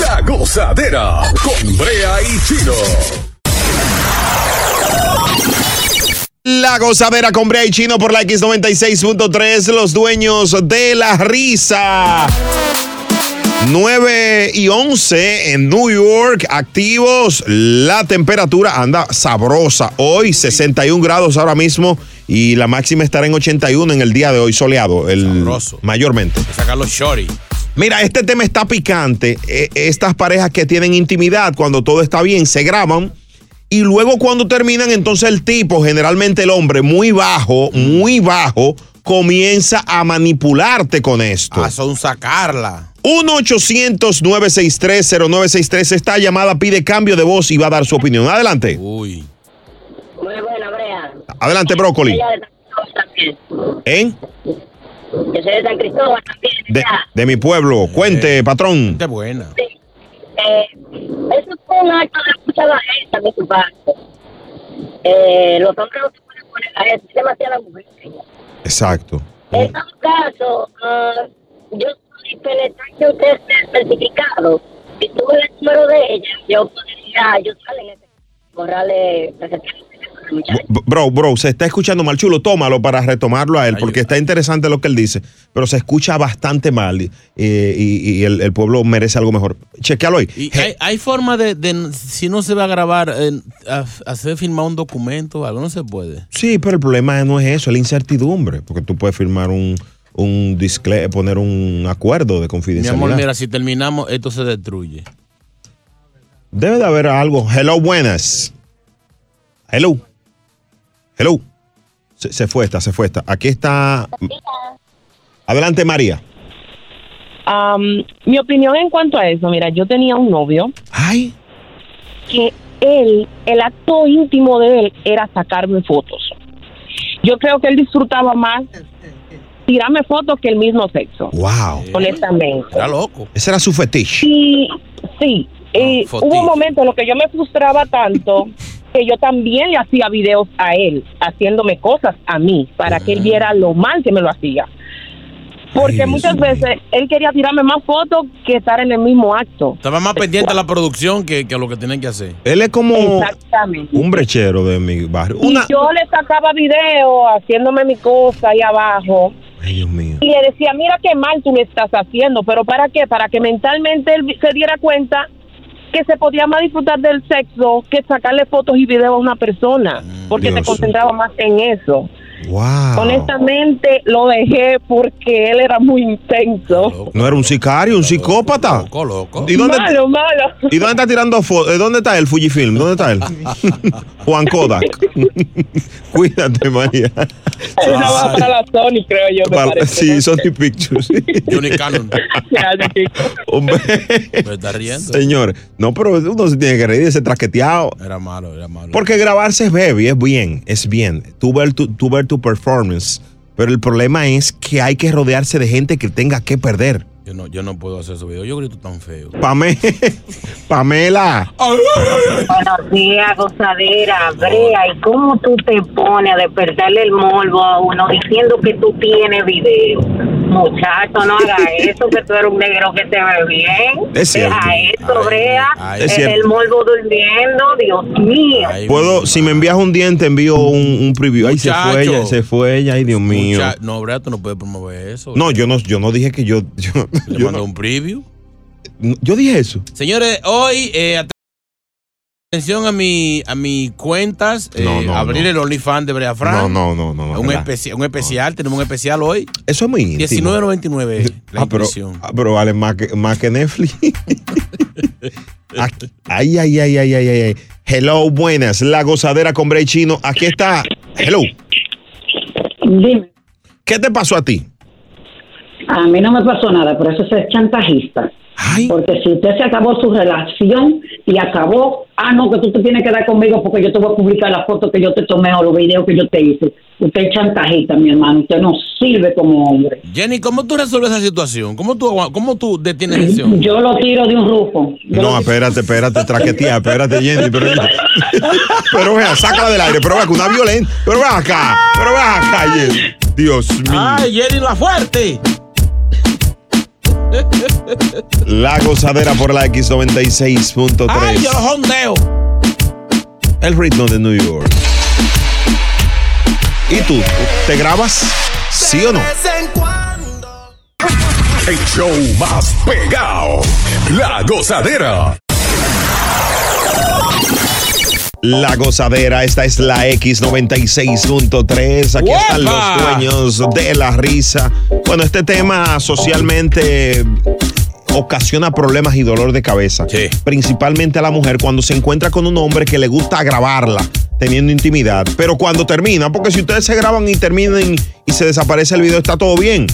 [SPEAKER 3] La gozadera con Brea y Chino.
[SPEAKER 1] La gozadera con Brea y Chino por la X96.3, los dueños de la risa. 9 y 11 en New York, activos. La temperatura anda sabrosa hoy, 61 grados ahora mismo y la máxima estará en 81 en el día de hoy, soleado, el, mayormente.
[SPEAKER 2] Sacar los shorty.
[SPEAKER 1] Mira, este tema está picante. Eh, Estas parejas que tienen intimidad cuando todo está bien se graban. Y luego cuando terminan, entonces el tipo, generalmente el hombre, muy bajo,
[SPEAKER 2] Mm.
[SPEAKER 1] muy bajo, comienza a manipularte con esto.
[SPEAKER 2] Ah, son sacarla.
[SPEAKER 1] 1-800-963-0963. Esta llamada pide cambio de voz y va a dar su opinión. Adelante.
[SPEAKER 2] Uy.
[SPEAKER 6] Muy buena, Brea.
[SPEAKER 1] Adelante, Brócoli.
[SPEAKER 6] Ella de San Cristóbal también.
[SPEAKER 1] ¿Eh?
[SPEAKER 6] Yo soy de San Cristóbal también.
[SPEAKER 1] De, de mi pueblo. Cuente, patrón.
[SPEAKER 2] Qué Eh, buena.
[SPEAKER 6] Eh, eso fue un acto de mucha bajeza de su parte. Eh, los hombres no se pueden poner a eso. Es demasiada mujer.
[SPEAKER 1] Exacto.
[SPEAKER 6] En todo caso, ah, yo soy penetración test certificado. Si tuve el número de ella, yo podría ayudarle en ese. Borrarle,
[SPEAKER 1] B- Bro, bro, se está escuchando mal. Chulo, tómalo para retomarlo a él, porque está interesante lo que él dice, pero se escucha bastante mal eh, y, y el, el pueblo merece algo mejor. Chequealo ahí.
[SPEAKER 2] Y hay, hay forma de, de- si no se va a grabar, eh, a- hacer firmar un documento, algo no se puede.
[SPEAKER 1] Sí, pero el problema no es eso, es la incertidumbre, porque tú puedes firmar un, un discle- poner un acuerdo de
[SPEAKER 2] Mi
[SPEAKER 1] confidencialidad.
[SPEAKER 2] amor, mira, si terminamos, esto se destruye.
[SPEAKER 1] Debe de haber algo. Hello, buenas. Hello. Hello. Se, se fue esta, se fue esta. Aquí está. Adelante, María.
[SPEAKER 8] Am, mi opinión en cuanto a eso, mira, yo tenía un novio.
[SPEAKER 1] Ay.
[SPEAKER 8] Que él, el acto íntimo de él era sacarme fotos.
[SPEAKER 20] yo creo que él disfrutaba más tirarme fotos que el mismo sexo.
[SPEAKER 1] Wow.
[SPEAKER 20] Honestamente.
[SPEAKER 2] Era loco.
[SPEAKER 1] Ese era su fetiche.
[SPEAKER 20] Y sí, y
[SPEAKER 1] fotitos.
[SPEAKER 20] hubo un momento en lo que yo me frustraba tanto que yo también le hacía videos a él, haciéndome cosas a mí, para que él viera lo mal que me lo hacía. Porque muchas veces él quería tirarme más fotos que estar en el mismo acto.
[SPEAKER 2] Estaba más pendiente a la producción que, que a lo que tenían que hacer.
[SPEAKER 1] Él es
[SPEAKER 2] Oh.
[SPEAKER 1] como
[SPEAKER 20] Exactamente.
[SPEAKER 1] un brechero de mi barrio. Una,
[SPEAKER 20] Y yo le sacaba video haciéndome mi cosa ahí abajo. Y le decía, mira qué mal tú lo estás haciendo, pero ¿para qué? Para que mentalmente él se diera cuenta que se podía más disfrutar del sexo que sacarle fotos y videos a una persona, porque se
[SPEAKER 16] Dios.
[SPEAKER 20] concentraba más en eso.
[SPEAKER 1] Wow.
[SPEAKER 20] Honestamente lo dejé porque él era muy intenso.
[SPEAKER 1] No era un sicario, un psicópata. Loco,
[SPEAKER 2] loco.
[SPEAKER 1] ¿Y dónde,
[SPEAKER 20] malo, malo.
[SPEAKER 1] ¿Y dónde está tirando fotos? ¿Dónde está él, Fujifilm? ¿Dónde está
[SPEAKER 2] [laughs]
[SPEAKER 1] él? Juan Kodak. Cuídate, María.
[SPEAKER 20] Esa va para la Sony, creo yo. me
[SPEAKER 1] Para-
[SPEAKER 20] parece.
[SPEAKER 1] sí, Sony
[SPEAKER 2] [laughs]
[SPEAKER 1] Pictures.
[SPEAKER 2] Johnny Cannon.
[SPEAKER 20] Gracias, chicos.
[SPEAKER 1] Hombre.
[SPEAKER 2] Me está riendo.
[SPEAKER 1] Señor, no, pero uno se tiene que reír de ese traqueteado.
[SPEAKER 2] Era malo, era malo.
[SPEAKER 1] Porque grabarse es baby, es bien, es bien. Tú ver tu, tú ver tu performance. Pero el problema es que hay que rodearse de gente que tenga que perder.
[SPEAKER 2] Yo no, yo no puedo hacer esos videos. Yo grito tan feo.
[SPEAKER 1] Pame- [laughs] Pamela.
[SPEAKER 16] Buenos días, gozadera, Brea. ¿Y cómo tú te pones a despertarle el morbo a uno diciendo que tú tienes video? Muchacho, no
[SPEAKER 24] [laughs]
[SPEAKER 16] hagas eso, que tú eres un negro que te ve bien.
[SPEAKER 1] Es cierto.
[SPEAKER 16] Deja eso, Brea.
[SPEAKER 1] ay.
[SPEAKER 16] Es
[SPEAKER 1] Es cierto.
[SPEAKER 16] el morbo durmiendo, Dios mío.
[SPEAKER 1] Puedo, si me envías un día, te envío un, un preview. Ay, se fue
[SPEAKER 2] Muchacho.
[SPEAKER 1] ella, se fue ella, ay, Dios mío.
[SPEAKER 2] Mucha- no, Brea, tú no puedes promover eso.
[SPEAKER 1] No, yo no, yo no dije que yo. Yo,
[SPEAKER 2] Le
[SPEAKER 1] yo
[SPEAKER 2] mandó
[SPEAKER 1] no-
[SPEAKER 2] un preview.
[SPEAKER 1] yo dije eso.
[SPEAKER 2] Señores, hoy eh, at- atención a mi a mis cuentas. eh,
[SPEAKER 1] No, no,
[SPEAKER 2] abrir
[SPEAKER 1] no.
[SPEAKER 2] el OnlyFans de Brea Frank.
[SPEAKER 1] No, no, no, no. no,
[SPEAKER 2] un, e-
[SPEAKER 1] relaja.
[SPEAKER 2] especi- un especial, tenemos un especial hoy.
[SPEAKER 1] Eso es muy íntimo.
[SPEAKER 2] 19.99 la
[SPEAKER 1] [laughs] Ah, pero,
[SPEAKER 2] impresión.
[SPEAKER 1] ah, pero vale más que, más
[SPEAKER 2] [laughs]
[SPEAKER 1] que Netflix. Aquí- ay, ay, ay, ay, ay, ay, ay. Hello, buenas. La gozadera con Bray Chino. Aquí está. Hello.
[SPEAKER 14] Dime.
[SPEAKER 1] ¿Qué te pasó a ti?
[SPEAKER 14] A mí no me pasó nada, pero eso es chantajista. Porque si usted se acabó su relación y acabó, ah, no, que tú te tienes que dar conmigo porque yo te voy a publicar las fotos que yo te tomé o los videos que yo te hice. Usted es chantajista, mi hermano. Usted no sirve como hombre.
[SPEAKER 2] Jenny, ¿cómo tú resuelves esa situación? ¿Cómo tú, agua- cómo tú detienes acción?
[SPEAKER 14] Yo lo tiro de un rufo.
[SPEAKER 1] No, espérate, espérate, traquetía, espérate, Jenny, pero pero vea, sácala del aire, pero vea que una violenta, pero vea acá, pero vea acá, Jenny. Dios mío.
[SPEAKER 2] ¡Ay, Jenny la fuerte!
[SPEAKER 1] La gozadera por la
[SPEAKER 2] ¡Ay, yo lo
[SPEAKER 1] X96.3.
[SPEAKER 2] [laughs] jondeo!
[SPEAKER 1] El ritmo de New York. ¿Y tú? ¿Te grabas? ¿Sí o no?
[SPEAKER 3] El show más pegado. La gozadera.
[SPEAKER 1] La gozadera, esta es la X96.3. Aquí están los dueños de la risa. Bueno, este tema socialmente ocasiona problemas y dolor de cabeza. Principalmente a la mujer cuando se encuentra con un hombre que le gusta grabarla teniendo intimidad. Pero cuando termina, porque si ustedes se graban y terminan y se desaparece el video, está todo bien.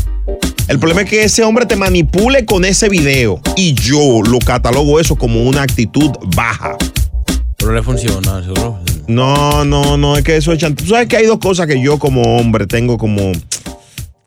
[SPEAKER 1] El problema es que ese hombre te manipule con ese video. Y yo lo catalogo eso como una actitud baja.
[SPEAKER 2] Pero le funciona, seguro.
[SPEAKER 1] No, no, no, es que eso es chantaje. Tú sabes que hay dos cosas que yo como hombre tengo como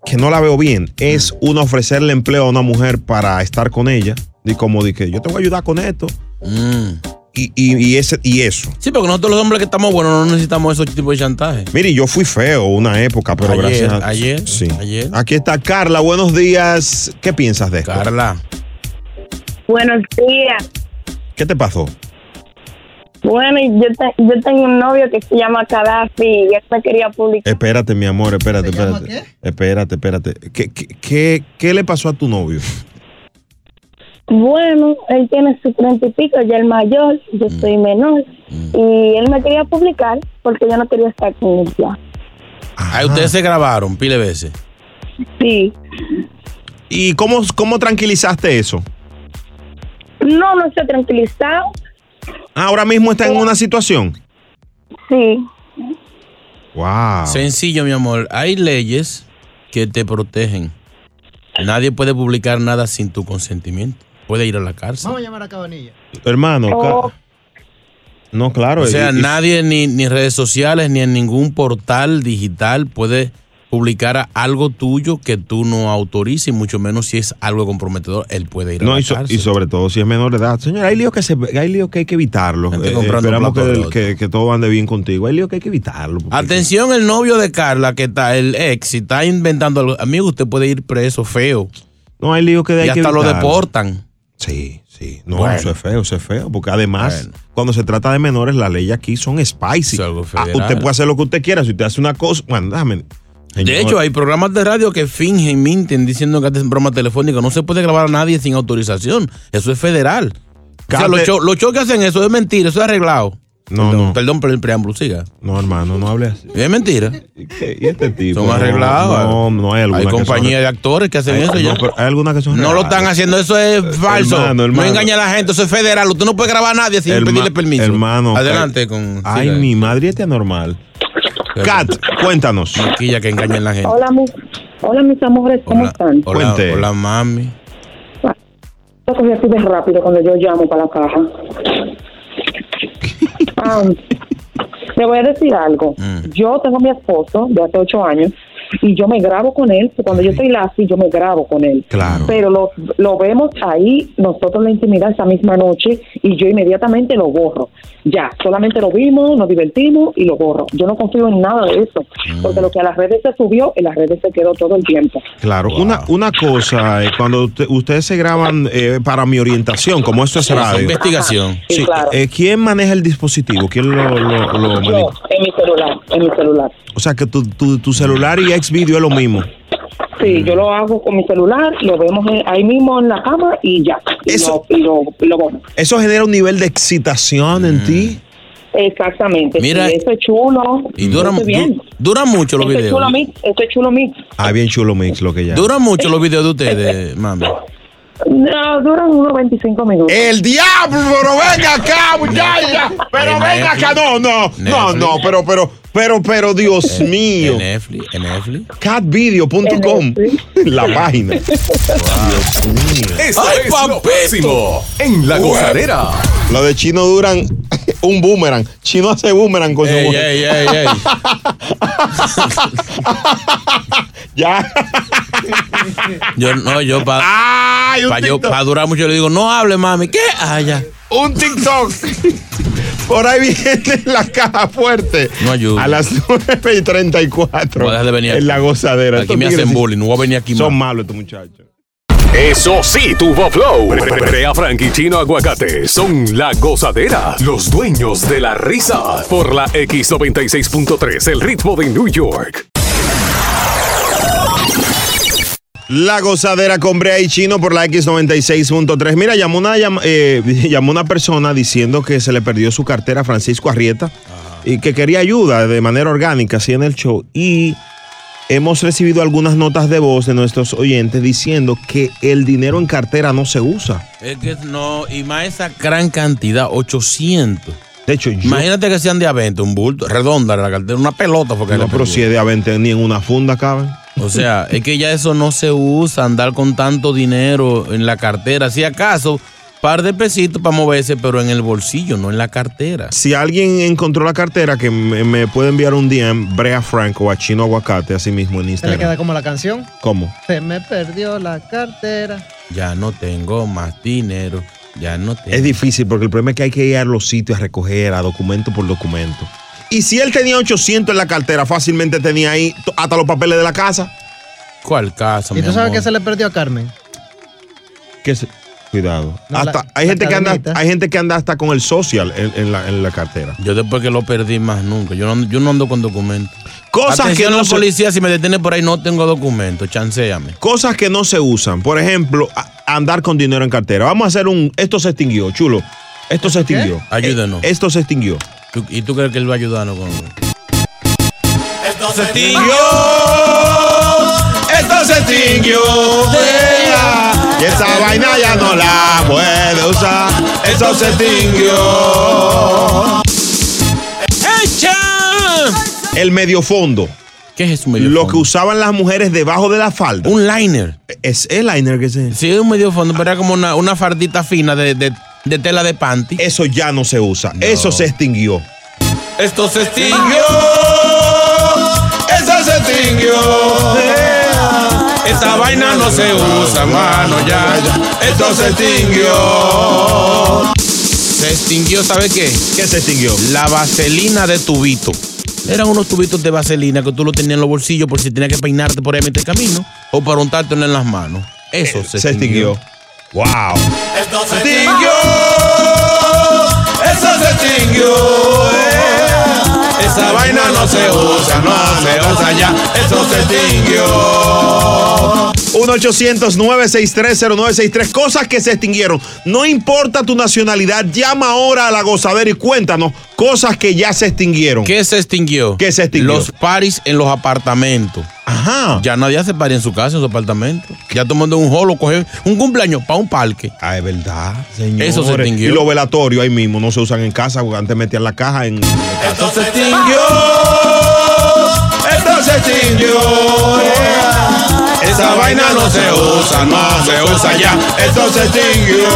[SPEAKER 1] que no la veo bien.
[SPEAKER 2] Mm.
[SPEAKER 1] Es uno ofrecerle empleo a una mujer para estar con ella. Y como dije, yo te voy a ayudar con esto.
[SPEAKER 2] Mm.
[SPEAKER 1] Y, y- y ese, y eso.
[SPEAKER 2] Sí, porque nosotros los hombres que estamos buenos no necesitamos esos tipos de chantaje.
[SPEAKER 1] e-, Mire, yo fui feo una época, pero
[SPEAKER 2] Ayer,
[SPEAKER 1] gracias a
[SPEAKER 2] ayer,
[SPEAKER 1] Sí.
[SPEAKER 2] ayer.
[SPEAKER 1] Aquí está Carla, buenos días. ¿Qué piensas de esto?
[SPEAKER 2] Carla.
[SPEAKER 24] Buenos días.
[SPEAKER 1] ¿Qué te pasó?
[SPEAKER 24] Bueno, y yo, te- yo tengo un novio que se llama Gaddafi y él me quería publicar.
[SPEAKER 1] Espérate, mi amor, espérate, espérate. Espérate, espérate. ¿Qué, qué, qué, qué le pasó a tu novio?
[SPEAKER 24] Bueno, él tiene su treinta y pico, ya el mayor,
[SPEAKER 2] Mm.
[SPEAKER 24] yo soy menor. Y él me quería publicar porque yo no quería estar con él ya.
[SPEAKER 2] Ahí ustedes se grabaron, pile de veces.
[SPEAKER 24] Sí.
[SPEAKER 1] ¿Y cómo, cómo tranquilizaste eso?
[SPEAKER 24] No, no se ha tranquilizado.
[SPEAKER 1] Ah, Ahora mismo está en una situación.
[SPEAKER 24] Sí.
[SPEAKER 1] Wow.
[SPEAKER 2] Sencillo, mi amor. Hay leyes que te protegen. Nadie puede publicar nada sin tu consentimiento. Puede ir a la cárcel.
[SPEAKER 5] Vamos a llamar a Cabanilla.
[SPEAKER 1] Hermano, Ca- No, claro.
[SPEAKER 2] O sea,
[SPEAKER 1] y- y-
[SPEAKER 2] nadie ni, ni redes sociales ni en ningún portal digital puede publicar a- algo tuyo que tú no autorices, y mucho menos si es algo comprometedor, él puede ir a
[SPEAKER 1] No,
[SPEAKER 2] la
[SPEAKER 1] y, so-
[SPEAKER 2] cárcel.
[SPEAKER 1] y sobre todo si es menor de edad. Señor, hay líos que, se, hay líos que hay que evitarlos. Eh,
[SPEAKER 2] comprando
[SPEAKER 1] esperamos que,
[SPEAKER 2] platos
[SPEAKER 1] el-
[SPEAKER 2] rotos.
[SPEAKER 1] que, que todo ande bien contigo. Hay líos que hay que evitarlo.
[SPEAKER 2] Atención, el novio de Carla, que está, el ex, si está inventando algo, amigo, usted puede ir preso feo.
[SPEAKER 1] No, hay líos que hay
[SPEAKER 2] Y
[SPEAKER 1] que
[SPEAKER 2] hasta lo
[SPEAKER 1] evitarlo.
[SPEAKER 2] deportan.
[SPEAKER 1] Sí, sí. No,
[SPEAKER 2] Bueno.
[SPEAKER 1] eso es feo, eso es feo. Porque además, cuando se trata de menores, las leyes aquí son spicy. Ah, usted puede hacer lo que usted quiera. Si usted hace una cosa, bueno, déjame.
[SPEAKER 2] De
[SPEAKER 1] Señor.
[SPEAKER 2] hecho, hay programas de radio que fingen, minten, diciendo que hacen broma telefónica. No se puede grabar a nadie sin autorización. Eso es federal. O sea,
[SPEAKER 1] Cate-
[SPEAKER 2] los, shows- los shows que hacen eso es mentira, eso es arreglado.
[SPEAKER 1] No,
[SPEAKER 2] perdón,
[SPEAKER 1] no.
[SPEAKER 2] Perdón por el preámbulo, siga.
[SPEAKER 1] No, hermano,
[SPEAKER 2] [laughs]
[SPEAKER 1] no hables así.
[SPEAKER 2] Es mentira.
[SPEAKER 1] ¿Y este tipo?
[SPEAKER 2] Son
[SPEAKER 1] No,
[SPEAKER 2] arreglados.
[SPEAKER 1] No, no hay alguna
[SPEAKER 2] Hay
[SPEAKER 1] que son-
[SPEAKER 2] compañías de actores que hacen
[SPEAKER 1] Hay-
[SPEAKER 2] eso ya.
[SPEAKER 1] no, pero hay algunas que son
[SPEAKER 2] No lo
[SPEAKER 1] reales.
[SPEAKER 2] están haciendo, eso es falso.
[SPEAKER 1] hermano, hermano.
[SPEAKER 2] No engaña a la gente, eso Ah, es federal. Usted no puede grabar a nadie sin
[SPEAKER 1] Herma-
[SPEAKER 2] pedirle permiso.
[SPEAKER 1] Hermano.
[SPEAKER 2] Adelante
[SPEAKER 1] Kat.
[SPEAKER 2] con.
[SPEAKER 1] Ay, mi madre este anormal. Kat, cuéntanos.
[SPEAKER 2] Maquilla que engañen la gente.
[SPEAKER 9] Hola, mi- hola mis amores, ¿cómo están?
[SPEAKER 2] Eh. Hola, hola, mami.
[SPEAKER 9] Yo cogí así de rápido cuando yo llamo para la caja. Ah, le voy a decir algo. Yo tengo a mi esposo de hace ocho años y yo me grabo con él. que Cuando yo estoy lazi, yo me grabo con él.
[SPEAKER 1] Claro.
[SPEAKER 9] Pero lo, lo vemos ahí, nosotros en la intimidad esa misma noche y yo inmediatamente lo borro. Ya, solamente lo vimos, nos divertimos y lo borro. Yo no confío en nada de eso, porque lo que a las redes se subió, en las redes se quedó todo el tiempo.
[SPEAKER 1] Claro, una, una cosa, eh, cuando usted- ustedes se graban eh, para mi orientación, como esto es
[SPEAKER 2] Sí, es
[SPEAKER 1] radio.
[SPEAKER 9] Ah,
[SPEAKER 2] investigación.
[SPEAKER 1] Sí, eh, ¿Quién maneja el dispositivo? ¿Quién lo, lo, lo maneja?
[SPEAKER 9] en mi celular, en mi celular.
[SPEAKER 1] O sea, que tu, tu, tu celular y ex video es lo mismo.
[SPEAKER 9] Sí, yo lo hago con mi celular, lo vemos eh, ahí mismo en la cama y ya. Y lo, y lo, y lo borro.
[SPEAKER 1] Eso genera un nivel de excitación
[SPEAKER 2] Mm.
[SPEAKER 1] en ti.
[SPEAKER 9] Exactamente.
[SPEAKER 1] Mira,
[SPEAKER 9] sí, eso es chulo.
[SPEAKER 1] y dura-
[SPEAKER 9] Eso es bien.
[SPEAKER 1] du- dura mucho los
[SPEAKER 9] Eso es
[SPEAKER 1] videos.
[SPEAKER 9] chulo mix, eso es chulo mix.
[SPEAKER 1] Ah, bien chulo mix lo que ya.
[SPEAKER 2] Duran mucho los videos de ustedes, mami.
[SPEAKER 9] No, duran unos 25 minutos.
[SPEAKER 1] ¡El diablo! Pero venga acá, muchacha. Pero venga acá. No, no. No, no, pero, pero, pero, pero, Dios mío.
[SPEAKER 2] Eh, Netflix, en Netflix.
[SPEAKER 1] Catvideo.com. La página.
[SPEAKER 3] Esto es lo próximo en La Gozadera.
[SPEAKER 1] Lo de chino duran un boomerang. Chino hace boomerang con su
[SPEAKER 3] Ey,
[SPEAKER 1] mujer.
[SPEAKER 3] ey, ey, ey.
[SPEAKER 1] [laughs] ya.
[SPEAKER 2] Yo, no, yo para
[SPEAKER 1] Ay, un TikTok.
[SPEAKER 2] durar mucho, yo le digo, no hable, mami. ¿Qué? Ah, ya.
[SPEAKER 1] Un TikTok. [laughs] Por ahí viene la caja fuerte. No ayuda. A las 9 y 34.
[SPEAKER 2] Voy a dejar de venir
[SPEAKER 1] En la gozadera.
[SPEAKER 2] Aquí me hacen bullying, no voy a venir aquí
[SPEAKER 1] Son malos estos muchachos.
[SPEAKER 3] Eso sí, tuvo flow. Brea Frank y Chino Aguacate son la gozadera, los dueños de la risa. Por la X96.3, el ritmo de New York. [laughs]
[SPEAKER 1] La gozadera con Brea y Chino por la X96.3. Mira, llamó una, llam- eh, [laughs] llamó una persona diciendo que se le perdió su cartera a Francisco Arrieta y que quería ayuda de manera orgánica, así en el show. Y hemos recibido algunas notas de voz de nuestros oyentes diciendo que el dinero en cartera no se usa.
[SPEAKER 2] Es que no, y más esa gran cantidad, 800.
[SPEAKER 1] De hecho, yo-
[SPEAKER 2] Imagínate que sean de a 20, un bulto, redonda la cartera, una pelota. Porque
[SPEAKER 1] No,
[SPEAKER 2] le
[SPEAKER 1] pero
[SPEAKER 2] perdí.
[SPEAKER 1] si es de a 20 ni en una funda caben.
[SPEAKER 2] O sea, es que ya eso no se usa, andar con tanto dinero en la cartera. Si acaso, par de pesitos para moverse, pero en el bolsillo, no en la cartera.
[SPEAKER 1] Si alguien encontró la cartera, que me, me puede enviar un DM, Brea Franco o a Chino Aguacate, así mismo en
[SPEAKER 5] Se le
[SPEAKER 1] Instagram.
[SPEAKER 5] queda como la canción.
[SPEAKER 1] ¿Cómo?
[SPEAKER 5] Se me perdió la cartera.
[SPEAKER 2] Ya no tengo más dinero. Ya no tengo.
[SPEAKER 1] Es difícil porque el problema es que hay que ir a los sitios a recoger, a documento por documento. Y si él tenía 800 en la cartera, fácilmente tenía ahí to- hasta los papeles de la casa.
[SPEAKER 2] ¿Cuál casa,
[SPEAKER 5] ¿Y tú sabes qué se le perdió a Carmen?
[SPEAKER 1] Que se- Cuidado.
[SPEAKER 5] No,
[SPEAKER 1] Hasta-
[SPEAKER 5] la-
[SPEAKER 1] hay,
[SPEAKER 5] la
[SPEAKER 1] gente que anda,
[SPEAKER 5] cadenita.
[SPEAKER 1] hay gente que anda hasta con el social en, en la, en la cartera.
[SPEAKER 2] Yo después que lo perdí más nunca. Yo no, ando- yo no ando con documentos.
[SPEAKER 1] Cosas que
[SPEAKER 2] Atención
[SPEAKER 1] no
[SPEAKER 2] la
[SPEAKER 1] se-
[SPEAKER 2] policía, si me detiene por ahí, no tengo documentos. Chanceame.
[SPEAKER 1] Cosas que no se usan. Por ejemplo, a- andar con dinero en cartera. Vamos a hacer un... Esto se extinguió, chulo. Esto se extinguió.
[SPEAKER 2] Ayúdenos.
[SPEAKER 1] Eh, Esto se extinguió.
[SPEAKER 2] ¿Tú- ¿Y tú crees que él va a ayudarnos con
[SPEAKER 1] Esto
[SPEAKER 2] se
[SPEAKER 1] Esto se extinguió. Y esa vaina ya no la puede usar. Esto se extinguió. El medio fondo.
[SPEAKER 2] ¿Qué es eso,
[SPEAKER 1] Lo que usaban las mujeres debajo de la falda.
[SPEAKER 2] Un liner.
[SPEAKER 1] Es el liner que se.
[SPEAKER 2] Sí, es un medio fondo, pero era como una, una fardita fina de, de, de tela de panty.
[SPEAKER 1] Eso ya no se usa. Eso se extinguió.
[SPEAKER 2] Esto se
[SPEAKER 1] extinguió.
[SPEAKER 2] Esa se extinguió. Esta vaina no se usa, mano, ya. Esto se extinguió. Se extinguió, ¿sabe qué?
[SPEAKER 1] ¿Qué se extinguió?
[SPEAKER 2] La vaselina de tubito. Eran unos tubitos de vaselina que tú lo tenías en los bolsillos por si tenías que peinarte por ahí a mitad del camino o para untártelo en las manos. Eso Eh, se, extinguió.
[SPEAKER 1] Wow.
[SPEAKER 2] Esto se
[SPEAKER 1] extinguió.
[SPEAKER 2] Eso se extinguió. Esa vaina no se usa, no se usa ya. Eso se extinguió.
[SPEAKER 1] 1-800-963-0963. Cosas que se extinguieron. No importa tu nacionalidad, llama ahora a la gozadera y cuéntanos cosas que ya se extinguieron.
[SPEAKER 2] ¿Qué se extinguió?
[SPEAKER 1] ¿Qué se extinguió?
[SPEAKER 2] Los paris en los apartamentos.
[SPEAKER 1] Ajá.
[SPEAKER 2] Ya nadie hace party en su casa, en su apartamento. Ya tomando un jolo, coge un cumpleaños para un parque.
[SPEAKER 1] Ah, es verdad,
[SPEAKER 2] Eso se
[SPEAKER 1] Señores,
[SPEAKER 2] extinguió.
[SPEAKER 1] Y los velatorios ahí mismo no se usan en casa porque antes metían la caja en.
[SPEAKER 2] Esto se extinguió. Esto se extinguió. Esa vaina no se usa, no se usa ya. Esto se extinguió.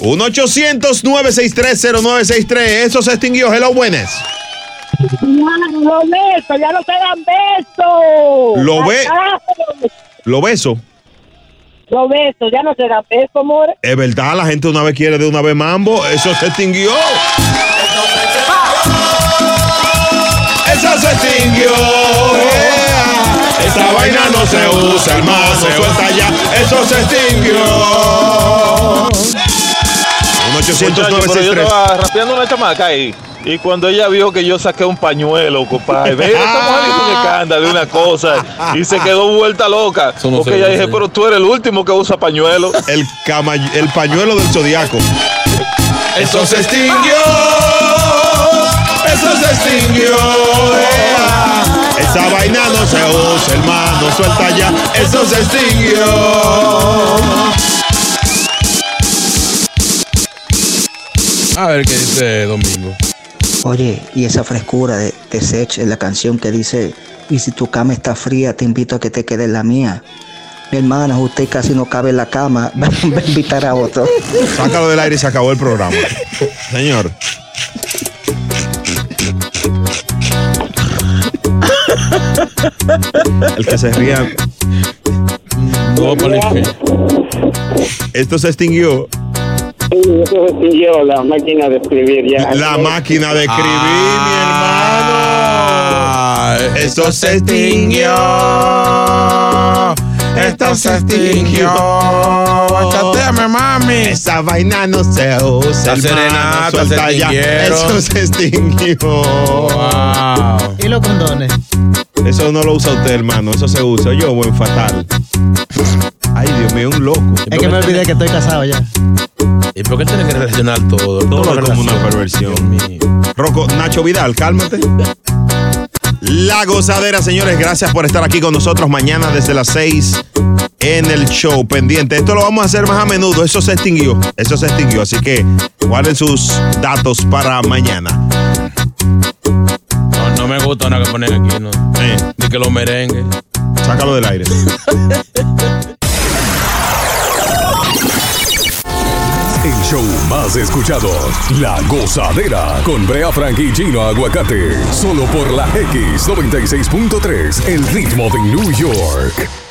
[SPEAKER 1] 1-800-963-0963. Eso se extinguió. Hello, buenas.
[SPEAKER 10] Los besos, ya no se dan besos.
[SPEAKER 1] Lo ve-
[SPEAKER 10] Acá,
[SPEAKER 1] Lo beso.
[SPEAKER 10] Los besos, ya no se dan besos, amor.
[SPEAKER 1] Es verdad, la gente una vez quiere de una vez mambo. Eso se extinguió.
[SPEAKER 2] Eso se extinguió.
[SPEAKER 1] Esa vaina no se usa, hermano. Se usa ya. Eso se extinguió. 1-800-963.
[SPEAKER 12] Muchacho, pero yo estaba rapeando una chamaca ahí. Y cuando ella vio que yo saqué un pañuelo, compadre, ve, esta mujer hizo un escándalo, una cosa, y se quedó vuelta loca.
[SPEAKER 1] no
[SPEAKER 12] porque
[SPEAKER 1] se
[SPEAKER 12] ella
[SPEAKER 1] usa,
[SPEAKER 12] dije,
[SPEAKER 1] ¿eh?
[SPEAKER 12] pero tú eres el último que usa pañuelo.
[SPEAKER 1] [laughs] El, cama- el pañuelo del zodiaco.
[SPEAKER 2] Eso se extinguió. Eso se extinguió.
[SPEAKER 1] Esa vaina no se usa, hermano. Suelta ya. Eso se extinguió.
[SPEAKER 2] A ver qué dice Domingo.
[SPEAKER 22] Oye, y esa frescura de, de Sech en la canción que dice, y si tu cama está fría, te invito a que te quedes en la mía. Mi hermana, usted casi no cabe en la cama, [laughs] va a invitar a otro.
[SPEAKER 1] Sácalo del aire y se acabó el programa. Señor. El que se ría. Esto se extinguió.
[SPEAKER 25] Eso extinguió la máquina de escribir ya.
[SPEAKER 1] La máquina de escribir, mi hermano. Eso Ah, se extinguió. Esto se extinguió. Chateame, mami. Esa vaina no se usa.
[SPEAKER 2] La serenata se
[SPEAKER 1] suelta ya.
[SPEAKER 2] extinguieron.
[SPEAKER 1] Eso se extinguió.
[SPEAKER 5] Y los condones.
[SPEAKER 1] Eso no lo usa usted, hermano. Eso se usa yo, buen fatal. Ay, Dios mío, un loco.
[SPEAKER 5] Es que me olvidé que estoy casado ya.
[SPEAKER 2] ¿Y por qué tiene que relacionar todo?
[SPEAKER 1] Todo es como una perversión. Rocco, Nacho Vidal, cálmate. La gozadera, señores, gracias por estar aquí con nosotros mañana desde las 6 en el show pendiente. Esto lo vamos a hacer más a menudo. Eso se extinguió. Eso se extinguió. Así que guarden sus datos para mañana.
[SPEAKER 2] No, no me gusta nada que ponen aquí, ¿no? De que lo merengue.
[SPEAKER 1] Sácalo del aire.
[SPEAKER 3] El show más escuchado, La Gozadera, con Brea Frank y Gino Aguacate, solo por la X96.3, el ritmo de New York.